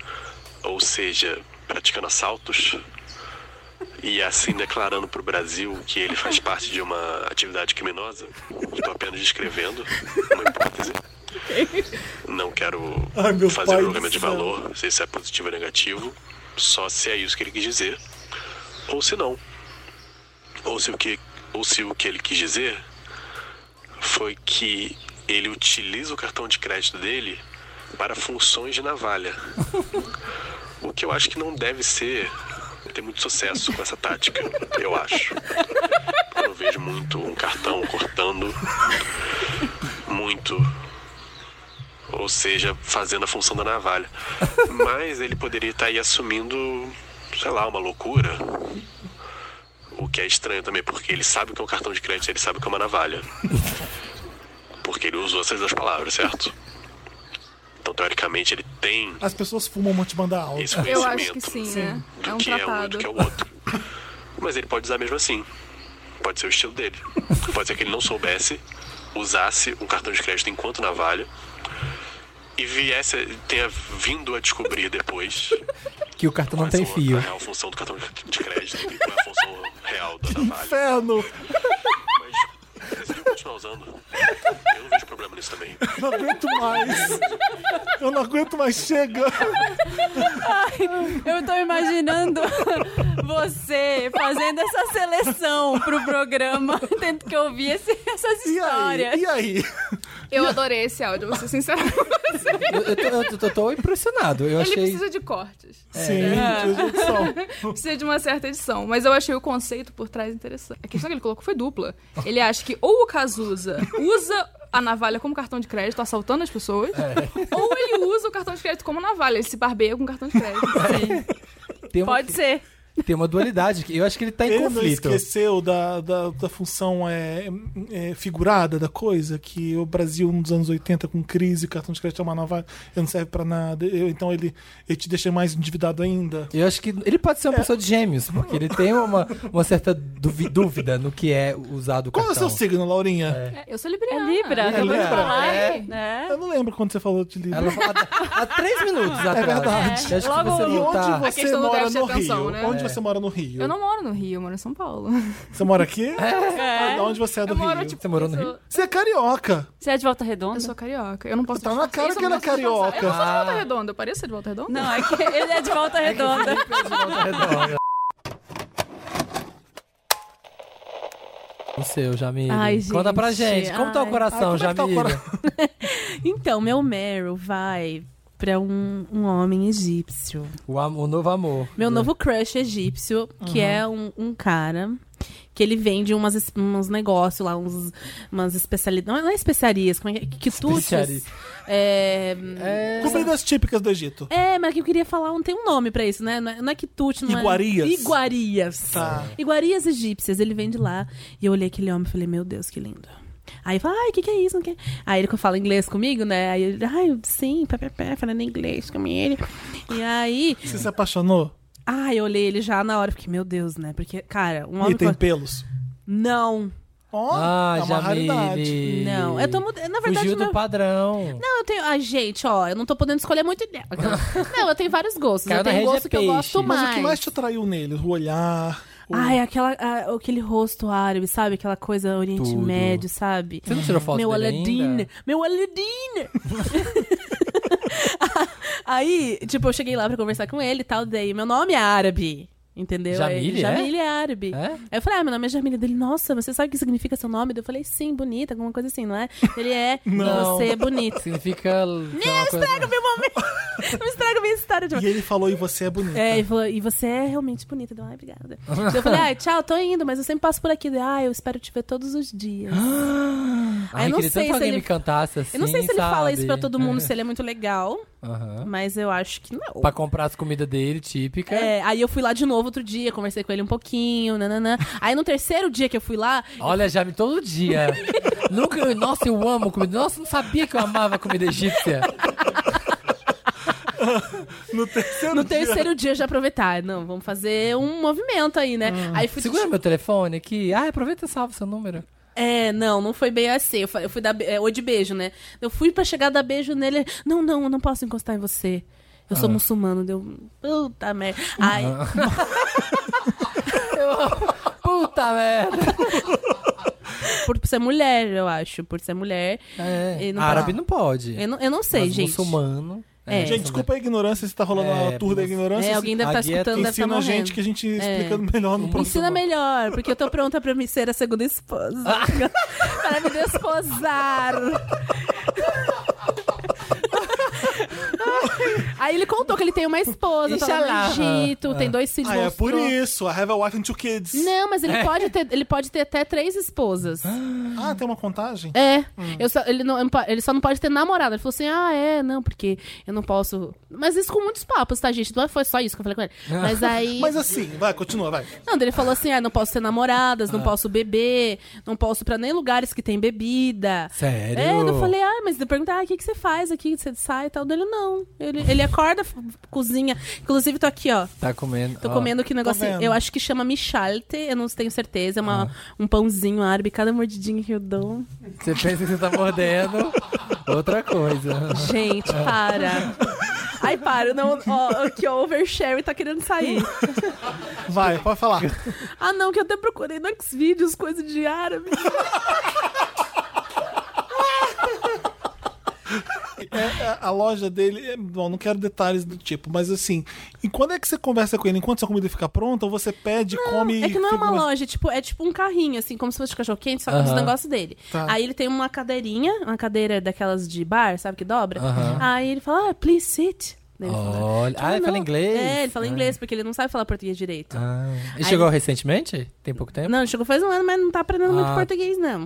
S21: ou seja, praticando assaltos e assim declarando para o Brasil que ele faz parte de uma atividade criminosa. Estou apenas descrevendo uma hipótese. Não quero
S3: Ai, meu
S21: fazer
S3: pai
S21: um
S3: do
S21: programa de
S3: céu.
S21: valor, se isso é positivo ou negativo, só se é isso que ele quis dizer, ou se não. Ou se o que, ou se o que ele quis dizer foi que ele utiliza o cartão de crédito dele para funções de navalha. o que eu acho que não deve ser ter muito sucesso com essa tática, eu acho. Eu não vejo muito um cartão cortando muito. Ou seja, fazendo a função da navalha. Mas ele poderia estar aí assumindo, sei lá, uma loucura. O que é estranho também, porque ele sabe o que é um cartão de crédito, ele sabe o que é uma navalha. Porque ele usou essas duas palavras, certo? Então, teoricamente, ele tem
S3: As pessoas fumam um monte de banda áudio.
S21: Esse
S5: Eu acho que
S21: conhecimento
S5: sim, né? É um
S21: que é um e
S5: tratado.
S21: do que é o outro. Mas ele pode usar mesmo assim. Pode ser o estilo dele. Pode ser que ele não soubesse
S17: usasse um cartão de crédito enquanto navalha e viesse, tenha vindo a descobrir depois né,
S1: Que o cartão não tem fio.
S17: a real função do cartão de crédito e qual é a função real da navalha.
S3: Inferno!
S17: Vocês deviam continuar usando. Eu não vejo problema nisso também.
S3: Não aguento mais. Eu não aguento mais. Chega.
S5: Ai, eu tô imaginando você fazendo essa seleção pro programa, tendo que ouvir esse- essas histórias.
S3: E aí?
S4: Eu adorei esse áudio, vou ser sincera com você.
S1: Eu, eu tô, eu tô- eu tô impressionado. Eu
S4: Ele
S1: achei.
S4: precisa de cortes.
S1: É. Sim, precisa de
S4: edição. né? precisa de uma certa edição. Mas eu achei o conceito por trás interessante. A questão que ele colocou foi dupla. Ele acha que ou o Cazuza usa a navalha como cartão de crédito, assaltando as pessoas,
S3: É.
S4: ou ele usa o cartão de crédito como navalha. Ele se barbeia com cartão de crédito.
S1: Tem uma,
S4: Pode ser.
S1: tem uma dualidade. que Eu acho que ele tá em
S3: Ele não
S1: conflito.
S3: esqueceu da, da, da função é, é, figurada da coisa, que o Brasil nos anos 80 com crise, cartão de crédito é uma navalha, ele não serve pra nada, eu- então ele, ele te deixa mais endividado ainda.
S1: Eu acho que ele pode ser uma pessoa de gêmeos, porque ele tem uma, uma certa duvi- dúvida no que é usado o
S3: Qual é o
S1: cartão.
S3: seu signo, Laurinha?
S4: Eu sou Libra.
S5: É Libra,
S3: É
S5: acabou de
S3: Libra.
S5: falar.
S3: É.
S5: né?
S3: Eu não lembro quando você falou de livro.
S1: Ela falou há, há três minutos
S3: É
S1: atrás.
S3: verdade.
S1: Eu acho que você
S3: e
S1: não tá-
S3: onde
S4: A
S3: você
S4: questão do
S3: mora
S4: déficit
S3: no
S4: de atenção,
S3: Rio?
S4: né?
S3: Onde
S4: É.
S3: você mora no Rio?
S4: Eu não moro no Rio, eu moro em São Paulo.
S3: Você mora aqui?
S4: É.
S3: Ah, De onde você é do
S4: Eu moro,
S3: Rio?
S4: tipo, Você morou no eu sou- Rio?
S3: Você é carioca.
S5: Você
S2: tipo,
S5: é de Volta Redonda?
S4: Eu sou carioca. Eu não posso
S3: Tá na cara
S4: Isso
S3: que
S4: eu não
S3: era
S4: posso disfarçar.
S3: carioca.
S4: Eu não sou de
S3: Ah.
S4: volta redonda. Eu pareço ser de volta redonda?
S5: Não, é que ele é de Volta Redonda.
S3: é
S1: O seu, Jamile.
S9: Ai,
S1: Conta pra
S9: gente.
S1: gente. Como tá
S9: Ai.
S1: o coração,
S9: Ai, como é que tá o
S1: Jamile?
S9: cora- Então, meu Meryl vai pra um, um homem egípcio.
S1: o, am- o novo amor.
S9: Meu novo crush egípcio, que
S1: Uhum.
S9: é um, um cara que ele vende umas, es- uns negócios lá, uns, umas especialidades. Não é especiarias, como é que é? Quitutes.
S3: Especiaria.
S9: É,
S3: Comidas típicas do Egito.
S9: é, mas que eu queria falar, não tem um nome pra isso, né? Não é, não é quitute, não é-
S3: Iguarias.
S9: Iguarias.
S3: Tá.
S9: Iguarias egípcias, ele vende lá. E eu olhei aquele homem e falei, meu Deus, que lindo. Aí fala, ai, o que, que é isso? Não que... Aí ele que fala inglês comigo, né? Aí ele, ai, sim, pé, pé, pé, falando inglês com ele. E aí.
S3: Você se apaixonou?
S9: Ah, eu olhei ele já na hora, fiquei, meu Deus, né? Porque, cara, um homem.
S3: e tem é
S9: com-
S3: pelos.
S9: Não.
S1: Ah, Jamile.
S9: Não, eu tô mudando. Na verdade,
S1: Fugiu
S9: meu...
S1: do padrão.
S9: Não, eu tenho. Ai, gente, ó, eu não tô podendo escolher muito dela. não, eu tenho vários gostos.
S1: Caiu
S9: eu
S1: na
S9: tenho
S1: rede
S9: gosto
S1: é
S9: que eu gosto
S1: peixe.
S9: mais.
S3: Mas o que mais te atraiu nele? O olhar. o-
S9: Ai, aquela, a- aquele rosto árabe, sabe? Aquela coisa Oriente
S3: Tudo.
S9: Médio, sabe?
S3: Você não tirou foto
S9: Meu
S3: dele
S9: Aladdin!
S3: ainda?
S9: Meu Aladdin! Aí, tipo, eu cheguei lá pra conversar com ele e tal, daí meu nome é árabe. Entendeu? Aí,
S1: Jamile, é?
S9: Jamile é árabe. Aí eu falei, ah, meu nome é Jamile. Dele, nossa, mas você sabe o que significa seu nome? Daí Eu falei, sim, bonita, alguma coisa assim, não é? Ele é,
S1: Não.
S9: você é bonita.
S1: Significa.
S9: Me estraga o meu momento! Me estraga a minha história. Tipo,
S3: E ele falou, e você é bonita.
S9: é, e, falou, e você é realmente bonita. Deu, ai, obrigada. eu falei, ai, tchau, tô indo, mas eu sempre passo por aqui. Deu, Ai, eu espero te ver todos os dias.
S1: Ai,
S9: eu não
S1: queria
S9: sei
S1: tanto
S9: se
S1: alguém
S9: ele...
S1: me cantasse assim.
S9: eu não sei se ele fala
S1: sabe?
S9: isso pra todo mundo, se ele é muito legal,
S1: Aham.
S9: mas eu acho que não.
S1: Pra comprar as comidas dele, típica.
S9: É, aí eu fui lá de novo outro dia, conversei com ele um pouquinho, nananã. Aí no terceiro dia que eu fui lá,
S1: Olha, Jamile, todo dia. Nunca. Nossa, eu amo comida. Nossa, não sabia que eu amava comida egípcia.
S3: no terceiro
S9: no terceiro dia eu já aproveitar. Não, vamos fazer um movimento aí, né? aí fui
S1: Hum. Segura meu telefone aqui. Ah, aproveita e salva seu número.
S9: É, não, não foi bem assim. Eu fa- eu fui dar. be- É, oi de beijo, né? Eu fui pra chegar a dar beijo nele. ele, Não, não, eu não posso encostar em você. Eu sou
S1: Ah.
S9: muçulmano, deu. Puta merda. Ai.
S1: Puta merda.
S9: Por ser mulher, eu acho. Por ser mulher.
S1: É.
S9: e não
S1: Árabe
S9: posso-
S1: não pode.
S9: tá." Eu não, eu não sei,
S1: Mas
S9: gente.
S1: muçulmano.
S9: É.
S3: Gente, desculpa a ignorância se tá rolando
S1: É,
S3: a tour da ignorância.
S9: É, alguém deve
S3: A
S9: tá
S3: guia
S9: escutando, deve
S3: Ensina
S9: tá
S3: a
S9: morrendo.
S3: gente que a gente
S9: É.
S3: explicando melhor no próximo.
S9: Ensina melhor, porque eu tô pronta pra me ser a segunda esposa. para me desposar. Aí ele contou que ele tem uma esposa, tá lá
S3: Inshallah.
S9: no Egito, tem dois filhos.
S3: Ah, é por
S9: mostrou.
S3: isso. I have a wife and two kids.
S9: Não, mas
S3: É.
S9: ele pode ter, ele pode ter até três esposas.
S3: Ah, tem uma contagem? Hum.
S9: É, eu só- ele, não, ele só não pode ter namorada. Ele falou assim: ah, é, não, porque eu não posso. Mas isso com muitos papos, tá, gente? Não foi só isso que eu falei com ele. Mas aí.
S3: Ah. Mas assim, vai, continua, vai.
S9: Não, daí ele falou assim: ah, não posso ter namoradas, não
S3: Ah.
S9: posso beber, não posso ir pra nem lugares que tem bebida.
S1: Sério?
S9: É, daí eu falei, ah, mas eu perguntar, ah, o que, que você faz aqui? Você sai e tal? Daí Ele, não. Ele, ele acorda acorda, f- cozinha. Inclusive, tô aqui, ó.
S1: Tá comendo.
S9: Tô
S1: ó.
S9: comendo aqui um negocinho.
S1: vendo.
S9: Eu acho que chama michalte, eu não tenho certeza. É uma, um pãozinho árabe, cada mordidinha que eu dou.
S1: Você pensa que você tá mordendo outra coisa.
S9: Gente, para. Ai, para, não, ó, que o overshare tá querendo sair.
S3: Vai, pode falar.
S9: Ah, não, que eu até procurei no Xvideos, coisa de árabe.
S3: É, é, a loja dele, é, bom, não quero detalhes do tipo, mas assim, e quando é que você conversa com ele? Enquanto sua comida fica pronta, ou você pede, come
S9: É que não é
S3: fica
S9: uma
S3: conversando?
S9: loja, tipo, é tipo um carrinho, assim, como se fosse de cachorro quente, só com os
S3: Aham.
S9: negócios dele.
S3: Tá.
S9: Aí ele tem uma cadeirinha, uma cadeira daquelas de bar, sabe, que dobra.
S1: Aham.
S9: Aí ele fala, ah, please sit. Daí ele fala,
S1: Olha. Ah, ele
S9: não.
S1: fala inglês.
S9: É, ele fala
S1: Ah.
S9: inglês, porque ele não sabe falar português direito.
S1: Ah.
S9: Aí-
S1: E chegou recentemente? Tem pouco tempo?
S9: Não, ele chegou faz um ano, mas não tá aprendendo muito
S1: Ah.
S9: português, não.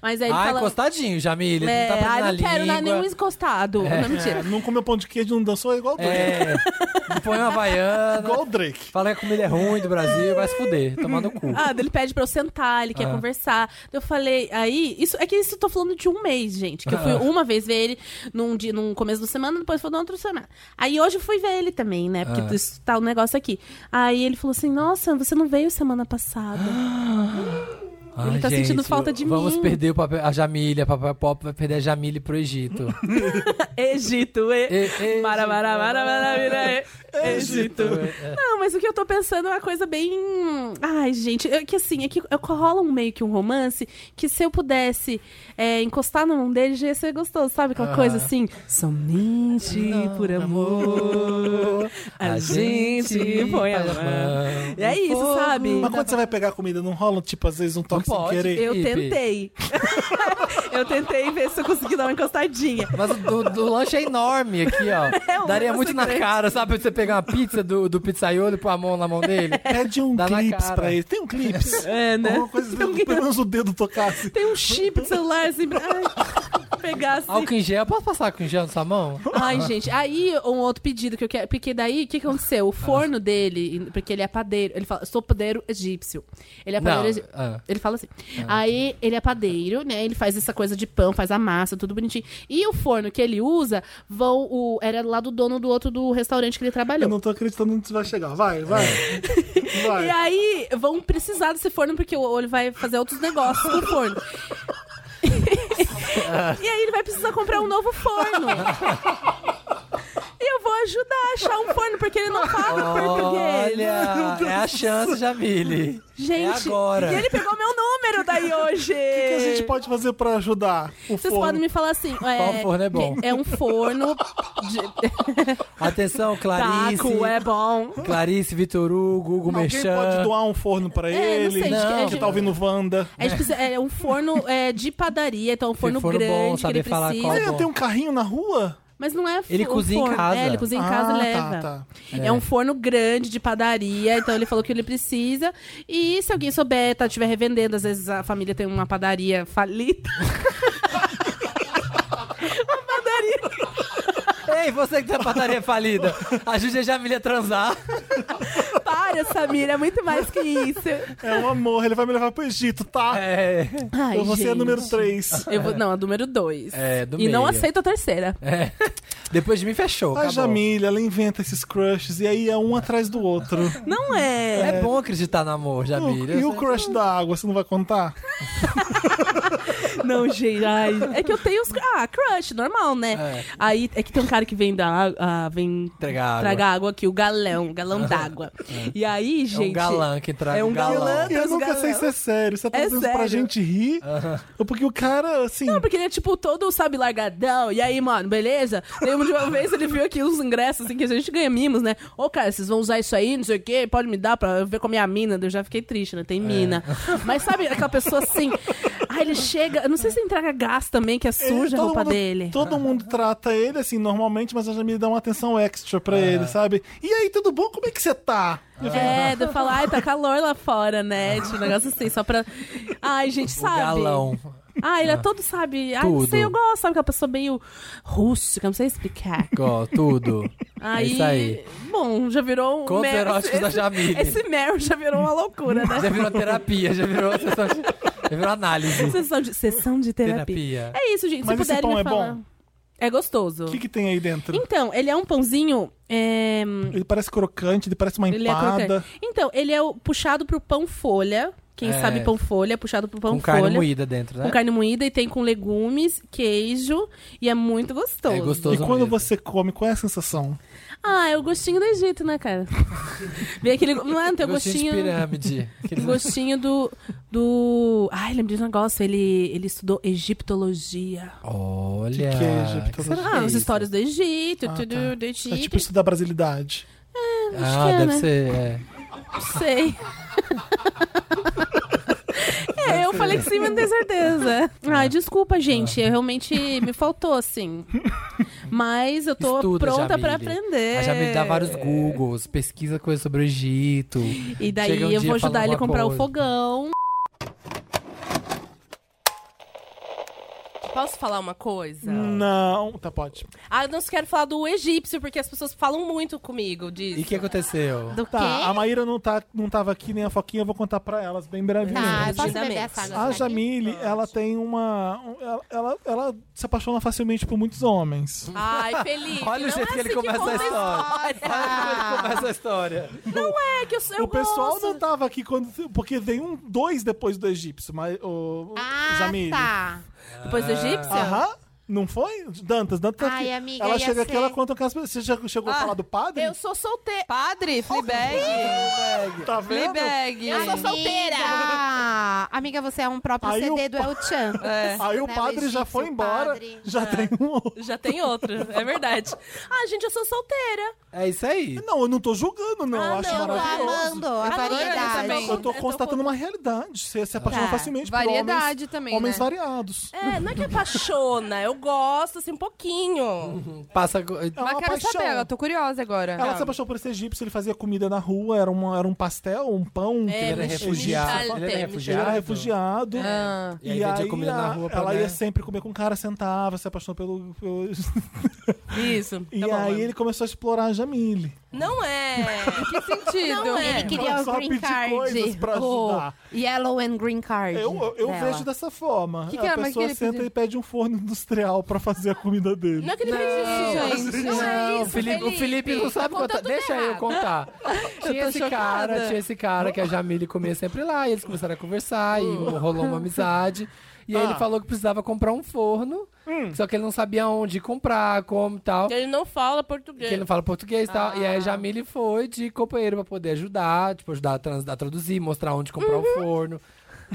S9: Mas aí ele
S1: ah,
S9: fala...
S1: encostadinho, Jamile.
S9: É,
S1: não tá
S9: ah,
S1: aprendendo a
S9: não quero
S1: língua.
S9: dar nenhum encostado.
S1: É.
S9: Não, mentira.
S1: É,
S3: não comeu pão de queijo, não dançou, é igual o Drake.
S1: É. Não põe uma havaiana.
S3: Igual o Drake.
S1: Fala que a comida é ruim do Brasil, vai se fuder. Tomar no cu.
S9: Ah, daí ele pede pra eu sentar, ele quer
S1: Ah.
S9: conversar. Eu falei, aí, isso é que isso eu tô falando de um mês, gente. Que eu fui
S1: Ah.
S9: uma vez ver ele num dia, num começo da semana, depois foi na outra semana. Aí hoje eu fui ver ele também, né? Porque
S1: Ah.
S9: isso tá o negócio aqui. Aí ele falou assim: nossa, você não veio semana passada.
S1: Ai,
S9: tá sentindo
S1: gente,
S9: falta de
S1: Vamos
S9: mim.
S1: perder o papel, a Jamile, a Papai Pop vai perder a Jamile pro Egito.
S9: Egito, e.
S1: e
S9: Mara, mara, mara, mara, mira, e.
S1: Egito.
S9: Não, mas o que eu tô pensando é uma coisa bem. Ai, gente, é que assim, é que eu- rola um meio que um romance que se eu pudesse é, encostar na mão dele, já ia ser gostoso, sabe? Aquela
S1: Aham.
S9: coisa assim. Somente por amor, a gente põe a mão. É isso, sabe?
S3: Mas quando você vai pegar a comida, não rola, tipo, às vezes um toque sem querer?
S9: Eu tentei. eu tentei ver se eu consegui dar uma encostadinha.
S1: Mas o do, do lanche é enorme aqui, ó.
S9: É um
S1: Daria
S9: negócio
S1: muito na
S9: grande.
S1: cara, sabe? Você pegar uma pizza do, do pizzaiolo e pôr a mão na mão dele.
S3: Pede um
S1: Dá na
S3: clips
S1: cara.
S3: pra ele. Tem um clips?
S9: É, né?
S3: Alguma coisa,
S9: Tem um
S3: pelo menos o dedo tocasse.
S9: Tem um chip de celular assim pra ai, pegar assim.
S1: Álcool em gel, posso passar álcool em gel na sua mão?
S9: Ai, gente, aí um outro pedido que eu quero. Porque daí, o que
S1: Ah.
S9: aconteceu? O forno dele, porque ele é padeiro, ele fala, sou padeiro egípcio. Ele é
S1: Não,
S9: padeiro egípcio.
S1: ah.
S9: Ele fala assim. Aí ele é padeiro, né? Ele faz essa coisa de pão, faz a massa, tudo bonitinho. E o forno que ele usa, vão. O, era lá do dono do outro do restaurante que ele trabalhou.
S3: Eu não tô acreditando onde isso vai chegar. Vai, vai. vai.
S9: E aí vão precisar desse forno, porque o- ele vai fazer outros negócios no forno.
S22: Ah.
S9: E aí ele vai precisar comprar um novo forno. E eu vou ajudar a achar um forno, porque ele não fala português.
S1: Olha, é a chance, Jamile.
S9: Gente,
S1: é agora.
S9: e ele pegou meu número daí hoje. O
S3: O que a gente pode fazer pra ajudar o
S9: Vocês
S3: forno?
S9: podem me falar assim, é,
S1: Qual forno é bom?
S9: É um forno
S1: Atenção, Clarice.
S9: Taco, Tá, é bom.
S1: Clarice, Vitor Hugo, Hugo
S3: Alguém
S1: Merchan.
S3: pode doar um forno pra
S9: É, não sei,
S3: ele?
S9: de que- é
S3: que
S9: de-
S3: tá ouvindo Wanda.
S9: A gente precisa- é um forno é, de padaria, então é um forno,
S3: forno bom,
S9: grande que
S3: saber
S9: ele
S3: falar
S9: precisa.
S3: qual é bom. Tem um carrinho na rua?
S9: Mas não é fo-
S1: Ele
S9: um
S1: cozinha em
S9: forno.
S1: casa.
S9: É, ele cozinha em
S1: Ah,
S9: casa e
S1: tá,
S9: leva.
S1: tá.
S9: É.
S1: É.
S9: um forno grande de padaria, então ele falou que ele precisa. E se alguém souber, tá, estiver revendendo, às vezes a família tem uma padaria falida.
S1: Ei, você que tem a padaria falida, ajude a Jamile a transar.
S9: Para, Samira, é muito mais que isso.
S3: É um amor, ele vai me levar pro Egito, tá?
S1: É.
S9: Ai,
S3: então você é
S9: gente.
S3: número 3.
S9: Eu vou- não, é número 2.
S1: É, do
S9: E não
S1: meio.
S9: aceito a terceira.
S1: É. Depois de mim, fechou.
S3: A
S1: acabou.
S3: Jamília, ela inventa esses crushes e aí é um atrás do outro.
S9: Não é.
S1: É bom acreditar no amor, Jamile.
S3: E o crush da água, você não vai contar?
S9: Não, gente, ai. É que eu tenho os. Ah, crush, normal, né? Aí é que tem um cara que vem da água. ah, vem
S1: Entregar água.
S9: tragar água aqui, o galão, galão d'água. E aí,
S1: É um
S9: gente.
S1: galã que traga
S9: É um
S1: um galão.
S9: galã,
S3: Eu
S9: Deus,
S3: nunca
S9: galão.
S3: sei se é sério. Você tá
S9: É
S3: fazendo isso pra
S9: sério.
S3: gente rir? Ou porque o cara, assim.
S9: Não, porque ele é tipo todo, sabe, largadão. E aí, mano, beleza? Lembro de uma vez ele viu aqui os ingressos, assim, que a gente ganha mimos, né? Ô, cara, vocês vão usar isso aí, não sei o quê, pode me dar pra eu ver com a minha mina. Eu já fiquei triste, né? Tem
S3: É.
S9: mina. Mas sabe aquela pessoa assim. Aí ele chega, eu não sei se entrega gás também, que é suja a
S3: todo
S9: roupa
S3: mundo-
S9: dele.
S3: Todo mundo trata ele assim normalmente, mas a Jamile dá uma atenção extra pra
S1: É.
S3: ele, sabe? E aí, tudo bom? Como é que você tá? Eu falei,
S9: É, de eu falar, ai, tá calor lá fora, né? Tipo, um negócio assim, só pra. Ai, gente, sabe?
S1: galão.
S9: Ah, ele é todo, sabe? Ai, não
S1: Tudo.
S9: sei, eu gosto, sabe? Que é uma pessoa meio rústica, não sei explicar.
S1: Ó, tudo.
S9: Aí,
S1: É isso aí.
S9: Bom, já virou um.
S1: Contos
S9: mer-
S1: eróticos da Jamile.
S9: Esse Meryl já virou uma loucura, né?
S1: Já virou terapia, já virou, sessão de- já virou análise.
S9: Sessão de, sessão de terapia.
S1: Terapia.
S9: É isso, gente.
S1: Mas
S9: se puderem
S1: esse pão
S9: me
S1: é
S9: falar.
S1: bom?
S26: É gostoso.
S3: O que, que tem aí dentro?
S26: Então, ele é um pãozinho. é,
S3: Ele parece crocante, ele parece uma
S26: ele é crocante.
S3: empada.
S26: Então, ele é o- puxado pro pão folha. Quem
S1: É.
S26: sabe pão folha, é puxado pro pão
S1: Com
S26: folha.
S1: carne moída dentro, né?
S26: Com carne moída e tem com legumes, queijo. E é muito gostoso.
S3: e quando você come, qual é a sensação?
S26: Ah, é o gostinho do Egito, né, cara? Vem aquele. Mano, tem o gostinho.
S9: né?
S1: de pirâmide. Aquele-
S26: Gostinho do. do... Ai, lembrei de um negócio. Ele, ele estudou egiptologia.
S1: Olha.
S3: Que que é egiptologia?
S26: Ah, as histórias do Egito,
S1: tá.
S3: Ah,
S26: tudo do Egito.
S3: É tipo estudar brasilidade.
S26: É, acho que é,
S1: Ah, deve
S26: né?
S1: ser. é.
S26: Não sei. É, eu falei que sim, mas não tenho certeza.
S1: Ah.
S26: Ai, desculpa, gente. Eu realmente me faltou, assim. Mas eu tô
S1: Estuda,
S26: pronta pra
S1: Jamile.
S26: aprender.
S1: A Jamile dá vários Googles, pesquisa coisas sobre o Egito.
S26: E daí
S1: Chega um
S26: eu
S1: dia,
S26: vou
S1: fala
S26: ajudar ele a
S1: alguma
S26: comprar o
S1: coisa.
S26: fogão.
S9: Posso falar uma coisa?
S26: Hum.
S3: Não, tá, pode.
S9: Ah, eu não quero falar do egípcio, porque as pessoas falam muito comigo disso.
S1: E o que é aconteceu?
S3: tá, a Maíra não, tá, não tava aqui, nem a Foquinha, eu vou contar pra elas bem brevemente.
S9: Tá, eu posso beber essa água
S3: a
S9: daqui?
S3: Jamile, ela tem uma... um- Ela, ela, ela se apaixona facilmente por muitos homens.
S9: Ai, Felipe.
S1: Olha o
S9: não
S1: jeito
S9: é
S1: que ele
S9: assim
S1: começa a
S9: conta
S1: história. Começa a história.
S9: Não é que eu, eu
S3: o pessoal
S9: gosto.
S3: não tava aqui quando... Porque vem um dois depois do egípcio, mas... O, o Jamile.
S9: tá.
S26: Depois do
S1: Ah.
S26: egípcio?
S3: Aham. Não foi? Dantas, Dantas tá
S9: Ai,
S3: aqui.
S9: amiga,
S3: ela
S9: ia
S3: chega aqui,
S9: ser.
S3: ela conta com as pessoas. Você já chegou a falar do padre?
S9: Ah, Eu sou solteira. Padre, Fleabag.
S3: Tá vendo?
S9: Fleabag. Eu sou
S13: Amiga.
S9: solteira.
S13: Amiga, você é um próprio
S9: Aí
S13: CD
S9: o
S13: do
S9: pa-
S13: El Chan.
S9: É.
S13: Você
S9: Aí o É.
S13: não é
S9: padre já
S13: egípcio,
S9: foi embora,
S13: padre.
S3: Já tem um outro.
S9: Já tem outro, é verdade. Ah, gente, eu sou solteira.
S1: É isso aí.
S3: Não, eu não tô julgando, não. eu acho
S9: não, tá
S3: maravilhoso.
S9: amando a
S3: Eu tô-
S9: variedade.
S3: Eu tô, eu tô
S9: Eu tô
S3: constatando uma realidade. Você se apaixona
S9: Tá.
S3: facilmente por
S9: Variedade
S3: homens,
S9: também,
S3: homens
S9: né?
S3: variados.
S9: É, não é que apaixona, eu gosto, assim, um pouquinho.
S1: Passa.
S9: Mas quero saber, eu tô curiosa agora.
S3: Ela se apaixonou por esse egípcio, ele fazia comida na rua, era, uma, era um pastel, um pão. que
S1: Ele era
S3: egípcio.
S1: refugiado. Ele era
S3: Ele era
S1: refugiado?
S3: refugiado.
S1: Ah.
S3: E, aí, vendia comida na rua
S1: pra
S3: ela
S1: dar.
S3: ia sempre comer com o cara, sentava, se apaixonou pelo... pelo-
S9: Isso.
S3: e
S1: Tá
S9: bom,
S3: aí
S9: mano.
S3: ele começou a explorar a Jamile.
S9: Não é. Em que sentido?
S13: Não, ele queria o
S3: Só
S13: green
S3: pedir coisas
S13: card.
S3: pra ajudar.
S13: O yellow and green card.
S3: Eu, eu
S13: dela.
S3: vejo dessa forma.
S9: é
S13: Que que
S3: a
S13: era? Mas que
S3: pessoa
S13: ele
S3: senta
S13: pediu?
S3: e pede um forno industrial pra fazer a comida dele.
S9: Não é que ele pediu isso, gente. Não, é
S1: assim Não,
S9: isso,
S1: Felipe, o Felipe não sabe
S9: Tá
S1: contar.
S9: contando
S1: Deixa
S9: tudo
S1: eu
S9: errado.
S1: contar.
S9: Eu
S1: Tinha
S9: tô
S1: esse
S9: chocada.
S1: cara, tinha esse cara que a Jamile comia sempre lá, e eles começaram a conversar, e rolou uma amizade. E aí
S9: Uh. Ah.
S1: ele falou que precisava comprar um forno,
S9: Hum.
S1: só que ele não sabia onde comprar, como e tal.
S9: Ele não fala
S1: Que
S9: português. Ah.
S1: ele não fala português e tal. E aí a Jamile foi de companheiro pra poder ajudar, tipo, ajudar a, trans- a traduzir, mostrar onde comprar
S9: Uhum.
S1: o forno,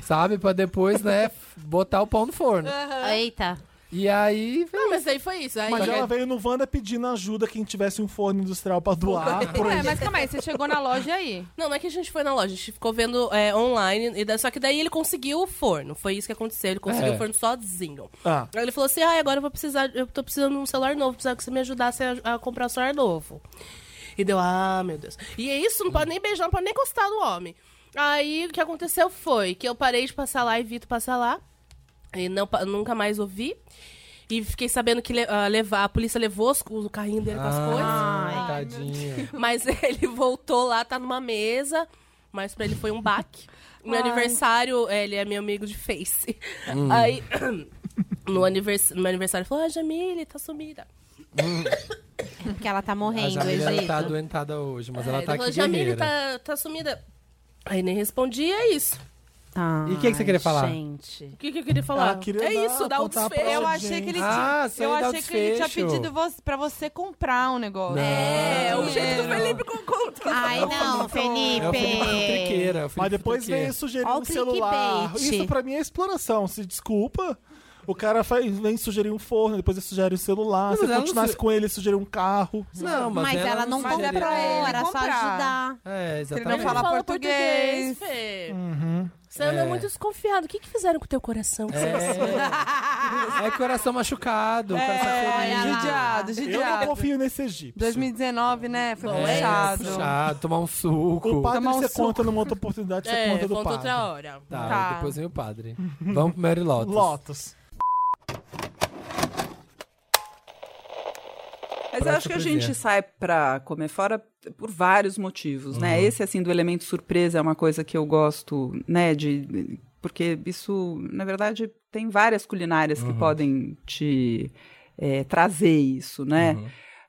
S1: sabe? Pra depois, né, botar o pão no forno.
S13: Eita.
S1: E aí.
S9: Não, mas aí foi isso. Aí
S3: Mas
S9: Só
S3: ela
S9: que-
S3: veio no Wanda pedindo ajuda quem tivesse um forno industrial pra doar. pro
S9: É,
S3: mas
S9: calma aí, você chegou na loja aí? Não, não é que a gente foi na loja, a gente ficou vendo é, online, e da- só que daí ele conseguiu o forno, foi isso que aconteceu, ele conseguiu
S3: É.
S9: o forno sozinho.
S3: Ah.
S9: Aí ele falou assim, ah, agora eu vou precisar, eu tô precisando de um celular novo, precisava que você me ajudasse a, a comprar um celular novo. E deu, ah, meu Deus. E é isso, não pode nem beijar, não pode nem encostar no homem. Aí o que aconteceu foi que eu parei de passar lá, evito passar lá, e não, pa- nunca mais ouvi. E fiquei sabendo que le- ah, levar, a polícia levou os- o carrinho dele com as coisas.
S1: tadinho.
S9: Mas ele voltou lá, tá numa mesa, mas pra ele foi um baque. Meu Ai. aniversário, é, ele é meu amigo de Face. Hum. Aí, no, anivers no meu aniversário, ele falou: Ah, Jamile, tá sumida.
S13: Hum. Porque ela tá
S1: A
S13: morrendo,
S1: Jamile ela
S13: Egito.
S1: tá adoentada hoje, mas ela
S9: Ele
S1: tá
S9: falou:
S1: aqui
S9: Jamile,
S1: guerreira.
S9: tá, tá sumida. Aí nem respondi, é isso. Ah,
S1: E o
S15: é
S1: que, que você queria falar?
S9: O que, que eu queria
S1: Ah,
S9: falar? é isso, dá o desfecho.
S15: Eu achei que ele tinha, eu achei que ele tinha pedido vo- pra você comprar um negócio.
S9: É,
S15: o jeito
S9: do Felipe com conta.
S13: Ai, não,
S15: Felipe.
S1: É o É Felipe Triqueira. o Felipe
S3: Mas depois
S1: Triqueira.
S3: vem sugerir
S15: Ó o
S3: um celular.
S15: clickbait.
S3: Isso pra mim é exploração. Se desculpa. O cara faz- vem sugerir um forno, depois ele sugere um celular.
S1: Não,
S3: Se
S1: mas
S3: ele
S1: ela não
S3: continuasse
S1: su-
S3: com ele, ele sugere um carro.
S1: Não, mas Mas ela ela não não sugeriu. comprou,
S13: era só ajudar.
S1: É,
S15: Se ele
S1: exatamente.
S15: não falar
S9: Fala
S15: português.
S9: Fê.
S1: Uhum.
S9: Você anda
S1: É.
S9: muito desconfiado. O que, que fizeram com o teu coração?
S1: É, é coração machucado.
S15: É,
S1: coração ferido.
S15: judiado, judiado.
S3: Eu não confio nesse egípcio.
S15: 2019, né? Foi
S1: É,
S15: puxado.
S1: puxado, tomar um suco.
S3: O padre
S15: Tomar um
S3: você
S15: suco.
S3: conta numa outra oportunidade, você
S9: É,
S3: conta do
S9: conta
S3: padre.
S9: outra hora.
S1: Tá,
S9: Tá.
S1: depois vem o padre. Vamos pro Mary Lotus.
S3: Lotus.
S27: Mas eu
S1: Pra
S27: acho que a
S1: surpreender.
S27: gente sai pra comer fora por vários motivos, né?
S1: Uhum.
S27: Esse, assim, do elemento surpresa é uma coisa que eu gosto, né? De, porque isso, na verdade, tem várias culinárias que podem te é, trazer isso, né?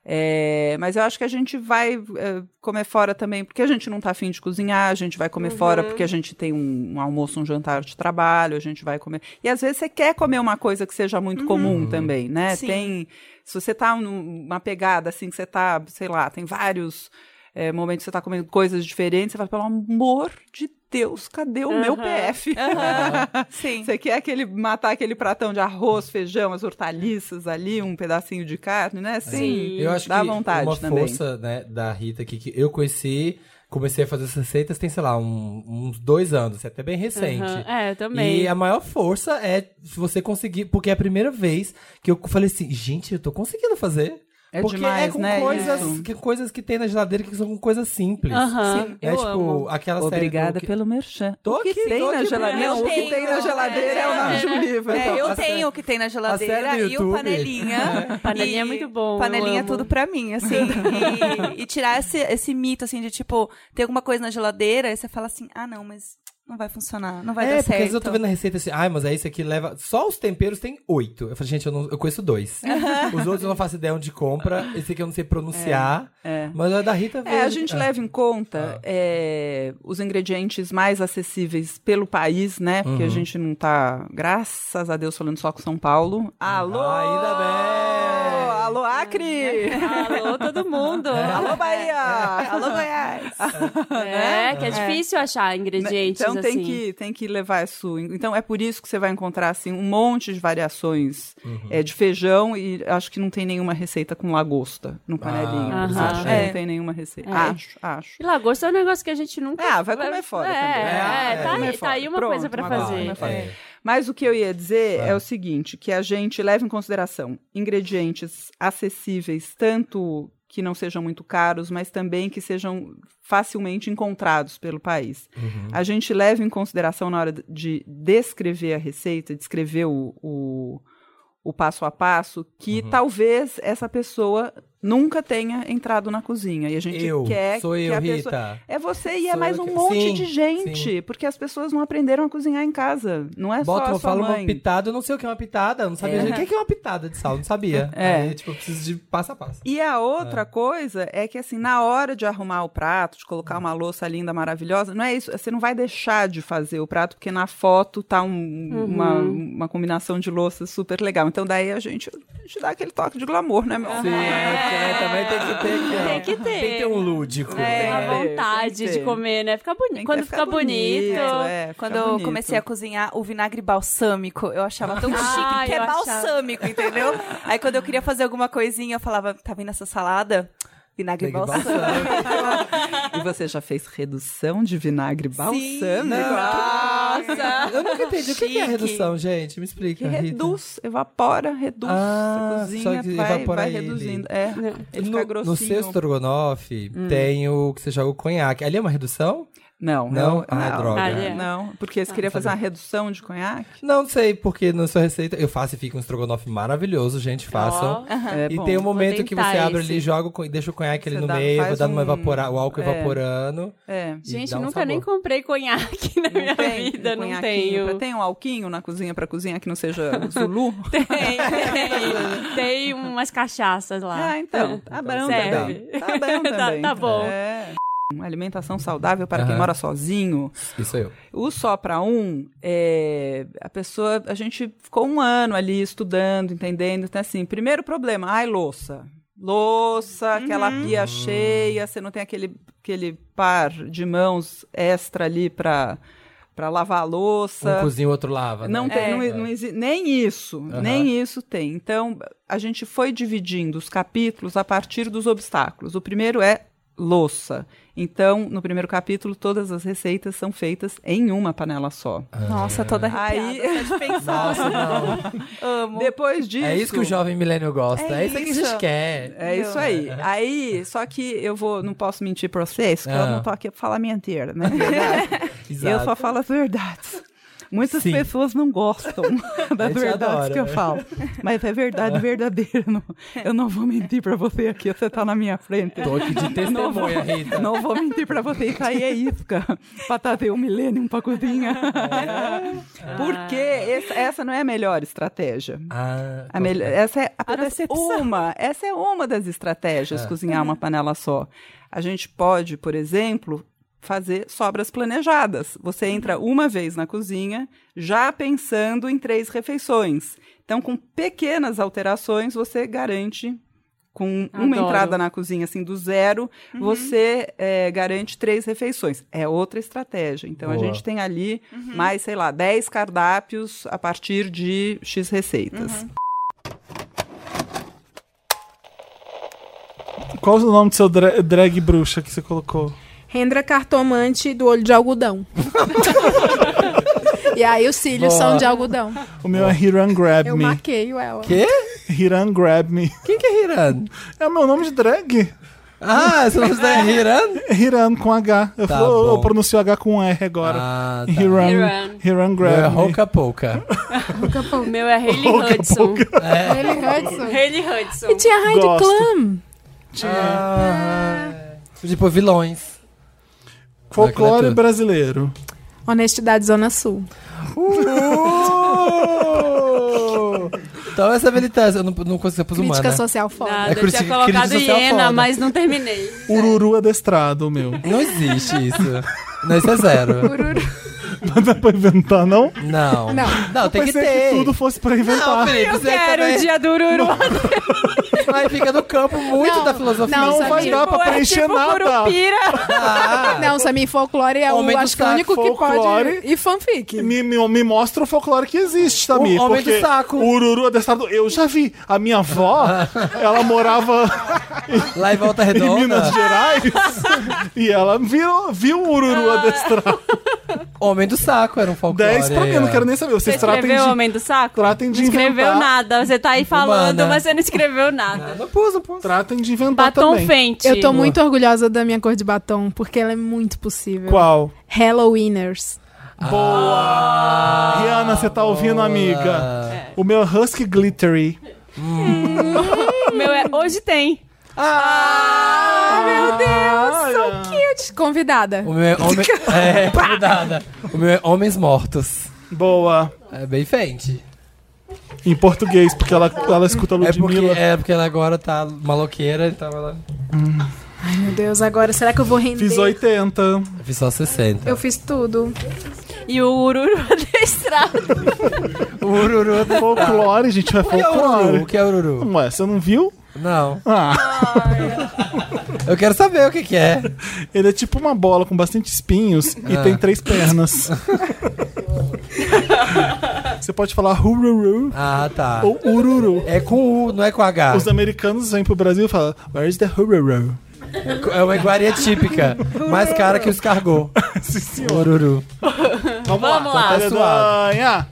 S27: É, mas eu acho que a gente vai é, comer fora também, porque a gente não tá afim de cozinhar, a gente vai comer
S24: Uhum.
S27: fora porque a gente tem um, um almoço, um jantar de trabalho, a gente vai comer. E às vezes você quer comer uma coisa que seja muito comum também, né?
S24: Uhum. Sim.
S27: Tem. Se você tá numa pegada assim, que você tá, sei lá, tem vários é, momentos que você tá comendo coisas diferentes, você fala, pelo amor de Deus, cadê o meu
S24: Aham.
S27: PF?
S24: Aham.
S27: Sim. Você quer aquele, matar aquele pratão de arroz, feijão, as hortaliças ali, um pedacinho de carne, né? Sim.
S1: Eu acho
S27: dá
S1: que
S27: vontade
S1: uma
S27: também.
S1: força né, da Rita aqui, que eu conheci, comecei a fazer essas receitas tem, sei lá, um- uns dois anos, é até bem recente.
S5: Aham. É, eu também.
S1: E a maior força é se você conseguir, porque é a primeira vez que eu falei assim, gente, eu tô conseguindo fazer.
S27: É
S1: Porque é
S27: demais,
S1: com
S27: né,
S1: coisas
S27: isso?
S1: que, coisas que tem na geladeira que são coisas simples.
S27: Aham,
S1: Sim. É
S27: eu
S1: tipo
S27: amo.
S1: aquela série.
S27: Obrigada
S1: do-
S27: pelo merchan.
S1: Tô
S27: O que
S1: aqui,
S27: tem
S1: tô
S27: na
S1: aqui,
S27: geladeira?
S1: eu
S27: O que
S1: tenho.
S27: tem na geladeira é o nome de um livro,
S19: É,
S27: então.
S19: eu
S27: A série-
S19: tenho o que tem na
S27: a
S19: geladeira
S27: série do
S19: e o
S27: YouTube.
S19: panelinha.
S5: Panelinha é
S19: E
S5: muito bom, eu
S19: Panelinha é
S5: amo.
S19: tudo pra mim, assim. E, e tirar esse, esse mito, assim, de tipo, tem alguma coisa na geladeira e você fala assim, ah, não, mas não vai funcionar, não vai
S1: é,
S19: dar
S1: porque às
S19: certo.
S1: vezes eu tô vendo a receita assim, ai, mas é isso aqui leva. Só os temperos tem oito. Eu falei, gente, eu, não- eu conheço dois. os outros eu não faço ideia onde compra. Esse aqui eu não sei pronunciar.
S27: É, é.
S1: Mas a da Rita
S27: É, a
S1: veio-
S27: gente
S1: Ah.
S27: leva em conta é, os ingredientes mais acessíveis pelo país, né? Porque a
S1: Uhum.
S27: gente não tá, graças a Deus, falando só com São Paulo. Alô!
S1: Ah,
S27: Ainda bem! Alô, Acre!
S5: Alô, todo mundo!
S1: É.
S27: Alô, Bahia!
S19: Alô, Goiás!
S5: É, que é difícil achar ingredientes
S27: Né? Então tem
S5: assim.
S27: que tem que levar isso. Então é por isso que você vai encontrar assim um monte de variações é, de feijão e acho que não tem nenhuma receita com lagosta no panelinho.
S5: por exemplo.
S27: acho que
S5: É.
S27: não tem nenhuma receita.
S5: É.
S27: Acho, acho.
S5: E lagosta é um negócio que a gente nunca.
S27: Ah, vai comer fora
S5: É,
S27: também.
S5: é,
S27: É,
S5: tá,
S27: comer
S5: aí, tá
S27: fora.
S5: aí uma
S27: Pronto,
S5: coisa pra
S27: uma coisa,
S5: fazer.
S27: uma
S1: É.
S27: coisa. É. Mas o que eu ia dizer
S1: Ah.
S27: é. o seguinte, que a gente leva em consideração ingredientes acessíveis, tanto que não sejam muito caros, mas também que sejam facilmente encontrados pelo país.
S1: Uhum.
S27: A gente leva em consideração na hora de descrever a receita, descrever o, o, o passo a passo,
S1: Uhum.
S27: que talvez essa pessoa nunca tenha entrado na cozinha. E a gente
S1: Eu,
S27: quer
S1: sou
S27: que
S1: eu,
S27: a pessoa...
S1: Rita.
S27: É você e é
S1: Sou
S27: mais
S1: eu
S27: um
S1: que-
S27: monte
S1: Sim,
S27: de gente, porque as pessoas não aprenderam a cozinhar em casa. Não é
S1: Bota,
S27: só a
S1: eu
S27: sua
S1: falo
S27: mãe.
S1: uma pitada, eu não sei o que é uma pitada, eu não sabia.
S27: É.
S1: gente, O que é que é uma pitada de sal? Eu não sabia.
S27: É.
S1: Aí, tipo, eu preciso de passo a passo.
S27: E a outra coisa é que, assim, na hora de arrumar o prato, de colocar uma louça linda, maravilhosa, não é isso. Você não vai deixar de fazer o prato, porque na foto tá um-
S1: Uhum.
S27: uma, uma combinação de louças super legal. Então, daí a gente, a gente dá aquele toque de glamour, né, meu amor?
S1: é, né, também tem que ter. que, ó,
S5: Tem que ter.
S1: Tem que ter um lúdico.
S27: É,
S5: a
S27: tem que
S5: vontade
S27: ter.
S5: de comer, né? Fica bonito. Quando fica, bonito.
S19: Quando eu comecei a cozinhar o vinagre balsâmico, eu achava tão chique,
S5: Ah,
S19: porque é
S5: eu achava.
S19: balsâmico, entendeu? Aí quando eu queria fazer alguma coisinha, eu falava, tá vendo essa salada? Vinagre balsâmico.
S27: E você já fez redução de vinagre balsâmico?
S19: Nossa!
S1: Eu nunca entendi. O que que é
S27: Chique.
S1: redução, gente? Me explica. Rita.
S27: Reduz, evapora, reduz,
S1: Ah,
S27: você
S1: só
S27: cozinha,
S1: que
S27: vai,
S1: evapora
S27: vai
S1: ele.
S27: reduzindo. É, ele fica grossinho.
S1: No seu estrogonofe
S27: Hum.
S1: tem o que você joga o conhaque. Ali é uma redução?
S27: Não,
S1: não.
S27: eu-
S1: ah,
S27: não.
S1: droga.
S27: Ali é. Não, porque você queria fazer uma redução de conhaque?
S1: Não sei, porque na sua receita eu faço e fica um estrogonofe maravilhoso, gente, façam.
S27: É
S1: e
S27: bom.
S1: tem um
S27: Vou
S1: momento que
S27: tentar
S1: você abre
S27: esse.
S1: ali, joga, o co- deixa o conhaque ali
S27: Você
S1: no
S27: dá-
S1: meio, vai
S27: faz
S1: dando uma
S27: um-
S1: evaporar, o álcool
S27: é.
S1: evaporando.
S27: É.
S1: e
S5: Gente,
S1: dá um
S5: nunca
S1: sabor.
S5: nem comprei conhaque na minha vida, não
S27: Conhaquinho.
S5: tenho.
S27: Tem um alquinho na cozinha pra cozinhar que não seja Zulu?
S5: Tem, tem umas cachaças lá. É.
S27: Ah, então, tá bom
S5: Serve.
S27: também. Tá bom também.
S5: Tá- tá bom.
S27: É. Uma alimentação saudável para quem
S1: Aham.
S27: mora sozinho.
S1: Isso é eu.
S27: O só para um, é, a pessoa, a gente ficou um ano ali estudando, entendendo, então assim, primeiro problema, ai louça, louça, aquela
S1: Hum.
S27: pia cheia, você não tem aquele aquele par de mãos extra ali para para lavar a louça.
S1: Um cozinha, o outro lava. né?
S27: Não tem, não,
S1: É.
S27: não exi- nem isso,
S1: Aham.
S27: nem isso tem. Então, a gente foi dividindo os capítulos a partir dos obstáculos. O primeiro é louça. Então, no primeiro capítulo, todas as receitas são feitas em uma panela só.
S19: Nossa, toda arrepiada. Aí... Só de pensar.
S1: Nossa, não.
S19: Amo.
S27: Depois disso...
S1: É isso que o jovem milênio gosta. É,
S27: É
S1: isso que a gente
S27: isso.
S1: quer.
S27: É isso aí. Aí, só que eu vou, não posso mentir pra vocês, que
S1: Ah.
S27: eu não tô aqui pra falar mentira, né?
S1: Exato.
S27: Eu só falo as verdades. Muitas
S1: Sim.
S27: pessoas não gostam da
S1: gente
S27: verdade
S1: adora, Ah.
S27: que eu
S1: né?
S27: falo. Mas é verdade verdadeira. não- eu não vou mentir pra você aqui, você tá na minha frente.
S1: Tô aqui de
S27: Não vou,
S1: testemunha, Rita.
S27: não vou mentir pra você. Isso aí é isca. Pra trazer um milênio pra cozinha.
S1: É.
S27: Porque essa, essa não é a melhor estratégia.
S1: Ah,
S27: A melhor- essa é apenas
S1: percepção.
S27: uma. Essa é uma das estratégias,
S1: É.
S27: cozinhar uma panela só. A gente pode, por exemplo, fazer sobras planejadas. Você entra uma vez na cozinha, já pensando em três refeições. Então, com pequenas alterações, você garante. Com uma
S24: Adoro.
S27: entrada na cozinha, assim, do zero,
S24: Uhum.
S27: você eh, garante três refeições. É outra estratégia. Então, a
S24: Boa.
S27: gente tem ali
S5: Uhum.
S27: mais, sei lá, 10 cardápios a partir de X
S5: Uhum.
S27: receitas.
S3: Qual o nome do seu dra- drag bruxa que você colocou?
S7: Rendra cartomante do olho de algodão. e aí os cílios
S3: Boa.
S7: são de algodão.
S3: O meu é Hiran Grab
S7: Eu
S3: Me.
S7: maqueio ela.
S3: Hiran Grab Me.
S1: Quem que é Hiran?
S3: É o meu nome de drag.
S1: Ah, seu nome de drag é Hiran?
S3: Hiran com H. Eu,
S1: Tá
S3: falo- eu
S1: bom.
S3: pronuncio H com R agora.
S1: Ah, tá.
S3: Hiran,
S2: Hiran.
S3: Hiran. Grab
S1: Meu é
S3: Me.
S1: Rouca Pouca.
S2: O meu é Hayley Hudson. Hayley Hudson. Hayley Hudson.
S7: E tinha Heidi
S1: Gosto.
S7: Klum.
S27: Ah.
S1: Tipo, vilões. é
S3: Folclore
S1: Vai, Cleto.
S3: brasileiro.
S7: Honestidade Zona Sul. Uh!
S1: Então essa é militância, eu não, não consigo pus humana.
S7: Crítica social foda.
S1: É
S2: Nada, eu
S1: crítica-
S2: tinha
S1: crítica
S2: colocado
S1: social
S2: hiena,
S1: foda.
S2: mas não terminei.
S3: Ururu
S1: é
S3: adestrado, o meu.
S1: Não existe isso. Não, isso é zero.
S3: Não dá pra inventar, não?
S1: Não. Não,
S3: Eu
S1: tem que
S3: pensei
S1: ter.
S3: que tudo fosse pra inventar.
S1: Não, Felipe, você também-
S5: do Ururu.
S1: Mas fica no campo muito da filosofia.
S7: não, Não sabe? vai dar pra Tipo, é preencher tipo nada. curupira.
S1: Ah,
S7: Não, Samir, folclore é o,
S3: Homem do
S7: acho que é o único que
S3: Folclore.
S7: pode. E fanfic.
S3: Me, me, me mostra o folclore que existe, Samir.
S7: O Homem
S3: porque
S7: do Saco.
S3: O Ururu adestrado, eu já vi. A minha avó, ela morava
S1: lá em Volta
S3: em
S1: Redonda.
S3: Minas Gerais e ela viu, viu o Ururu adestrado.
S1: Homem do Saco era um folclore.
S3: 10 pra mim, eu não quero nem saber. Vocês
S5: Você
S3: tratem
S5: escreveu
S3: de...
S5: Homem do Saco?
S3: Tratem de
S5: não escreveu
S3: inventar.
S5: nada. Você tá aí falando,
S3: Humana.
S5: mas você não escreveu nada.
S1: Não pus, não pus.
S3: Tratem de inventar
S5: Batom
S3: também.
S5: fente.
S7: Eu tô muito orgulhosa da minha cor de batom, porque ela é muito possível.
S3: Qual?
S7: Halloweeners.
S3: Boa! Rihanna, você tá ouvindo, amiga?
S1: Ah.
S3: O meu é Husky Glittery.
S5: O meu é hoje tem.
S7: Ah, meu Deus, so cute. Convidada.
S1: O meu é homem... É, cuidada. O meu é Homens Mortos.
S3: Boa.
S1: É bem fente.
S3: Em português, porque ela, ela escuta
S1: É porque,
S3: Ludmilla.
S1: é porque ela agora tá maloqueira, então ela...
S3: Hum.
S7: Ai, meu Deus, agora será que eu vou render?
S3: Fiz 80.
S1: Fiz só 60.
S7: Eu fiz tudo.
S5: E o Ururu adestrado.
S1: Ururu adestrado.
S3: é Folclore, gente, é
S1: O que é
S3: folclore.
S1: Ururu? O que é Ururu?
S3: Ué, você não viu?
S1: Não.
S3: Ah.
S1: Eu quero saber o que, que é.
S3: Ele é tipo uma bola com bastante espinhos
S1: Ah.
S3: e tem três pernas. você pode falar hururu
S1: Ah, tá.
S3: ou ururu.
S1: É com U, não é com H.
S3: Os americanos vêm pro Brasil e falam: Where's the hururu?
S1: É uma iguaria típica. Mais cara que os cargou. Ururu.
S3: Vamos,
S1: Vamos lá.
S3: Tá suado.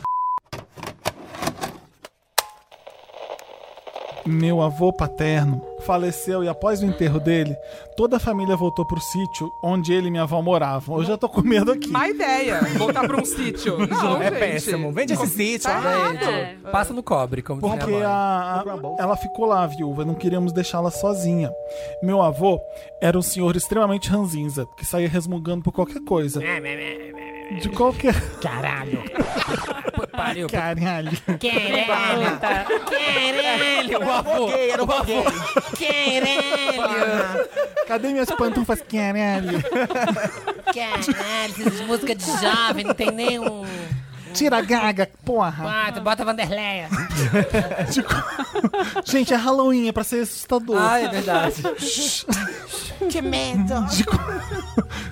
S3: Meu avô paterno faleceu e após o enterro dele, toda a família voltou pro sítio onde ele e minha avó moravam. Eu já tô com medo aqui.
S22: Má ideia. Voltar pra um sítio. Não,
S1: é
S22: gente.
S1: péssimo. Vende esse sítio,
S22: Tá
S1: gente.
S4: É.
S22: errado.
S1: Passa no cobre, como diz
S3: Porque
S1: minha mãe.
S3: a- a- ela ficou lá, a viúva, não queríamos deixá-la sozinha. Meu avô era um senhor extremamente ranzinza, que saía resmungando por qualquer coisa. De qualquer. Caralho! Caralho!
S14: Querelho.
S1: O avô
S14: gay, era o avô gay.
S3: Querelho. Cadê minhas pantufas? Caralho!
S14: Caralho, essas músicas de jovem, não tem nem um...
S3: Tira a gaga, porra!
S14: Bota, bota Vanderleia.
S3: Gente, é Halloween, é pra ser assustador.
S14: Ah, é verdade.
S3: que medo. De, co-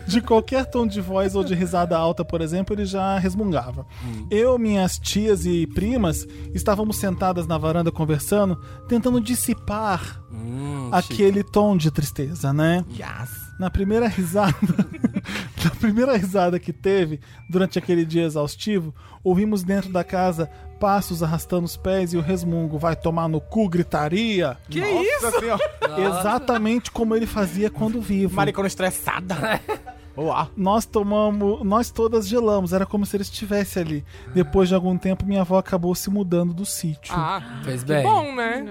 S3: de qualquer tom de voz ou de risada alta, por exemplo, ele já resmungava.
S14: Hum.
S3: Eu, minhas tias e primas estávamos sentadas na varanda conversando, tentando dissipar Hum,
S14: Hum,
S3: aquele tom de tristeza, né? Na primeira risada, na primeira risada que teve durante aquele dia exaustivo, ouvimos dentro da casa passos arrastando os pés e o resmungo vai tomar no cu gritaria.
S22: Que
S3: Nossa
S22: isso?
S3: Senhora. Exatamente como ele fazia quando vivo.
S22: Maricona estressada.
S3: Olá. Nós tomamos, nós todas gelamos, era como se ele estivesse ali. Depois de algum tempo, minha avó acabou se mudando do sítio.
S4: Ah,
S1: fez
S4: que
S1: bem.
S4: bom, né?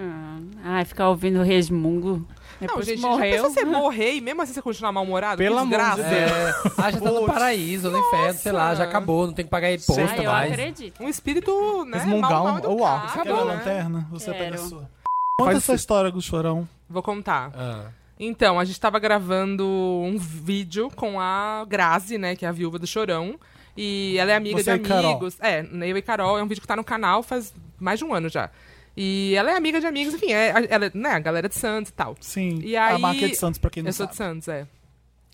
S5: Ai, ficar ouvindo resmungo.
S4: Não,
S5: Depois
S4: gente,
S5: morreu.
S4: já
S3: é
S4: pensa você morrer e mesmo assim você continuar mal-humorado?
S1: Pelo
S4: que
S1: amor de
S4: desgraça.
S1: Deus. É, ah, já tá no paraíso, no inferno, sei lá, já acabou, não tem que pagar imposto
S4: Ai, eu
S1: mais.
S4: acredito. Um espírito, né,
S3: Resmungar
S4: mal,
S3: um-
S4: mal educado.
S3: Uau, você quer
S4: né?
S3: a lanterna? Você pega a
S4: Quero.
S3: sua. Conta
S4: Faz
S3: essa
S4: isso.
S3: história do chorão.
S4: Vou contar.
S3: Ah.
S4: Então, a gente tava gravando um vídeo com a Grazi, né, que é a viúva do Chorão. E ela é amiga
S3: Você
S4: de
S3: e Carol.
S4: amigos. É, eu e Carol. É um vídeo que tá no canal faz mais de um ano já. E ela é amiga de amigos, enfim, é, ela, é, né, a galera de Santos e tal.
S3: Sim,
S4: e
S3: a
S4: aí,
S3: Mac é de Santos, pra quem não
S4: Eu sou de Santos, é.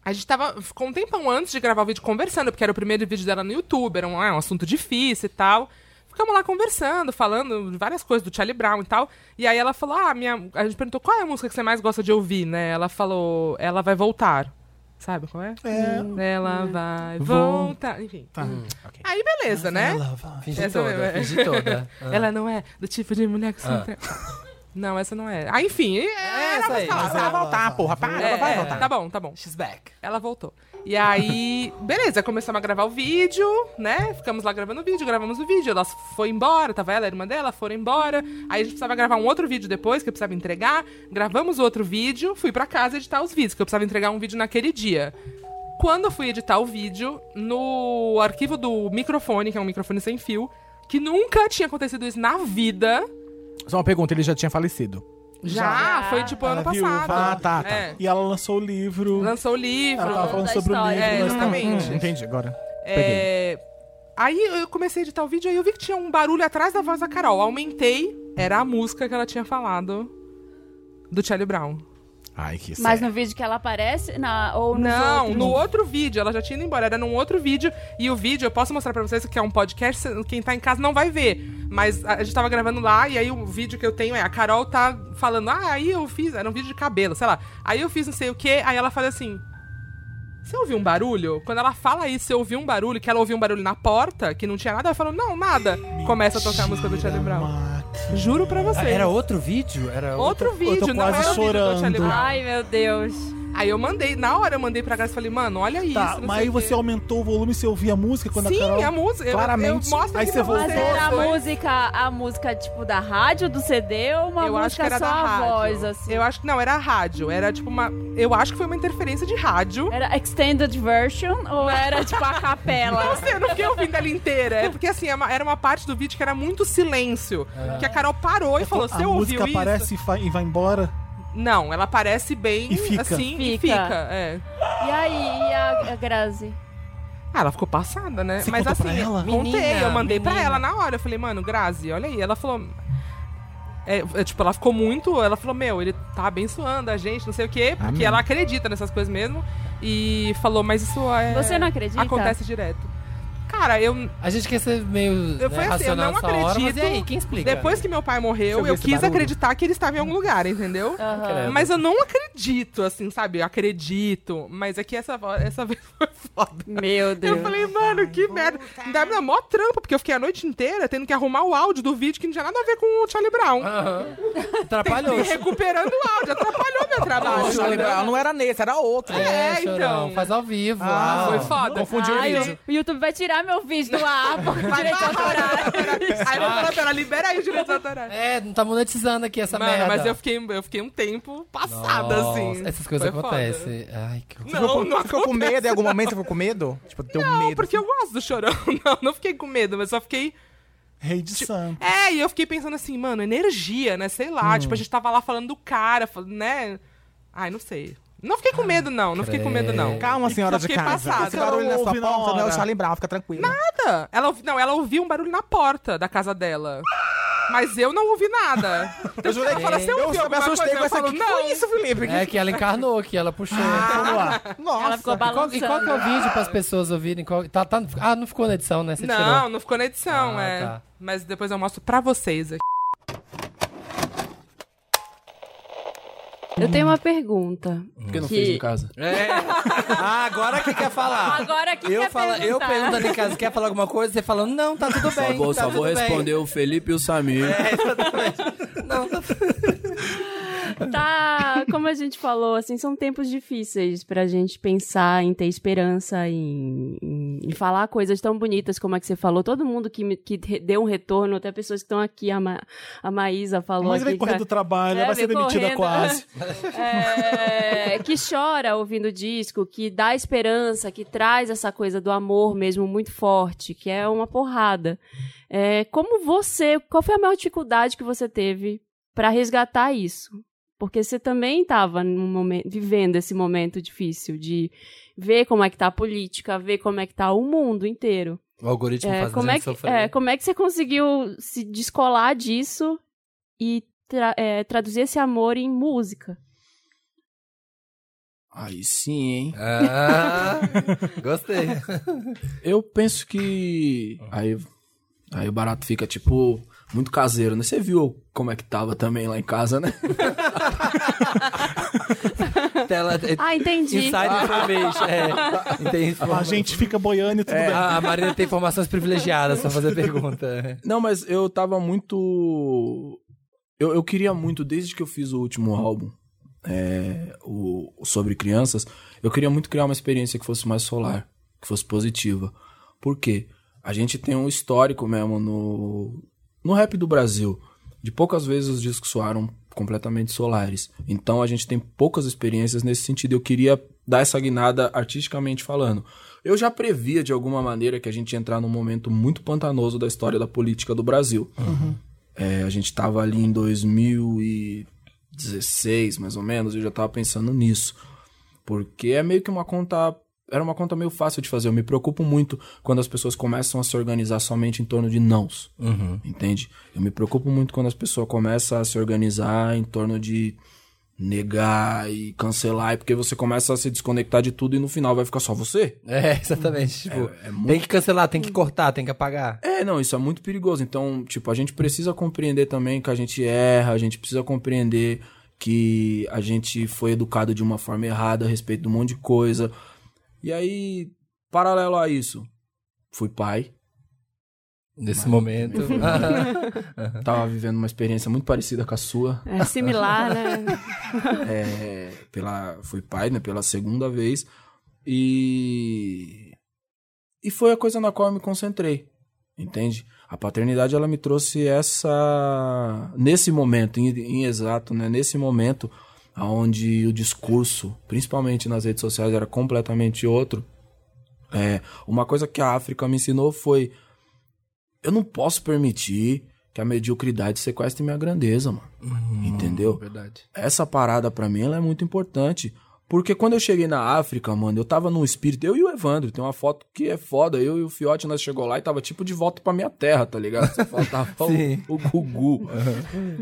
S4: A gente tava, ficou um tempão antes de gravar o vídeo conversando, porque era o primeiro vídeo dela no YouTube, era um, é, um assunto difícil e tal. Ficamos lá conversando, falando de várias coisas do Charlie Brown e tal. E aí ela falou: Ah, minha. A gente perguntou qual é a música que você mais gosta de ouvir, né? Ela falou: Ela vai voltar. Sabe qual é?
S14: É. Tá.
S4: Ela vai
S14: Vou-
S4: voltar. Enfim. Aí beleza,
S14: Mas
S4: né?
S14: ela vai- Finge
S4: Essa
S14: toda,
S4: mesmo, é.
S14: finge toda. Ah.
S4: Ela não é do tipo de mulher que você
S14: Ah.
S4: entra- Não, essa não é. Ah, enfim. É
S14: essa aí. Mas ela vai voltar, porra, para, ela vai voltar.
S4: Tá bom, tá bom. She's back. Ela voltou. E aí, beleza, começamos a gravar o vídeo, né? Ficamos lá gravando o vídeo, gravamos o vídeo. Ela foi embora, tava ela, a irmã dela, foram embora. Aí a gente precisava gravar um outro vídeo depois, que eu precisava entregar. Gravamos outro vídeo, fui pra casa editar os vídeos, que eu precisava entregar um vídeo naquele dia. Quando eu fui editar o vídeo, no arquivo do microfone, que é um microfone sem fio, que nunca tinha acontecido isso na vida.
S13: Só uma pergunta, ele já tinha falecido.
S4: Já, foi tipo ano
S3: Ela viu,
S4: passado.
S3: Ah,
S13: tá, tá.
S4: É.
S3: E ela lançou o livro.
S4: Lançou o livro.
S3: Ela tava falando
S4: da
S3: sobre o livro. tá
S4: história. É,
S3: da história.
S4: exatamente.
S13: Hum, entendi, agora. Peguei.
S4: É, Aí eu comecei a editar o vídeo aí eu vi que tinha um barulho atrás da voz da Carol. Aumentei, era a música que ela tinha falado do Charlie Brown.
S13: Ai, que
S2: Mas no vídeo que ela aparece, na, ou nos
S4: Não,
S2: outros?
S4: no outro vídeo, ela já tinha ido embora, era num outro vídeo. E o vídeo, eu posso mostrar pra vocês que é um podcast, cê- quem tá em casa não vai ver. Mas a a gente tava gravando lá, e aí o vídeo que eu tenho é a Carol tá falando, ah, aí eu fiz, era um vídeo de cabelo, sei lá. Aí eu fiz não sei o quê, aí ela fala assim. Você ouviu um barulho? Quando ela fala isso, você ouviu um barulho, que ela ouviu um barulho na porta, que não tinha nada, ela falou, não, nada. Começa a tocar a música do Charlie Brown. Juro pra vocês.
S1: Era outro vídeo? Era
S4: Outro
S1: outra-
S4: vídeo,
S1: Eu tô
S4: não era o vídeo do Charlie Brown.
S5: Ai, meu Deus.
S4: Aí eu mandei, na hora eu mandei pra Graça e falei, mano, olha isso.
S3: Tá,
S4: não
S3: mas
S4: sei
S3: aí
S4: o quê.
S3: você aumentou o volume, você ouvia a música quando
S4: Sim,
S3: a Carol...
S4: a música, eu-
S3: Claramente.
S4: eu mostro
S3: aí
S4: aqui pra
S3: você voltou. né?
S4: vocês.
S5: Mas era a
S2: né?
S4: Foi.
S5: música, a música, tipo, da rádio, do CD, ou uma
S4: eu
S5: música
S4: acho que era
S5: só
S4: da
S5: a
S4: rádio.
S5: voz, assim?
S4: Eu acho que não, era a rádio. Era tipo uma. Eu acho que foi uma interferência de rádio.
S5: Era extended version ou era, tipo, a capela?
S4: Não sei, eu não fiquei ouvindo ela inteira. É porque assim, é uma- era uma parte do vídeo que era muito silêncio.
S3: É.
S4: Que a Carol parou e falou:
S3: a
S4: Você ouviu
S3: música
S4: isso?
S3: aparece e fa- e vai embora?
S4: Não, ela aparece bem
S3: E fica.
S4: assim e
S5: Fica.
S4: fica. É.
S5: E aí, e a, a Grazi?
S4: Ah, ela ficou passada, né?
S5: Você
S4: Mas
S5: contou
S4: assim,
S5: pra ela?
S4: contei,
S5: Menina,
S4: eu mandei pra
S5: menina.
S4: ela na hora. Eu falei, mano, Grazi, olha aí. Ela falou. É, é, tipo, ela ficou muito. Ela falou, meu, ele tá abençoando a gente, não sei o quê,
S1: Ah,
S4: porque
S5: Amém.
S4: ela acredita nessas coisas mesmo. E falou, mas isso é.
S5: Você não acredita?
S4: Acontece direto. Cara, eu.
S1: A gente quer ser meio
S4: Eu,
S1: né,
S4: foi assim, eu
S1: racional
S4: não
S1: nessa
S4: acredito.
S1: hora, mas e aí, quem explica?
S4: Depois que meu pai
S1: Você
S4: morreu,
S1: ouviu
S4: eu
S1: esse
S4: quis
S1: barulho?
S4: acreditar que ele estava em algum lugar, entendeu?
S1: Aham.
S4: Mas eu não acredito, assim, sabe? Eu acredito. Mas é que essa, vo- essa vez foi foda.
S5: Meu Deus.
S4: Eu falei, mano, que merda. Deve dar mó trampa, porque eu fiquei a noite inteira tendo que arrumar o áudio do vídeo que não tinha nada a ver com o Charlie Brown.
S1: Atrapalhou.
S4: Tem que ir recuperando o áudio, atrapalhou meu trabalho.
S13: Nossa, lembrava, não era nesse, era outro.
S4: É,
S1: Chorão,
S4: então.
S1: Faz ao vivo.
S13: Ah,
S1: ah.
S13: foi foda. Confundiu o
S5: Ai,
S13: vídeo.
S5: O YouTube vai tirar meu vídeo do ar, porque direito autoral.
S4: Aí eu falei pra ela, libera aí os direitos autorais.
S1: É, não tá monetizando aqui essa
S4: Mano,
S1: merda.
S4: mas eu fiquei, eu fiquei um tempo passada,
S1: Nossa,
S4: assim.
S1: Essas coisas
S4: Foi foda.
S1: acontecem. Ai, que
S13: Você ficou, você ficou com medo em algum momento? Você ficou com medo? Tipo, teu
S4: Não,
S13: medo.
S4: porque eu gosto do chorão. Não, não fiquei com medo, mas só fiquei.
S3: Rei de Santos.
S4: É, e eu fiquei pensando assim, mano, energia, né? Sei lá.
S3: Hum.
S4: Tipo, a gente tava lá falando do cara, fal- né? Ai, não sei. Não fiquei com medo, não. Não fiquei com medo, não.
S13: Ah, Calma, senhora
S4: Só
S13: de
S4: fiquei
S13: casa.
S4: Passada.
S13: Esse barulho na sua porta não é o Charlie Brown, fica tranquilo.
S4: Nada. Ela ouvi- não, ela ouviu um barulho na porta da casa dela. Mas eu não ouvi nada. Então,
S13: Eu jurei
S4: ela
S13: que-
S4: fala, "Você
S13: eu
S4: ouviu
S13: me
S4: alguma
S13: assustei
S4: coisa?"
S13: com
S4: Eu
S13: essa
S4: falo,
S13: aqui. Que
S4: "Não."
S13: foi isso, Felipe?
S1: É que ela encarnou aqui, ela puxou.
S4: Ah.
S13: vamos lá.
S1: Nossa.
S4: Ela ficou
S1: E qual, e qual que é o
S4: balançando.
S1: vídeo pras pessoas ouvirem? Qual- tá, tá- ah, não ficou na edição, né? Você
S4: não,
S1: tirou.
S4: não ficou na edição,
S1: Ah,
S4: é.
S1: tá.
S4: Mas depois eu mostro pra vocês aqui.
S2: Eu tenho uma pergunta.
S1: Porque eu não
S2: que...
S1: fiz em casa. É. Ah, agora que quer falar.
S2: Agora que
S1: eu
S2: quer
S1: falo, Eu
S2: perguntar.
S1: perguntando em casa, quer falar alguma coisa? Você falando, não, tá tudo bem.
S8: Só vou,
S1: tá
S8: só
S1: tudo
S8: vou
S1: bem. É.
S8: responder o Felipe e o Samir.
S2: Tá, como
S5: como a gente falou, assim, são tempos difíceis pra gente pensar em ter esperança, em, em- em falar coisas tão bonitas como a que você falou. Todo mundo que, me- que re- deu um retorno, até pessoas que estão aqui, a, Ma, a Maísa falou.
S3: Mas
S5: aqui,
S3: vem correndo
S5: cara-
S3: do trabalho,
S5: É,
S3: ela vai ser
S5: vem
S3: demitida
S5: correndo.
S3: quase.
S5: É, que chora ouvindo o disco, que dá esperança, que traz essa coisa do amor mesmo muito forte, que é uma porrada. É, como você, qual foi a maior dificuldade que você teve para resgatar isso? Porque você também estava vivendo esse momento difícil de ver como é que tá a política, ver como é que tá o mundo inteiro.
S1: O algoritmo
S5: É,
S1: faz um a
S5: como, é
S1: gente
S5: que,
S1: sofrer.
S5: é, como é que você conseguiu se descolar disso e tra- é, traduzir esse amor em música?
S8: Aí sim, hein?
S1: Ah, gostei.
S8: Eu penso que. Aí, aí o barato fica, tipo, muito caseiro, né? Você viu como é que tava também lá em casa, né?
S1: Tela, é,
S5: Ah,
S27: é
S5: entendi.
S1: Inside information. É, entendi
S3: A gente fica boiando e tudo
S1: É,
S3: bem.
S1: a a Marina tem informações privilegiadas pra fazer pergunta.
S8: É. Não, mas eu tava muito. Eu, eu queria muito, desde que eu fiz o último álbum é, o, o sobre crianças, eu queria muito criar uma experiência que fosse mais solar, que fosse positiva. Por quê? A gente tem um histórico mesmo no, no rap do Brasil. De poucas vezes os discos soaram completamente solares. Então a gente tem poucas experiências nesse sentido. Eu queria dar essa guinada artisticamente falando. Eu já previa de alguma maneira que a gente ia entrar num momento muito pantanoso da história da política do Brasil. É, a gente tava ali em 2016, mais ou menos, e eu já tava pensando nisso. Porque é meio que uma conta. Era uma conta meio fácil de fazer. Eu me preocupo muito quando as pessoas começam a se organizar somente em torno de nãos.
S1: Uhum.
S8: Entende? Eu me preocupo muito quando as pessoas começam a se organizar em torno de negar e cancelar, e porque você começa a se desconectar de tudo e no final vai ficar só você.
S1: É, exatamente. Tipo,
S8: É- é muito-
S1: Tem que cancelar, tem que cortar, tem que apagar.
S8: é, não, isso é muito perigoso. Então, tipo, a gente precisa compreender também que a gente erra, a gente precisa compreender que a gente foi educado de uma forma errada a respeito de um monte de coisa. E aí, paralelo a isso, fui pai.
S1: Nesse momento.
S8: Tava vivendo uma experiência muito parecida com a sua.
S5: É similar, né?
S8: É, pela, fui pai, né? Pela segunda vez. E. E foi a coisa na qual eu me concentrei. Entende? A paternidade, ela me trouxe essa. Nesse momento, em, em exato, né? Nesse momento, onde o discurso, principalmente nas redes sociais, era completamente outro. É, uma coisa que a África me ensinou foi. Eu não posso permitir que a mediocridade sequestre minha grandeza, mano. Entendeu?
S1: Verdade.
S8: Essa parada pra mim ela é muito importante. Porque quando eu cheguei na África, mano, eu tava num espírito, eu e o Evandro, tem uma foto que é foda, eu e o Fiote, nós chegou lá e tava tipo de volta pra minha terra, tá ligado? Só faltava
S1: Sim.
S8: o, o
S1: Uhum.
S8: Gugu.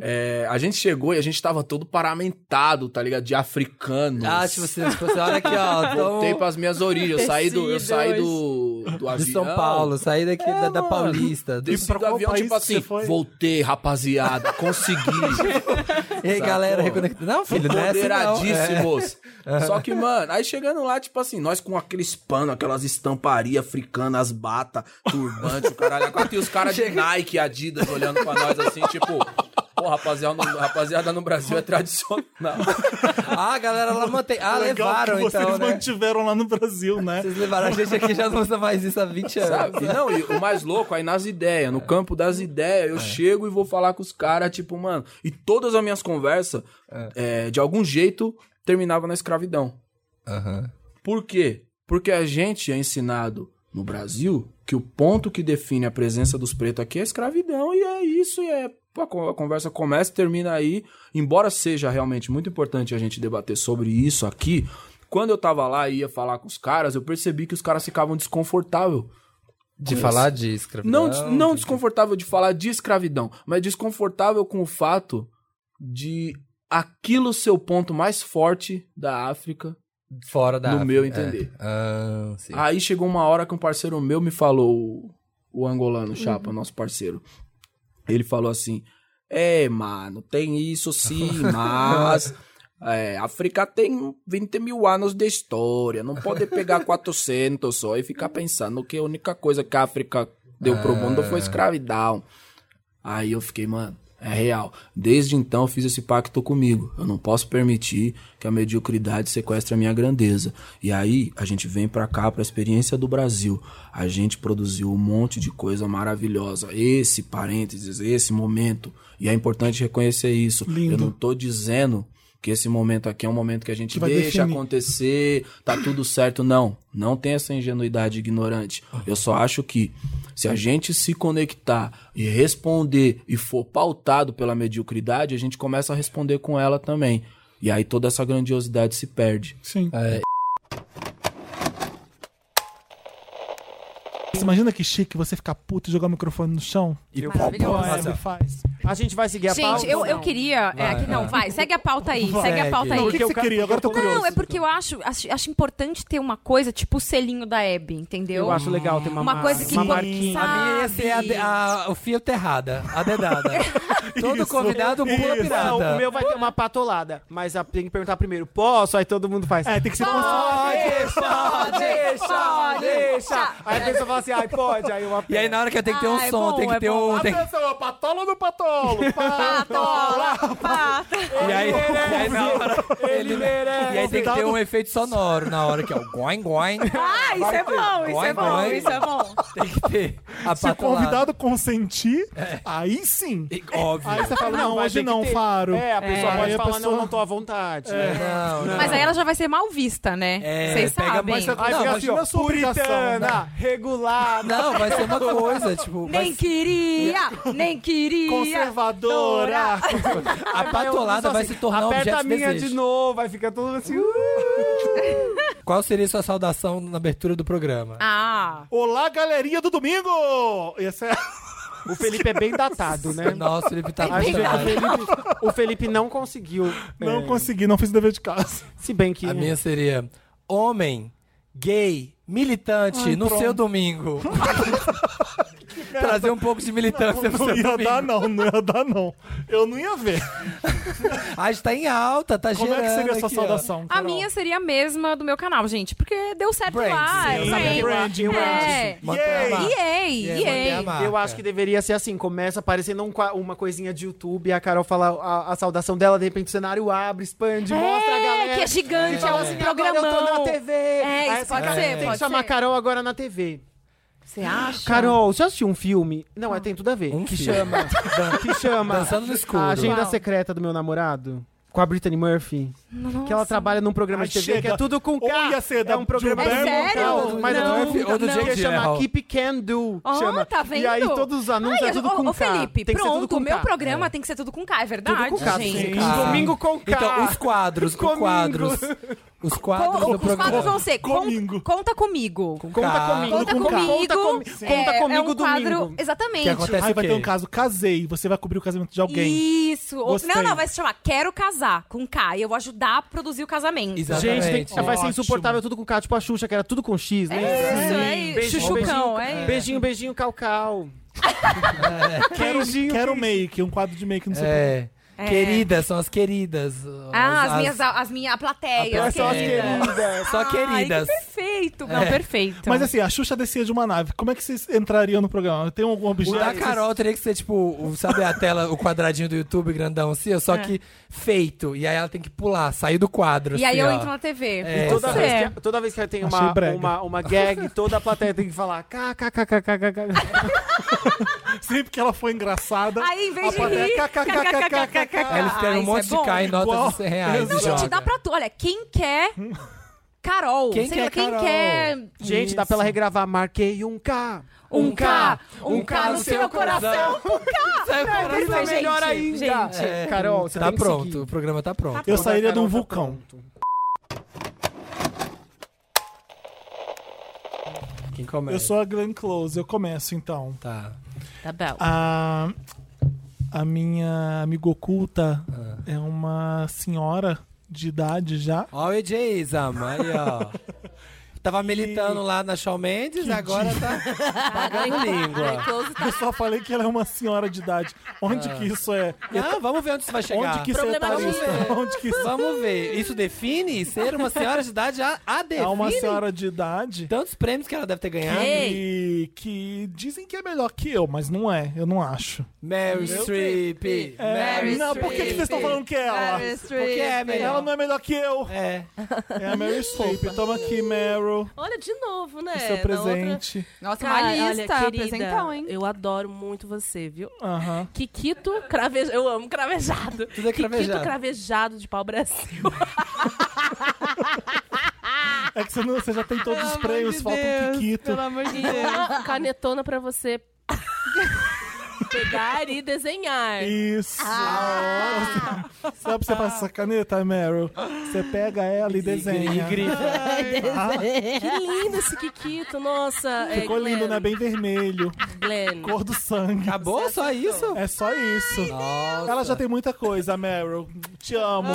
S8: É, a gente chegou e a gente tava todo paramentado, tá ligado? De africano.
S1: Ah, tipo, você- você olha aqui, ó, tão-
S8: Voltei pras minhas origens, eu saí do, eu saí do, do avião. É,
S1: De São Paulo, saí daqui da, da Paulista. Do...
S8: Desci do avião, tipo assim, voltei, rapaziada, consegui.
S1: E aí,
S8: Sacou?
S1: galera, reconectando. Não, filho, não é assim, não.
S8: Empoderadíssimos.
S1: É.
S8: Só que, mano, aí chegando lá, tipo assim, nós com aqueles panos, aquelas estamparias africanas, as bata, turbante, o caralho. a quatro, E os caras de Nike, Adidas olhando pra nós assim, tipo. Pô, rapaziada no, rapaziada no Brasil é tradicional.
S1: Ah, a galera lá mantém. Ah,
S3: É Legal
S1: levaram
S3: que vocês
S1: então, né?
S3: mantiveram lá no Brasil, né?
S1: Vocês levaram a gente aqui já não usa mais isso há 20 anos.
S8: Sabe? E Não, e o mais louco, aí nas ideias, no campo das ideias,
S1: É.
S8: eu chego e vou falar com os caras, tipo, mano. E todas as minhas conversas,
S1: É.
S8: eh, de algum jeito, terminava na escravidão. Por quê? Porque a gente é ensinado no Brasil que o ponto que define a presença dos pretos aqui é a escravidão, e é isso, e é. pô, A con- a conversa começa e termina aí. Embora seja realmente muito importante a gente debater sobre isso aqui, quando eu tava lá e ia falar com os caras, eu percebi que os caras ficavam desconfortáveis.
S1: De falar de escravidão.
S8: Não, des- não desconfortável de falar de escravidão, mas desconfortável com o fato de aquilo ser o ponto mais forte da África
S1: Fora da
S8: no
S1: África,
S8: meu entender.
S1: é. Ah, sim.
S8: Aí chegou uma hora que um parceiro meu me falou, o- o angolano Chapa, nosso parceiro. Ele falou assim: É, mano, tem isso sim, mas. É, a África tem 20 mil anos de história, não pode pegar 400 só e ficar pensando que a
S1: Ah. É.
S8: única coisa que a África deu pro mundo foi escravidão. Aí eu fiquei, mano, É real. Desde então eu fiz esse pacto comigo. Eu não posso permitir que a mediocridade sequestre a minha grandeza. E aí a gente vem pra cá pra experiência do Brasil. A gente produziu um monte de coisa maravilhosa. Esse parênteses, esse momento. E é importante reconhecer isso.
S3: Lindo.
S8: Eu não tô dizendo que esse momento aqui é um momento que a gente
S3: Que vai
S8: deixa
S3: definir.
S8: acontecer, tá tudo certo. Não, não tem essa ingenuidade ignorante. Eu só acho que se a gente se conectar e responder e for pautado pela mediocridade, a gente começa a responder com ela também. E aí toda essa grandiosidade se perde.
S3: Sim.
S8: É,
S3: Você imagina que chique você ficar puto e jogar o microfone no chão?
S17: E
S3: Pô, é,
S17: Maravilhosa.
S3: você faz.
S17: A gente vai seguir a pauta.
S13: Gente, eu,
S17: ou
S13: eu
S17: não?
S13: queria. é,
S17: Vai,
S13: que-
S9: Ah.
S13: não,
S17: vai.
S13: vai, segue a pauta aí.
S17: Vai.
S13: Segue a pauta aí.
S17: Não, o que que você Porque eu- queria? Agora
S3: tá
S17: eu tô curioso.
S13: Não, é porque eu acho, acho, acho importante ter uma coisa, tipo o selinho da Abby, entendeu?
S17: Eu acho legal ter uma
S13: Uma
S17: mar-
S13: coisa que
S17: uma
S13: pô,
S17: marquinha.
S13: sabe?
S1: A minha ia ser a de- a- o fio terrada, a dedada. Todo convidado pula
S17: Isso.
S1: pirata.
S17: Não, o meu vai ter uma patolada. Mas a- tem que perguntar primeiro, posso? Aí todo mundo faz. É, tem que ser
S1: Pode,
S17: Pode,
S1: pode,
S17: deixa, deixa. Aí a pessoa fala assim, ai, pode. Aí uma
S1: E aí na hora que eu tenho que ter um
S17: Ah, é
S1: som,
S17: bom,
S1: tem que
S17: é
S1: ter
S17: bom.
S1: um... Tem...
S3: Atenção, patolo do patolo.
S17: Patola,
S1: E aí, e aí na hora... Ele merece. E aí tem que ter um efeito sonoro na hora, que é o goin goin.
S13: Ah, isso é bom, isso é bom, isso é bom.
S1: A É.
S3: Se o
S1: patolada.
S3: convidado consentir, aí sim.
S1: óbvio.
S3: Aí você fala,
S17: Não,
S3: não,
S17: vai
S3: hoje
S17: ter que
S3: não,
S17: ter.
S3: Faro.
S17: É, a pessoa pode
S3: Aí a
S17: falar,
S3: pessoa-
S17: não, não tô à vontade.
S3: É.
S13: Mas aí ela já vai ser mal vista, né?
S1: É,
S13: Vocês
S1: pega
S13: sabem.
S1: mais-
S17: Aí
S1: Não,
S17: fica assim,
S1: imagina
S17: ó,
S1: a sua obrigação,
S17: puritana,
S1: né?
S17: regular.
S1: Não, vai ser uma coisa, tipo... vai
S13: Nem
S1: ser-
S13: queria, nem queria.
S17: Conservadora.
S1: A
S13: Então,
S1: patolada
S13: assim,
S1: vai se tornar um
S17: assim, Aperta
S1: objeto
S17: a
S1: de
S17: minha
S1: desejo.
S17: de novo, vai ficar todo mundo assim. uh.
S1: Qual seria sua saudação na abertura do programa?
S13: Ah.
S3: Olá, galerinha do domingo! Esse é...
S17: O Felipe é bem datado, né?
S1: Nossa, o Felipe tá
S17: Acho
S3: é
S17: que o
S1: apaixonado.
S17: Felipe, o Felipe não conseguiu.
S3: Não
S17: é,
S3: consegui, não fiz o dever de casa.
S17: Se bem que...
S1: A minha seria homem, gay, militante
S3: Ai,
S1: no
S3: pronto.
S1: seu domingo. Trazer um pouco de militância
S3: Não,
S1: pro seu
S3: não ia
S1: domingo.
S3: dar, não, não ia dar, não. Eu não ia ver.
S1: A gente tá em alta, tá
S3: Como é que
S1: gerando
S3: seria a sua
S1: aqui, ó.
S3: saudação?
S13: A minha seria a mesma do meu canal, gente, porque deu certo
S1: Brand,
S13: lá.
S1: sim,
S13: eu
S1: sabe,
S17: é
S13: sei lá.
S17: um
S1: brand,
S13: é.
S1: brand. Manter a marca.
S13: Yay,
S1: Yeah, manter a marca.
S17: Eu acho que deveria ser assim, começa aparecendo um qua- uma coisinha de YouTube, a Carol fala a, a saudação dela, de repente o cenário abre, expande,
S13: É,
S17: mostra a galera.
S13: que é gigante,
S17: E fala
S13: é um
S17: assim, agora eu tô na
S13: programão.
S17: TV.
S13: É, isso
S17: Aí, assim,
S13: pode
S17: "Cara,
S13: ser,
S17: Tem
S13: pode
S17: que chamar
S13: ser.
S17: a Carol agora na TV.
S13: Você acha?
S17: Carol, você assistiu um filme? Não, é tem tudo a ver. que
S1: Um filme.
S17: chama. que chama.
S1: Dançando no escuro.
S17: A agenda
S1: Qual?
S17: secreta do meu namorado. Com a Brittany Murphy. Que ela trabalha num programa de
S3: Ai,
S17: TV que
S3: chega.
S17: é tudo com
S3: Ou
S17: K.
S3: ia ser da
S17: é um programa
S3: Gilberto
S17: de
S3: É sério?
S17: K, Mas
S13: Não,
S17: é do Murphy,
S1: ou do
S17: não.
S1: Jake
S17: que chama
S1: Gyllenhaal.
S17: Keep Can Do.
S13: Ó,
S17: chama.
S13: tá vendo?
S17: E aí todos os anúncios
S13: Ai,
S17: é tudo
S13: ô,
S17: com
S13: ô,
S17: K.
S13: Felipe,
S17: tem que ser
S13: pronto,
S17: tudo com
S13: o meu
S17: K.
S13: programa tem que ser tudo com K, é verdade,
S17: Tudo com K,
S13: gente.
S17: sim. Domingo com K.
S1: Então, os quadros, os
S17: Comingo.
S1: quadros. Os
S13: Com-
S1: quadros do
S13: os quadros
S1: programa.
S13: vão ser con- Conta Comigo.
S1: K.
S13: Conta
S3: Com K.
S13: Comigo.
S3: Conta comi-
S13: é,
S3: Conta
S13: é
S3: Comigo
S13: um quadro,
S3: domingo.
S13: Exatamente.
S1: é
S3: Aí vai ter um caso, casei, você vai cobrir o casamento de alguém.
S13: Isso. Ou- Não, não, vai se chamar Quero Casar com K e eu vou ajudar a produzir o casamento.
S17: Gente, tem que- vai ser insuportável tudo com K, tipo a Xuxa, que era tudo com X, né?
S13: É isso, é isso. Chuchucão,
S17: beijinho,
S13: é isso.
S17: Beijinho, beijinho, calcal.
S3: Quero,
S17: Queijinho,
S3: quero make, um quadro de make, não sei
S1: É.
S13: É.
S1: Queridas, são as queridas.
S13: Ah, as, minhas, as minhas, a plateia.
S1: A plateia.
S13: as queridas.
S1: Só queridas.
S13: Ai, que perfeito. Não,
S1: É.
S13: perfeito.
S3: Mas assim, a Xuxa descia de uma nave. Como é que vocês entrariam no programa? Tem algum
S1: O
S3: objeto?
S1: da
S3: que vocês-
S1: Carol teria que ser tipo, o- sabe a tela, o quadradinho do YouTube grandão assim, ó, só
S13: É.
S1: que feito. E aí ela tem que pular, sair do quadro.
S13: E aí
S1: assim,
S13: eu
S1: ó.
S13: entro na TV.
S1: É,
S17: E toda,
S1: essa-
S17: vez que, toda vez que tem
S1: Achei
S17: uma,
S1: brega.
S17: uma, uma gag, toda a plateia tem que falar kkkkkkk.
S3: Sempre que ela for engraçada.
S13: Aí, em vez
S3: a
S13: de
S3: plateia,
S13: rir,
S3: kkkkkkk.
S1: Aí eles
S13: Ah,
S1: querem um
S13: isso
S1: monte
S13: é
S1: de
S13: bom.
S1: K em notas de
S3: Igual.
S1: 100 reais.
S13: Não,
S1: e
S13: gente,
S1: joga.
S13: dá pra tu. Olha, quem quer Carol?
S17: Quem
S13: Sei
S17: quer
S13: lá, quem
S17: Carol?
S13: quer...
S17: Gente, dá pra ela regravar. Marquei um K.
S13: Um K, um K no seu coração.
S17: Um K.
S13: Não,
S17: Não, isso é
S13: gente,
S17: melhor ainda.
S13: gente.
S1: É,
S17: Carol, você
S1: tá
S17: tem que
S1: pronto,
S17: seguir.
S1: o programa tá pronto.
S3: Eu sairia de um vulcão.
S17: Quem começa?
S3: Eu sou a Glenn Close, eu começo então.
S1: um Tá.
S13: Tá bom.
S3: A, a minha amiga oculta
S1: Ah.
S3: é uma senhora de idade já.
S1: Ó o EJism, aí ó. Tava militando lá na Shawn Mendes, agora tá pagando língua.
S3: Eu só falei que ela é uma senhora de idade. Onde
S1: Ah.
S3: que isso é?
S1: Não, vamos ver onde isso vai chegar.
S3: Onde que isso é
S1: Problema de
S3: etarista?
S1: ver.
S3: Onde que isso...
S1: Vamos ver. Isso define ser uma senhora de idade? A, a define?
S3: É uma senhora de idade.
S1: Tantos prêmios que ela deve ter ganhado.
S3: Que, É que dizem que é melhor que eu, mas não é. Eu não acho.
S1: Meryl Streep.
S3: É,
S1: Meryl
S3: não, por que, que vocês estão falando que é ela?
S1: Meryl Streep. Porque é melhor.
S3: Ela não é melhor que eu.
S1: É.
S3: É a Mary Streep. Toma aqui, Meryl.
S9: Olha, de novo, né?
S3: O seu
S9: Na
S3: presente.
S9: outra-
S3: Nossa,
S9: Cara,
S3: uma lista,
S9: Olha, querida,
S3: apresentão,
S9: hein? Eu adoro muito você, viu?
S3: Aham.
S9: Kikito cravejado. Eu amo cravejado.
S1: Tudo é
S9: Kikito
S1: cravejado.
S9: cravejado de pau Brasil.
S3: É que você, não- você já tem todos os
S9: Pelo
S3: prêmios,
S9: amor
S3: falta
S9: de
S3: o
S9: Deus,
S3: Kikito.
S9: Pelo amor de Deus. Canetona pra você pegar e desenhar. Ah,
S3: Isso. Você- Sabe pra você passar essa caneta, Meryl? Você pega ela e desenha. Ah,
S9: Que lindo esse Kikito, nossa. é,
S3: Ficou lindo, né? Bem vermelho.
S9: Glenn.
S3: Cor do sangue.
S1: Acabou? Só isso?
S3: É só isso.
S1: Nossa.
S3: Ela já tem muita coisa, Meryl. Te amo.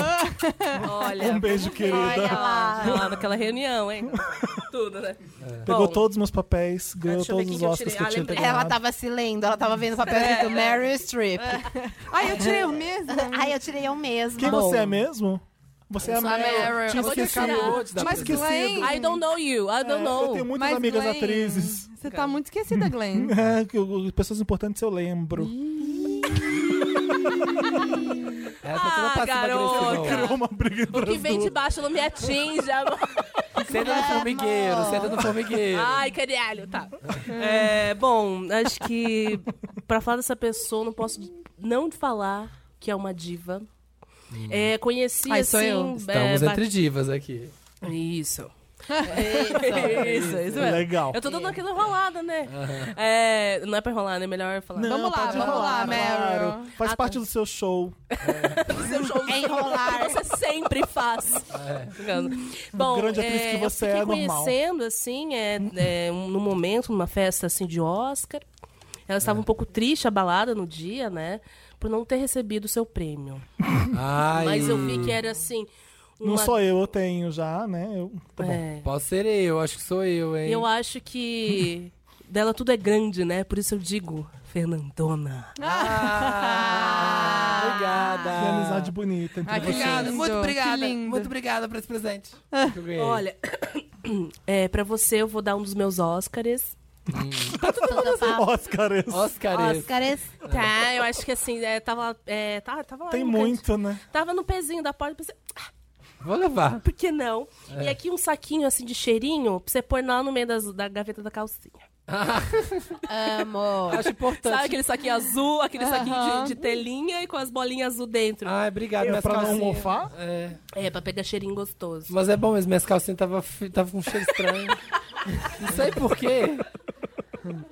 S9: Olha.
S3: um beijo, querida.
S9: Olha lá. lá naquela reunião, hein? Tudo, né?
S3: Pegou
S9: Bom,
S3: todos os meus papéis, ganhou
S9: deixa eu ver
S3: todos
S9: quem
S3: os
S9: que eu
S3: Oscars
S9: tirei.
S3: que eu
S9: Ah,
S3: tinha
S9: lembrei.
S3: ganhado.
S13: Ela tava se lendo, ela tava vendo o papel
S9: É.
S13: do Meryl Streep.
S19: Ai, eu tirei o mesmo.
S13: Ai, eu tirei eu mesmo.
S3: Quem você é mesmo? Você é a
S13: Eu sou a Meryl.
S3: Meryl. Tinha
S13: Eu vou te
S3: esquecido.
S13: tirar.
S3: Tinha
S13: Mas
S3: esquecido.
S9: I don't know you, I don't
S3: É,
S9: know.
S3: Eu tenho muitas amigas
S9: é
S19: Glenn,
S3: atrizes.
S19: Você tá muito esquecida, Glenn.
S3: É, que eu- pessoas importantes eu lembro.
S1: Ela tá toda
S9: Ah, garota.
S3: Criou uma briga entre
S9: O que
S3: as
S9: vem de
S3: duas.
S9: baixo não me atinge, amor.
S1: Senta no formigueiro, senta no formigueiro.
S9: Ai, caralho, tá. É, bom, acho que pra falar dessa pessoa, não posso não falar que é uma diva.
S3: Hum.
S9: É, conheci
S1: Ai,
S9: assim.
S1: sou eu.
S9: é,
S1: Estamos
S9: ba-
S1: entre divas aqui.
S9: Isso. É isso, é isso mesmo.
S1: Legal.
S9: Eu tô dando aquela enrolada, né? É, não é pra enrolar, né? Melhor falar.
S3: Não, pode enrolar, claro.
S19: Ah,
S3: Faz
S19: tá.
S3: parte do seu show.
S9: seu show É enrolar. Você sempre faz.
S1: É.
S9: Brincando. Bom,
S3: Grande atriz
S9: é,
S3: que você
S9: eu
S3: é,
S9: fiquei
S3: normal.
S9: conhecendo, assim, é, é, um- num momento, numa festa, assim, de Oscar. Ela
S3: É.
S9: estava um pouco triste, abalada no dia, né? Por não ter recebido o seu prêmio.
S1: Ai.
S9: Mas eu vi que era, assim...
S3: Não
S9: uma-
S3: sou eu, eu tenho já, né? Eu, tá bom.
S9: É.
S1: Posso ser eu, acho que sou eu, hein?
S9: Eu acho que dela tudo é grande, né? Por isso eu digo, Fernandona.
S1: Obrigada.
S3: Que amizade bonita. entre
S1: Ah, que Ah.
S3: vocês.
S1: Ah. Obrigada, muito
S9: Que
S1: obrigada.
S9: lindo.
S1: Muito obrigada por esse presente. que eu ganhei.
S9: Olha, é, pra você eu vou dar um dos meus Oscars.
S3: Hum. Oscars.
S1: Oscars.
S13: é
S9: Tá, eu acho que assim, é, tava, é, tá- tava lá
S3: Tem
S9: no canto.
S3: muito, né?
S9: Tava no pezinho da porta, pensei,
S1: Vou levar.
S9: por que não?
S1: É.
S9: E aqui um saquinho assim de cheirinho pra você pôr lá no meio das- da gaveta da calcinha.
S13: Amor.
S1: Acho importante.
S9: Sabe aquele saquinho azul, aquele saquinho
S1: Aham.
S9: de, de telinha e com as bolinhas azul dentro.
S1: Ai, obrigado. minhas calcinhas. É.
S9: É, pra pegar cheirinho gostoso.
S1: Mas é bom mesmo, minhas calcinhas tava, fi- tava com um cheiro estranho. Não sei porquê.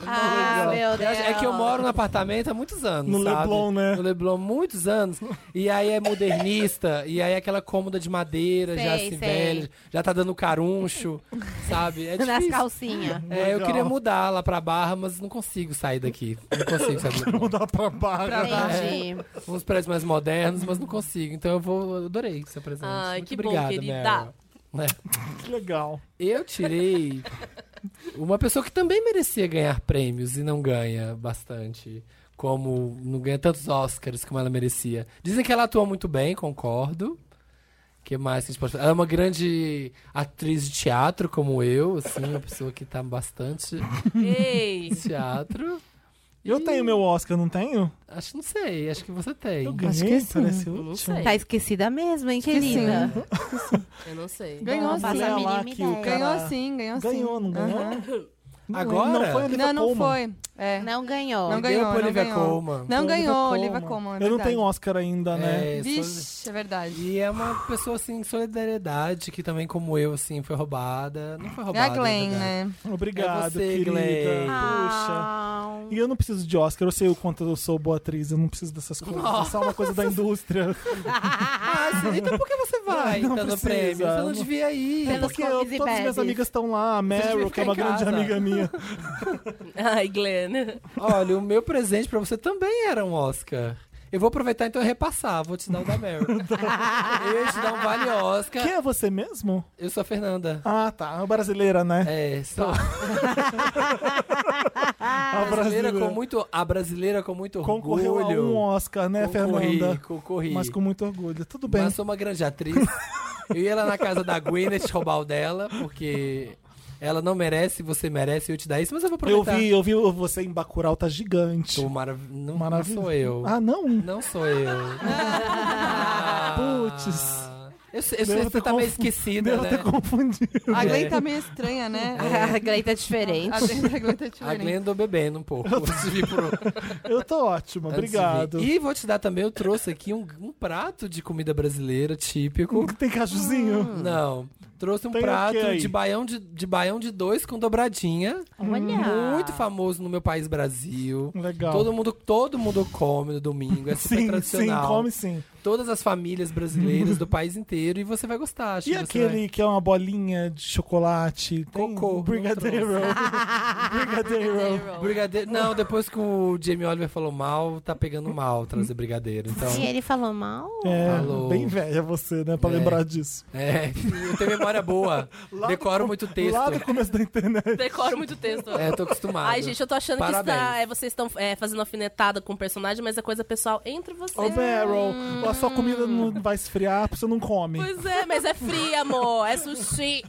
S13: Ah, meu Deus.
S1: É que eu moro num apartamento há muitos anos.
S3: No
S1: sabe?
S3: Leblon, né?
S1: No Leblon, muitos anos. E aí é modernista, e aí é aquela cômoda de madeira, já
S13: Sei,
S1: assim,
S13: sei.
S1: velha, já tá dando caruncho, sabe? É
S13: Nas
S1: difícil.
S3: Hum,
S13: calcinhas.
S1: É, eu
S13: Legal.
S1: queria mudar lá pra Barra, mas não consigo sair daqui. Não consigo sair daqui. É,
S3: mudar pra Barra.
S13: Pra Barra. Entendi.
S1: uns prédios mais modernos, mas não consigo. Então eu vou. eu Adorei seu presente.
S13: Ah,
S9: Ai,
S1: Muito
S9: que bom,
S1: obrigado,
S9: querida.
S1: Meryl. Né?
S3: Que legal.
S1: Eu tirei uma pessoa que também merecia ganhar prêmios e não ganha bastante. Como não ganha tantos Oscars como ela merecia. Dizem que ela atua muito bem, concordo. que mais que a gente pode falar? Ela é uma grande atriz de teatro, como eu, assim, uma pessoa que tá bastante
S9: Ei!
S1: teatro.
S3: Eu tenho meu Oscar, não tenho?
S1: Acho que não sei, acho que você tem.
S3: Eu ganhei, Acho que sim. parece o último.
S13: Tá esquecida mesmo, hein, querida?
S9: Eu não sei.
S19: Ganhou
S13: Não
S19: sim.
S13: faço a mínima ideia.
S19: Ganhou sim, ganhou sim.
S3: Ganhou, não ganhou? Não,
S1: Agora?
S3: Não foi a
S19: Não,
S3: Olivia
S19: não
S3: Colman.
S19: foi. É.
S13: Não ganhou.
S19: Não ganhou,
S1: pra
S19: não
S1: Olivia
S19: ganhou.
S1: Colman.
S19: Não
S3: Foi a
S19: ganhou, Olivia
S3: Colman.
S19: Colman. é
S3: Eu não tenho Oscar ainda, né?
S1: É,
S19: Vixe, é verdade.
S1: E é uma pessoa assim, solidariedade, que também, como eu, assim, foi roubada. Não
S19: É
S1: foi
S19: a
S1: roubada.
S19: Glenn,
S1: na verdade.
S19: né?
S3: Obrigado,
S1: É você,
S3: querida.
S1: Glenn. Ah.
S3: Puxa. E eu não preciso de Oscar, eu sei o quanto eu sou boa atriz, eu não preciso dessas coisas. Isso é só uma coisa da indústria.
S1: Mas, então por que você vai
S3: Não
S1: dando
S3: precisa,
S1: prêmio? Você não
S3: não-
S1: devia ir.
S3: É porque eu,
S13: comes e
S3: todas as minhas
S13: bebes.
S3: amigas estão lá, a
S1: devia
S3: Meryl, que
S1: ficar
S3: é uma
S1: em
S3: grande
S1: casa.
S3: amiga minha.
S9: Ai, Glenn.
S1: Olha, o meu presente pra você também era um Oscar. Eu vou aproveitar então e repassar. Vou te dar o da Meryl. eu te dar um vale Oscar.
S3: Quem é você mesmo?
S1: Eu sou a Fernanda.
S3: Ah, tá. Uma brasileira, né?
S1: É, sou.
S3: a
S1: A brasileira com muito, a brasileira com muito orgulho.
S3: Concorreu a um Oscar, né,
S1: Concorri,
S3: Fernanda?
S1: concorri.
S3: Mas com muito orgulho. Tudo bem.
S1: Mas sou uma grande atriz. Eu ia lá na casa da Gwyneth roubar o dela, porque ela não merece, você merece, eu te dar isso, mas eu vou
S3: Eu
S1: aproveitar.
S3: vi, eu vi você em Bacurau, tá gigante.
S1: Tô marav não, não sou eu.
S3: Ah, não?
S1: Não sou eu.
S3: Putz.
S1: Eu, sei- eu, sei, você Ah, tá meio esquecida, né?
S3: confundido.
S20: A Glenn
S1: É.
S20: tá meio estranha, né?
S1: É.
S6: A Glenn tá diferente.
S20: A Glenn, a Glenn tá
S1: A
S20: diferente.
S1: Glenn andou bebendo um pouco. antes de vir pro-
S3: Eu tô ótimo,
S1: antes de vir.
S3: obrigado.
S1: E vou te dar também, eu trouxe aqui um, um prato de comida brasileira típico.
S3: Tem cajuzinho?
S1: Não. Trouxe um
S3: Tem o
S1: prato
S3: quê aí?
S1: de baião de, de baião de dois com dobradinha.
S3: Olha!
S1: Muito famoso no meu país Brasil.
S3: Legal.
S1: Todo mundo, todo mundo come no domingo, é super
S3: Sim,
S1: tradicional.
S3: sim, come sim.
S1: Todas as famílias brasileiras do país inteiro e você vai gostar. acho
S3: E
S1: que você
S3: aquele
S1: vai-
S3: que é uma bolinha de chocolate? Tem
S1: Cocô, não
S3: Brigadeiro. Brigadeiro.
S1: Brigadeiro. Não, depois que o Jamie Oliver falou mal, tá pegando mal trazer brigadeiro. Então,
S3: E ele
S6: falou mal?
S3: É,
S1: Falou.
S3: bem velha você, né, pra
S1: É.
S3: lembrar disso.
S1: É, eu tenho memória boa. decoro muito texto.
S3: Lá do começo da internet.
S18: Decoro muito texto.
S1: É, eu tô acostumado.
S18: Ai, gente, eu tô achando que
S1: Parabéns.
S18: está, é, vocês estão é, fazendo alfinetada com o personagem, mas é coisa pessoal entre vocês.
S3: Ô, Meryl, a sua comida não vai esfriar porque você não come.
S18: Pois é, mas é fria, amor. É sushi.